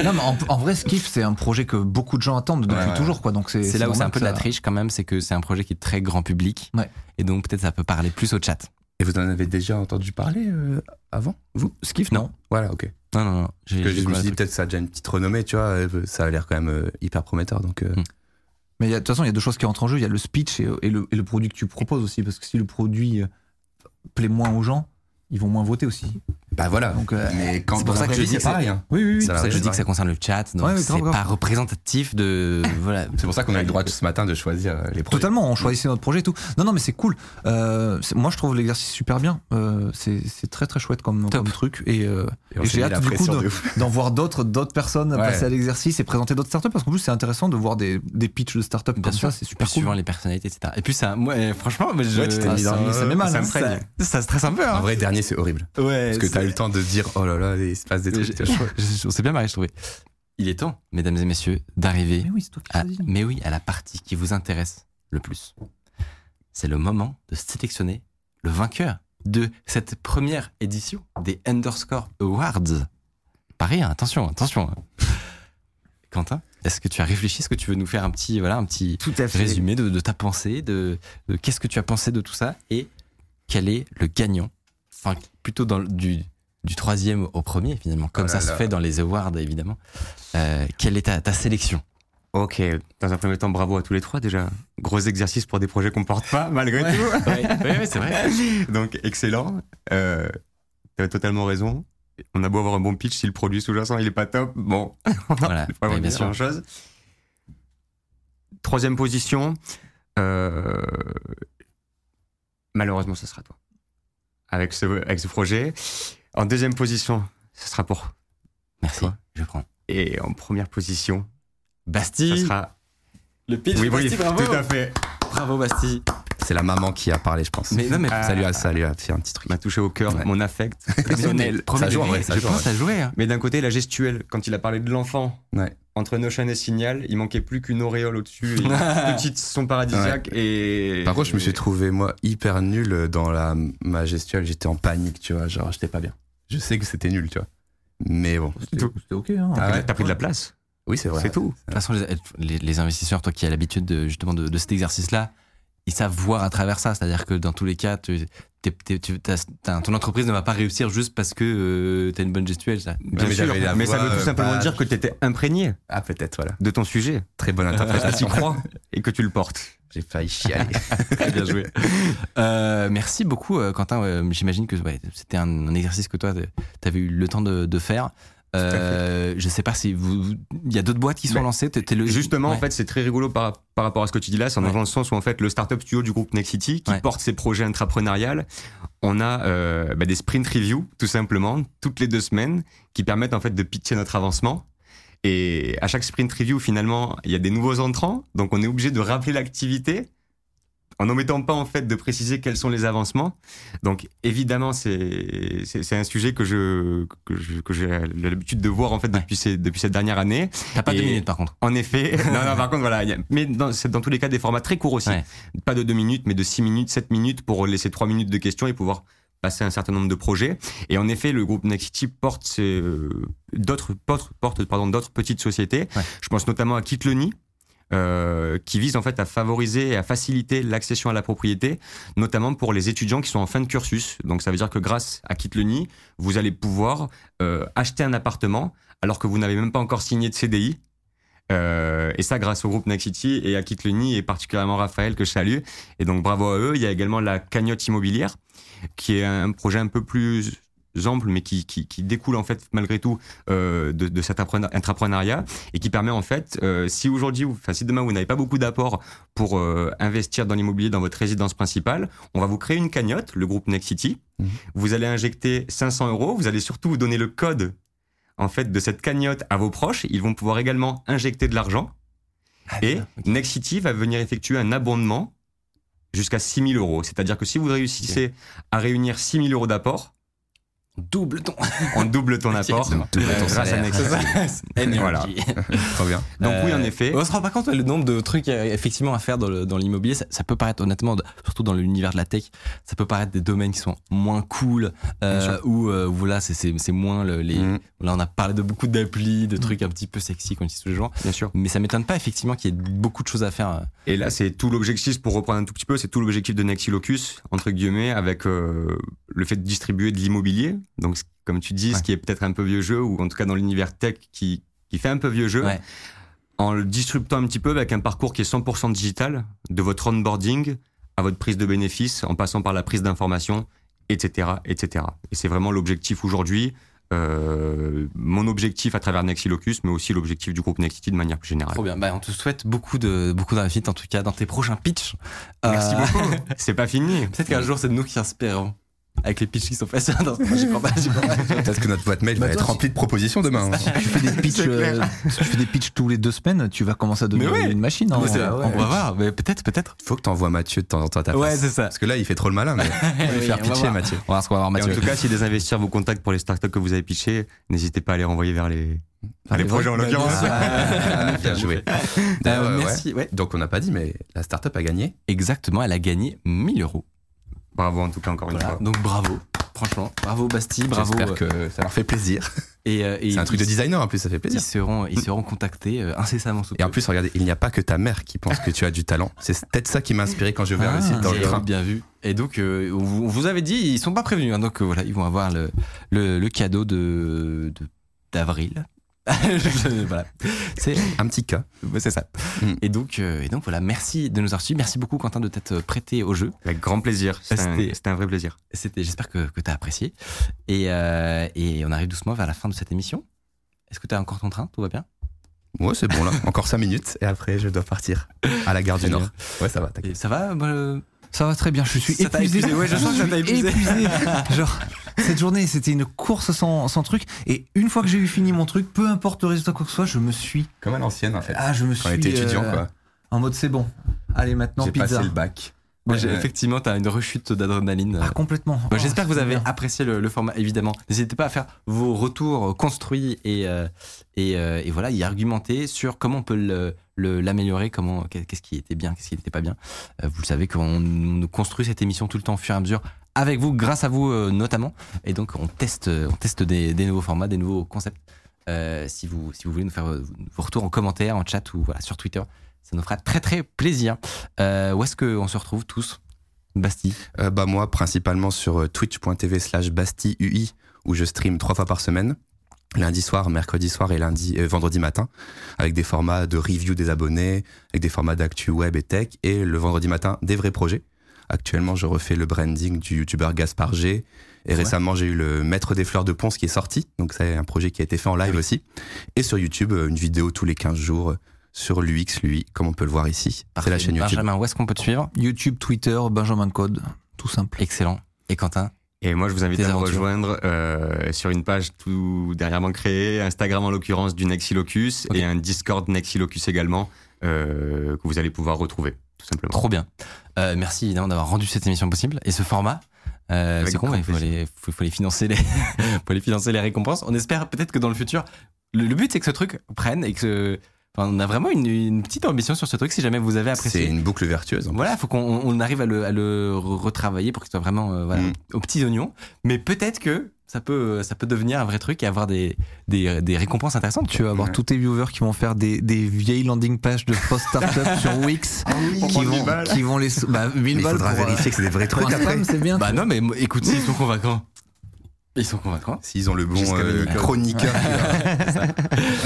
[SPEAKER 4] Non, mais en, en vrai, Skiff, c'est un projet que beaucoup de gens attendent depuis
[SPEAKER 3] Ouais, ouais.
[SPEAKER 4] toujours, quoi. Donc c'est
[SPEAKER 1] C'est là où c'est
[SPEAKER 4] normal
[SPEAKER 1] un peu
[SPEAKER 4] que
[SPEAKER 1] de la
[SPEAKER 4] ça-
[SPEAKER 1] triche quand même, c'est que c'est un projet qui est très grand public.
[SPEAKER 4] Ouais.
[SPEAKER 1] Et donc peut-être ça peut parler plus au chat.
[SPEAKER 3] Et vous en avez déjà entendu parler euh, avant Vous
[SPEAKER 1] Skiff, non.
[SPEAKER 3] Voilà, ok.
[SPEAKER 1] Non, non, non. J'ai-
[SPEAKER 3] que
[SPEAKER 1] j'ai
[SPEAKER 3] je
[SPEAKER 1] du
[SPEAKER 3] me
[SPEAKER 1] mal à
[SPEAKER 3] suis dit
[SPEAKER 1] truc.
[SPEAKER 3] peut-être ça a déjà une petite renommée, tu vois, euh, ça a l'air quand même euh, hyper prometteur. Donc, euh,
[SPEAKER 1] Hmm.
[SPEAKER 4] Mais il y a- de toute façon, il y a deux choses qui entrent en jeu. Il y a le speech et, et le, et le produit que tu proposes aussi, parce que si le produit euh, plaît moins aux gens, ils vont moins voter aussi.
[SPEAKER 3] bah voilà.
[SPEAKER 4] Donc, euh,
[SPEAKER 3] mais quand
[SPEAKER 4] c'est pour
[SPEAKER 3] dans
[SPEAKER 4] ça
[SPEAKER 3] la
[SPEAKER 4] que
[SPEAKER 3] vraie
[SPEAKER 4] je
[SPEAKER 3] vie,
[SPEAKER 4] dis que
[SPEAKER 3] c'est
[SPEAKER 4] c'est-
[SPEAKER 3] pareil. hein.
[SPEAKER 4] Oui, oui,
[SPEAKER 3] oui.
[SPEAKER 1] C'est pour ça que je dis
[SPEAKER 3] Ouais,
[SPEAKER 1] que ça concerne le chat, donc
[SPEAKER 4] ouais, grave,
[SPEAKER 1] c'est
[SPEAKER 4] grave.
[SPEAKER 1] pas représentatif de. voilà.
[SPEAKER 3] C'est pour ça qu'on a eu le droit tout ce matin de choisir euh, les projets.
[SPEAKER 4] Totalement, on choisissait notre projet et tout. Non, non, mais c'est cool. Euh, c'est- moi, je trouve l'exercice super bien. Euh, c'est c'est très, très chouette comme,
[SPEAKER 1] Top.
[SPEAKER 4] comme truc. Et, euh,
[SPEAKER 3] Et on
[SPEAKER 4] et
[SPEAKER 3] s'est
[SPEAKER 4] j'ai
[SPEAKER 3] mis la
[SPEAKER 4] hâte, du coup,
[SPEAKER 3] pression
[SPEAKER 4] de-
[SPEAKER 3] de ouf.
[SPEAKER 4] d'en voir d'autres d'autres personnes
[SPEAKER 3] Ouais.
[SPEAKER 4] passer à l'exercice et présenter d'autres startups, parce qu'en plus, c'est intéressant de voir des, des pitchs de startups
[SPEAKER 1] Bien
[SPEAKER 4] comme
[SPEAKER 1] sûr,
[SPEAKER 4] ça. C'est super
[SPEAKER 1] Puis
[SPEAKER 4] cool.
[SPEAKER 1] suivant les personnalités, etc. Et puis ça, moi, euh, franchement, mais je,
[SPEAKER 3] Ouais, tu Ah t'es mis
[SPEAKER 1] ça,
[SPEAKER 3] dans-
[SPEAKER 4] ça met mal,
[SPEAKER 1] ça,
[SPEAKER 4] hein.
[SPEAKER 1] me ça, ça stresse un peu.
[SPEAKER 3] En
[SPEAKER 1] Hein.
[SPEAKER 3] vrai, dernier, c'est horrible.
[SPEAKER 1] ouais,
[SPEAKER 3] Parce que t'as eu le temps de dire, oh là là, il se passe des
[SPEAKER 1] Je-
[SPEAKER 3] trucs. tu vois.
[SPEAKER 1] je- je- on s'est bien marré, je trouvais. Il est temps, mesdames et messieurs, d'arriver,
[SPEAKER 4] Mais oui, c'est toi qui
[SPEAKER 1] à,
[SPEAKER 4] choisis.
[SPEAKER 1] Ah, mais oui, à la partie qui vous intéresse le plus. C'est le moment de sélectionner le vainqueur de cette première édition des Underscore Awards. Pareil, hein, attention, attention. hein. Quentin, est-ce que tu as réfléchi Est-ce que tu veux nous faire un petit, voilà, un petit,
[SPEAKER 6] Tout à fait.
[SPEAKER 1] résumé de, de ta pensée, de, de qu'est-ce que tu as pensé de tout ça et quel est le gagnant. Enfin, plutôt dans le- du, du troisième au premier, finalement, comme
[SPEAKER 3] Oh
[SPEAKER 1] ça
[SPEAKER 3] là
[SPEAKER 1] se
[SPEAKER 3] là.
[SPEAKER 1] fait dans les awards, évidemment. Euh, quelle est ta, ta sélection
[SPEAKER 5] Ok, dans un premier temps, bravo à tous les trois déjà. Gros exercice pour des projets qu'on porte pas, malgré
[SPEAKER 1] Ouais.
[SPEAKER 5] tout.
[SPEAKER 1] Oui, c'est vrai.
[SPEAKER 5] Donc, excellent. Euh, T'avais totalement raison. On a beau avoir un bon pitch, si le produit sous-jacent il est pas top, bon, on va
[SPEAKER 1] Voilà,
[SPEAKER 5] pas
[SPEAKER 1] ouais, bien
[SPEAKER 5] dire
[SPEAKER 1] sûr.
[SPEAKER 5] grand-chose. Troisième position, euh, malheureusement, ce sera toi. Avec ce, avec ce projet. En deuxième position, ce sera pour.
[SPEAKER 1] Merci,
[SPEAKER 5] Toi.
[SPEAKER 1] je prends.
[SPEAKER 5] Et en première position, ce
[SPEAKER 1] Bastille,
[SPEAKER 5] sera.
[SPEAKER 1] le pitch.
[SPEAKER 5] Oui,
[SPEAKER 1] de Bastille,
[SPEAKER 5] oui,
[SPEAKER 1] bravo.
[SPEAKER 5] tout à fait.
[SPEAKER 1] Bravo, Bastille.
[SPEAKER 3] C'est la maman qui a parlé, je pense.
[SPEAKER 1] Mais non, mais
[SPEAKER 5] Ah,
[SPEAKER 3] Salut, salut, fait un petit truc.
[SPEAKER 5] m'a touché au cœur,
[SPEAKER 3] Ouais.
[SPEAKER 5] mon affect
[SPEAKER 1] personnel.
[SPEAKER 5] personnel.
[SPEAKER 1] Premier
[SPEAKER 3] Ça joue, en
[SPEAKER 1] degré,
[SPEAKER 3] vrai, ça
[SPEAKER 1] je
[SPEAKER 3] joue,
[SPEAKER 1] pense
[SPEAKER 3] ouais.
[SPEAKER 1] à jouer. hein.
[SPEAKER 5] Mais d'un côté, la gestuelle, quand il a parlé de l'enfant,
[SPEAKER 3] Ouais.
[SPEAKER 5] entre Notion et Signal, il manquait plus qu'une auréole au-dessus, et une petite son paradisiaque. Et...
[SPEAKER 3] Par contre, je me suis
[SPEAKER 5] et-
[SPEAKER 3] trouvé, moi, hyper nul dans la, ma gestuelle. J'étais en panique, tu vois. Genre, j'étais pas bien. Je sais que c'était nul, tu vois. Mais bon.
[SPEAKER 4] C'était ok. hein.
[SPEAKER 5] T'as
[SPEAKER 3] Ah
[SPEAKER 5] pris-
[SPEAKER 3] ouais.
[SPEAKER 5] t'as pris de la place,
[SPEAKER 3] Oui, c'est vrai.
[SPEAKER 5] c'est tout.
[SPEAKER 1] De toute façon, les, les- les investisseurs, toi qui as l'habitude de, justement de, de cet exercice-là, ils savent voir à travers ça. C'est-à-dire que dans tous les cas, tu, t'es- t'es- tu- t'as- t'as- ton entreprise ne va pas réussir juste parce que tu as une bonne gestuelle. Ça.
[SPEAKER 5] Bien
[SPEAKER 3] mais
[SPEAKER 5] sûr,
[SPEAKER 3] j'avais la
[SPEAKER 5] mais ça
[SPEAKER 3] voix,
[SPEAKER 5] veut tout
[SPEAKER 3] euh,
[SPEAKER 5] simplement
[SPEAKER 3] pas-
[SPEAKER 5] dire que t'étais imprégné
[SPEAKER 3] Ah, peut-être, voilà.
[SPEAKER 5] de ton sujet,
[SPEAKER 3] Très bonne
[SPEAKER 5] que tu
[SPEAKER 3] interprétation.
[SPEAKER 5] crois et que tu le portes.
[SPEAKER 3] J'ai failli chialer.
[SPEAKER 1] Très bien joué. Euh, merci beaucoup, euh, Quentin. Ouais, J'imagine que ouais, c'était un, un exercice que toi, tu avais eu le temps de, de faire. Euh, je sais pas si vous, vous- il y a d'autres boîtes qui sont
[SPEAKER 5] Mais
[SPEAKER 1] lancées. t'es- t'es le-
[SPEAKER 5] Justement,
[SPEAKER 1] Ouais.
[SPEAKER 5] en fait, c'est très rigolo par, par rapport à ce que tu dis là. C'est en
[SPEAKER 1] Ouais.
[SPEAKER 5] allant dans le sens où, en fait, le startup studio du groupe Nexity, qui
[SPEAKER 1] Ouais.
[SPEAKER 5] porte ses projets intrapreneuriales, on a euh, bah, des sprint reviews, tout simplement, toutes les deux semaines, qui permettent, en fait, de pitcher notre avancement. Et à chaque sprint review, finalement, il y a des nouveaux entrants. Donc, on est obligé de rappeler l'activité en n'omettant pas en fait de préciser quels sont les avancements. Donc évidemment, c'est c'est c'est un sujet que je que je- que j'ai l'habitude de voir en fait depuis ces depuis cette dernière année.
[SPEAKER 1] T'as pas
[SPEAKER 5] Et-
[SPEAKER 1] deux minutes par contre.
[SPEAKER 5] En effet, non, non, par contre, voilà, il y a- mais dans, c'est dans tous les cas des formats très courts aussi.
[SPEAKER 1] Ouais.
[SPEAKER 5] Pas de 2 minutes, mais de 6 minutes, 7 minutes pour laisser 3 minutes de questions et pouvoir passer un certain nombre de projets. Et en effet, le groupe Nexity porte ses, euh, d'autres porte, porte, pardon, d'autres petites sociétés.
[SPEAKER 1] Ouais.
[SPEAKER 5] Je pense notamment à Quitte le Nid, euh, qui vise en fait à favoriser et à faciliter l'accession à la propriété, notamment pour les étudiants qui sont en fin de cursus. Donc ça veut dire que grâce à Quitte le Nid, vous allez pouvoir euh, acheter un appartement alors que vous n'avez même pas encore signé de CDI. Euh, et ça grâce au groupe Nexity et à Quitte le Nid et particulièrement Raphaël que je salue. Et donc bravo à eux. Il y a également la cagnotte immobilière qui est un projet un peu plus ample, mais qui, qui, qui découle en fait malgré tout euh, de, de cet entrepreneur- entrepreneuriat et qui permet en fait, euh, si aujourd'hui, vous- enfin si demain vous n'avez pas beaucoup d'apports pour euh, investir dans l'immobilier dans votre résidence principale, on va vous créer une cagnotte, le groupe Next City.
[SPEAKER 3] Mhm.
[SPEAKER 5] Vous allez injecter 500 euros, vous allez surtout vous donner le code en fait de cette cagnotte à vos proches. Ils vont pouvoir également injecter de l'argent
[SPEAKER 1] Ah,
[SPEAKER 5] et Next City va venir effectuer un abondement jusqu'à 6 000 euros. C'est-à-dire que si vous réussissez à réunir 6 000 euros d'apport,
[SPEAKER 1] Double ton.
[SPEAKER 5] on double ton apport
[SPEAKER 1] Exactement.
[SPEAKER 5] euh,
[SPEAKER 1] Double ton
[SPEAKER 5] grâce à
[SPEAKER 1] salaire.
[SPEAKER 5] Nexus.
[SPEAKER 1] Energy.
[SPEAKER 5] Voilà.
[SPEAKER 3] Très bien.
[SPEAKER 5] Donc oui,
[SPEAKER 1] Euh,
[SPEAKER 5] en effet.
[SPEAKER 1] On se rend pas compte ouais, le nombre de trucs euh, effectivement à faire dans le- dans l'immobilier. ça, ça peut paraître honnêtement, de- surtout dans l'univers de la tech, ça peut paraître des domaines qui sont moins cool euh, où euh, voilà c'est- c'est c'est moins le- les.
[SPEAKER 3] Mm.
[SPEAKER 1] Là on a parlé de beaucoup d'applis, de trucs un petit peu sexy qu'on utilise tous les jours.
[SPEAKER 5] Bien sûr.
[SPEAKER 1] Mais ça m'étonne pas effectivement qu'il y ait beaucoup de choses à faire. euh,
[SPEAKER 5] Et là, c'est tout l'objectif, pour reprendre un tout petit peu, c'est tout l'objectif de Nexilocus, entre guillemets, avec euh, le fait de distribuer de l'immobilier. Donc, ce- comme tu dis,
[SPEAKER 1] Ouais.
[SPEAKER 5] ce qui est peut-être un peu vieux jeu, ou en tout cas dans l'univers tech qui, qui fait un peu vieux jeu,
[SPEAKER 1] Ouais.
[SPEAKER 5] en le disruptant un petit peu avec un parcours qui est 100% digital, de votre onboarding à votre prise de bénéfices, en passant par la prise d'informations, etc., etc. Et c'est vraiment l'objectif aujourd'hui, euh, mon objectif à travers Nexilocus, mais aussi l'objectif du groupe Nexity de manière plus générale.
[SPEAKER 1] Trop bien. Bah, on te souhaite beaucoup de beaucoup d'invites en tout cas dans tes prochains pitchs.
[SPEAKER 5] Merci
[SPEAKER 1] Euh,
[SPEAKER 5] beaucoup. C'est pas fini.
[SPEAKER 1] Peut-être qu'un jour c'est nous qui inspirons avec les pitchs qui sont faits. Non, j'y crois pas, j'y crois pas.
[SPEAKER 3] Peut-être que notre boîte mail va
[SPEAKER 4] Bah, toi,
[SPEAKER 3] être remplie de propositions demain. hein.
[SPEAKER 4] Tu fais des pitchs,
[SPEAKER 5] C'est clair.
[SPEAKER 4] euh, si tu fais des pitchs tous les deux semaines, tu vas commencer à devenir
[SPEAKER 1] Mais ouais.
[SPEAKER 4] une machine. hein.
[SPEAKER 1] Mais c'est-
[SPEAKER 4] Ouais.
[SPEAKER 1] On va voir. Mais peut-être, peut-être.
[SPEAKER 3] Faut que t'envoies Mathieu de temps en temps à ta
[SPEAKER 1] Ouais,
[SPEAKER 3] place.
[SPEAKER 1] c'est ça.
[SPEAKER 3] Parce que là, il fait trop le malin, mais on va lui
[SPEAKER 1] Oui,
[SPEAKER 3] faire
[SPEAKER 1] on va
[SPEAKER 3] pitcher,
[SPEAKER 1] voir.
[SPEAKER 3] Mathieu.
[SPEAKER 1] On va voir ce qu'on va voir,
[SPEAKER 5] Et en
[SPEAKER 1] Mathieu.
[SPEAKER 5] tout cas, si des investisseurs vous contactent pour les startups que vous avez pitchées, n'hésitez pas à les renvoyer vers les, vers
[SPEAKER 4] les
[SPEAKER 5] les projets en
[SPEAKER 1] Bah,
[SPEAKER 5] l'occurrence.
[SPEAKER 3] Ah, bien joué.
[SPEAKER 1] Euh,
[SPEAKER 3] D'ailleurs, Ah ouais.
[SPEAKER 1] merci. Ouais.
[SPEAKER 3] Donc, on n'a pas dit, mais la startup a gagné.
[SPEAKER 1] Exactement, elle a gagné 1000 euros.
[SPEAKER 5] Bravo en tout cas encore une
[SPEAKER 1] Voilà.
[SPEAKER 5] fois.
[SPEAKER 1] Donc bravo. Franchement, bravo Bastille, bravo.
[SPEAKER 3] J'espère que ça leur fait plaisir.
[SPEAKER 1] Et, euh, et
[SPEAKER 3] C'est un truc de
[SPEAKER 1] ils-
[SPEAKER 3] designer en plus, ça fait
[SPEAKER 1] Ils
[SPEAKER 3] plaisir.
[SPEAKER 1] seront, ils seront contactés euh, incessamment sous
[SPEAKER 3] Et en
[SPEAKER 1] peu.
[SPEAKER 3] plus, regardez, il n'y a pas que ta mère qui pense que tu as du talent. C'est peut-être ça qui m'a inspiré quand j'ai ouvert
[SPEAKER 1] Ah,
[SPEAKER 3] le site dans le
[SPEAKER 1] bien
[SPEAKER 3] train.
[SPEAKER 1] vu, bien vu. Et donc, euh, on, vous, on vous avait dit, ils sont pas prévenus. hein. donc euh, voilà, ils vont avoir le, le, le cadeau de de- d'avril. Je- voilà. C'est
[SPEAKER 3] Un petit cas.
[SPEAKER 1] ouais, c'est ça.
[SPEAKER 3] Mm.
[SPEAKER 1] Et donc, euh, et donc voilà, merci de nous avoir suivis. Merci beaucoup Quentin de t'être prêté au jeu.
[SPEAKER 5] Avec grand plaisir. C'était un,
[SPEAKER 1] C'était-
[SPEAKER 5] c'était un vrai plaisir.
[SPEAKER 1] C'était, j'espère que, que tu as apprécié. Et, euh, et on arrive doucement vers la fin de cette émission. Est-ce que tu as encore ton train Tout va bien
[SPEAKER 3] Ouais, c'est bon là. Encore 5 minutes et après, je dois partir à la gare du
[SPEAKER 1] Très
[SPEAKER 3] Nord.
[SPEAKER 1] bien.
[SPEAKER 3] Ouais, ça va. t'inquiète.
[SPEAKER 1] Et Ça va euh,
[SPEAKER 4] Ça va très bien, je suis
[SPEAKER 1] Ça t'a
[SPEAKER 4] épuisé.
[SPEAKER 1] épuisé, ouais, je sens que ça t'a
[SPEAKER 4] suis
[SPEAKER 1] épuisé.
[SPEAKER 4] Genre, cette journée, c'était une course sans, sans truc. Et une fois que j'ai eu fini mon truc, peu importe le résultat quoi que ce soit, je me suis.
[SPEAKER 3] Comme à l'ancienne en fait.
[SPEAKER 4] Ah, je me suis.
[SPEAKER 3] Quand on était
[SPEAKER 4] euh,
[SPEAKER 3] étudiant, quoi.
[SPEAKER 4] En mode c'est bon. Allez, maintenant,
[SPEAKER 3] J'ai passé
[SPEAKER 4] pizza.
[SPEAKER 3] le bac.
[SPEAKER 1] Moi, j'ai-
[SPEAKER 3] Ouais.
[SPEAKER 1] Effectivement, tu as une rechute d'adrénaline.
[SPEAKER 5] euh,
[SPEAKER 4] Ah, complètement.
[SPEAKER 1] Bon,
[SPEAKER 4] Oh,
[SPEAKER 1] Bah, J'espère que vous
[SPEAKER 4] c'est
[SPEAKER 1] avez
[SPEAKER 4] bien.
[SPEAKER 1] apprécié le, le format, évidemment. N'hésitez pas à faire vos retours construits et, euh, et, euh, et voilà, y argumenter sur comment on peut le- le- l'améliorer, comment qu'est-ce qui était bien, qu'est-ce qui n'était pas bien. Euh, vous le savez qu'on on construit cette émission tout le temps au fur et à mesure avec vous, grâce à vous euh, notamment. Et donc, on teste, euh, on teste des, des nouveaux formats, des nouveaux concepts. Euh, si, vous, si vous voulez nous faire euh, vos retours en commentaire, en chat ou voilà, sur Twitter, ça nous fera très très plaisir. Euh, où est-ce qu'on se retrouve tous Bastille.
[SPEAKER 3] Euh, bah moi, principalement sur euh, twitch.tv slash bastiui, où je stream trois fois par semaine. Lundi soir, mercredi soir et lundi, euh, vendredi matin, avec des formats de review des abonnés, avec des formats d'actu web et tech, et le vendredi matin, des vrais projets. Actuellement, je refais le branding du youtubeur Gaspard G. Et récemment, j'ai eu le Maître des Fleurs de Ponce qui est sorti. Donc, c'est un projet qui a été fait en live aussi. Et sur YouTube, euh, une vidéo tous les 15 jours euh, sur l'UX, lui, comme on peut le voir ici. C'est la
[SPEAKER 1] Parfait.
[SPEAKER 3] chaîne YouTube.
[SPEAKER 1] Benjamin, où est-ce qu'on peut te suivre
[SPEAKER 4] YouTube, Twitter, Benjamin Code, tout simple.
[SPEAKER 1] Excellent. Et Quentin
[SPEAKER 5] Et moi, je vous invite
[SPEAKER 1] Tes
[SPEAKER 5] à me
[SPEAKER 1] aventures.
[SPEAKER 5] rejoindre euh, sur une page tout dernièrement créée, Instagram en l'occurrence du Nexilocus
[SPEAKER 1] Ok.
[SPEAKER 5] et un Discord Nexilocus également euh, que vous allez pouvoir retrouver. tout simplement.
[SPEAKER 1] Trop bien. Euh, merci évidemment d'avoir rendu cette émission possible et ce format. Euh,
[SPEAKER 5] Avec
[SPEAKER 1] c'est con,
[SPEAKER 5] grand
[SPEAKER 1] mais il faut
[SPEAKER 5] plaisir.
[SPEAKER 1] les, faut, faut les financer les, faut les financer les récompenses. On espère peut-être que dans le futur, le, le but c'est que ce truc prenne et que ce- enfin, on a vraiment une, une petite ambition sur ce truc. Si jamais vous avez
[SPEAKER 3] C'est
[SPEAKER 1] apprécié,
[SPEAKER 3] une boucle vertueuse. en plus.
[SPEAKER 1] voilà, faut qu'on on- on arrive à le, à le re- retravailler pour qu'il soit vraiment euh, voilà,
[SPEAKER 3] Mm.
[SPEAKER 1] aux petits oignons. Mais peut-être que ça peut, euh, ça peut devenir un vrai truc et avoir des, des, des récompenses intéressantes.
[SPEAKER 4] Tu vas avoir
[SPEAKER 5] Ouais.
[SPEAKER 4] tous tes viewers qui vont faire des, des vieilles landing pages de post startup sur Wix qui,
[SPEAKER 5] prendre
[SPEAKER 4] vont,
[SPEAKER 5] mille balles.
[SPEAKER 4] qui vont les. Bah,
[SPEAKER 3] Mais
[SPEAKER 4] 1000
[SPEAKER 3] il
[SPEAKER 4] balles
[SPEAKER 3] faudra
[SPEAKER 4] pour, euh,
[SPEAKER 3] vérifier que c'est des vrais
[SPEAKER 4] pour
[SPEAKER 3] trucs
[SPEAKER 4] un
[SPEAKER 3] après.
[SPEAKER 4] spam, c'est bien.
[SPEAKER 1] Bah non, mais m- écoute, ils sont convaincants. Ils sont convaincants.
[SPEAKER 3] S'ils ont le bon
[SPEAKER 5] Jusqu'à
[SPEAKER 3] euh,
[SPEAKER 5] minuit.
[SPEAKER 3] chroniqueur.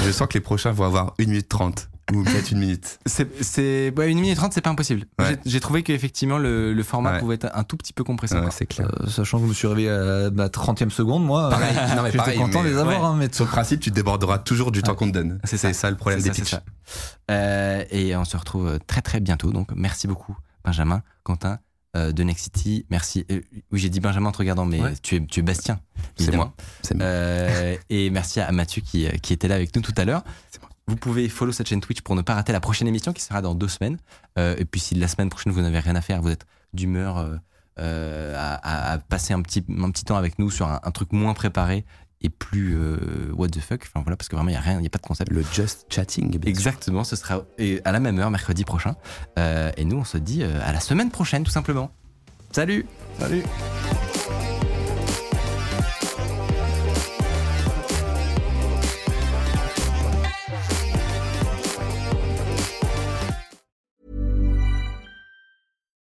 [SPEAKER 3] Je sens que les prochains vont avoir une minute trente ou peut-être une minute.
[SPEAKER 1] C'est, c'est- ouais, une minute trente, c'est pas impossible.
[SPEAKER 3] Ouais.
[SPEAKER 1] J'ai, j'ai trouvé qu'effectivement, le, le format
[SPEAKER 3] Ouais.
[SPEAKER 1] pouvait être un tout petit peu compressé. encore.
[SPEAKER 3] c'est clair.
[SPEAKER 4] Euh, sachant que je me suis réveillé à ma 30 e seconde, moi.
[SPEAKER 3] Pareil. Non, mais
[SPEAKER 4] J'étais
[SPEAKER 3] pareil,
[SPEAKER 4] content de
[SPEAKER 3] mais-
[SPEAKER 4] les avoir,
[SPEAKER 1] Ouais.
[SPEAKER 4] hein, mais
[SPEAKER 3] Sur le principe, tu déborderas toujours du temps qu'on te donne.
[SPEAKER 1] C'est
[SPEAKER 3] C'est
[SPEAKER 1] ça.
[SPEAKER 3] ça. le problème
[SPEAKER 1] C'est
[SPEAKER 3] des
[SPEAKER 1] ça,
[SPEAKER 3] pitchs.
[SPEAKER 1] c'est ça. Euh, et on se retrouve très très bientôt. Donc merci beaucoup, Benjamin, Quentin euh, de Next City. Merci. Euh, oui, j'ai dit Benjamin en te regardant, mais
[SPEAKER 3] Ouais.
[SPEAKER 1] tu, es, tu es Bastien.
[SPEAKER 3] C'est
[SPEAKER 1] évidemment.
[SPEAKER 3] moi. C'est moi.
[SPEAKER 1] Euh, et merci à Mathieu qui, euh, qui était là avec nous tout à l'heure. Vous pouvez follow cette chaîne Twitch pour ne pas rater la prochaine émission qui sera dans deux semaines. Euh, et puis si la semaine prochaine vous n'avez rien à faire, vous êtes d'humeur euh, euh, à, à- à passer un petit, un petit temps avec nous sur un, un truc moins préparé et plus euh, what the fuck. Enfin voilà, parce que vraiment il n'y a rien, il n'y a pas de concept.
[SPEAKER 3] Le just chatting. bien sûr.
[SPEAKER 1] Exactement, ce sera et à la même heure mercredi prochain. Euh, et nous on se dit euh, à la semaine prochaine tout simplement. Salut Salut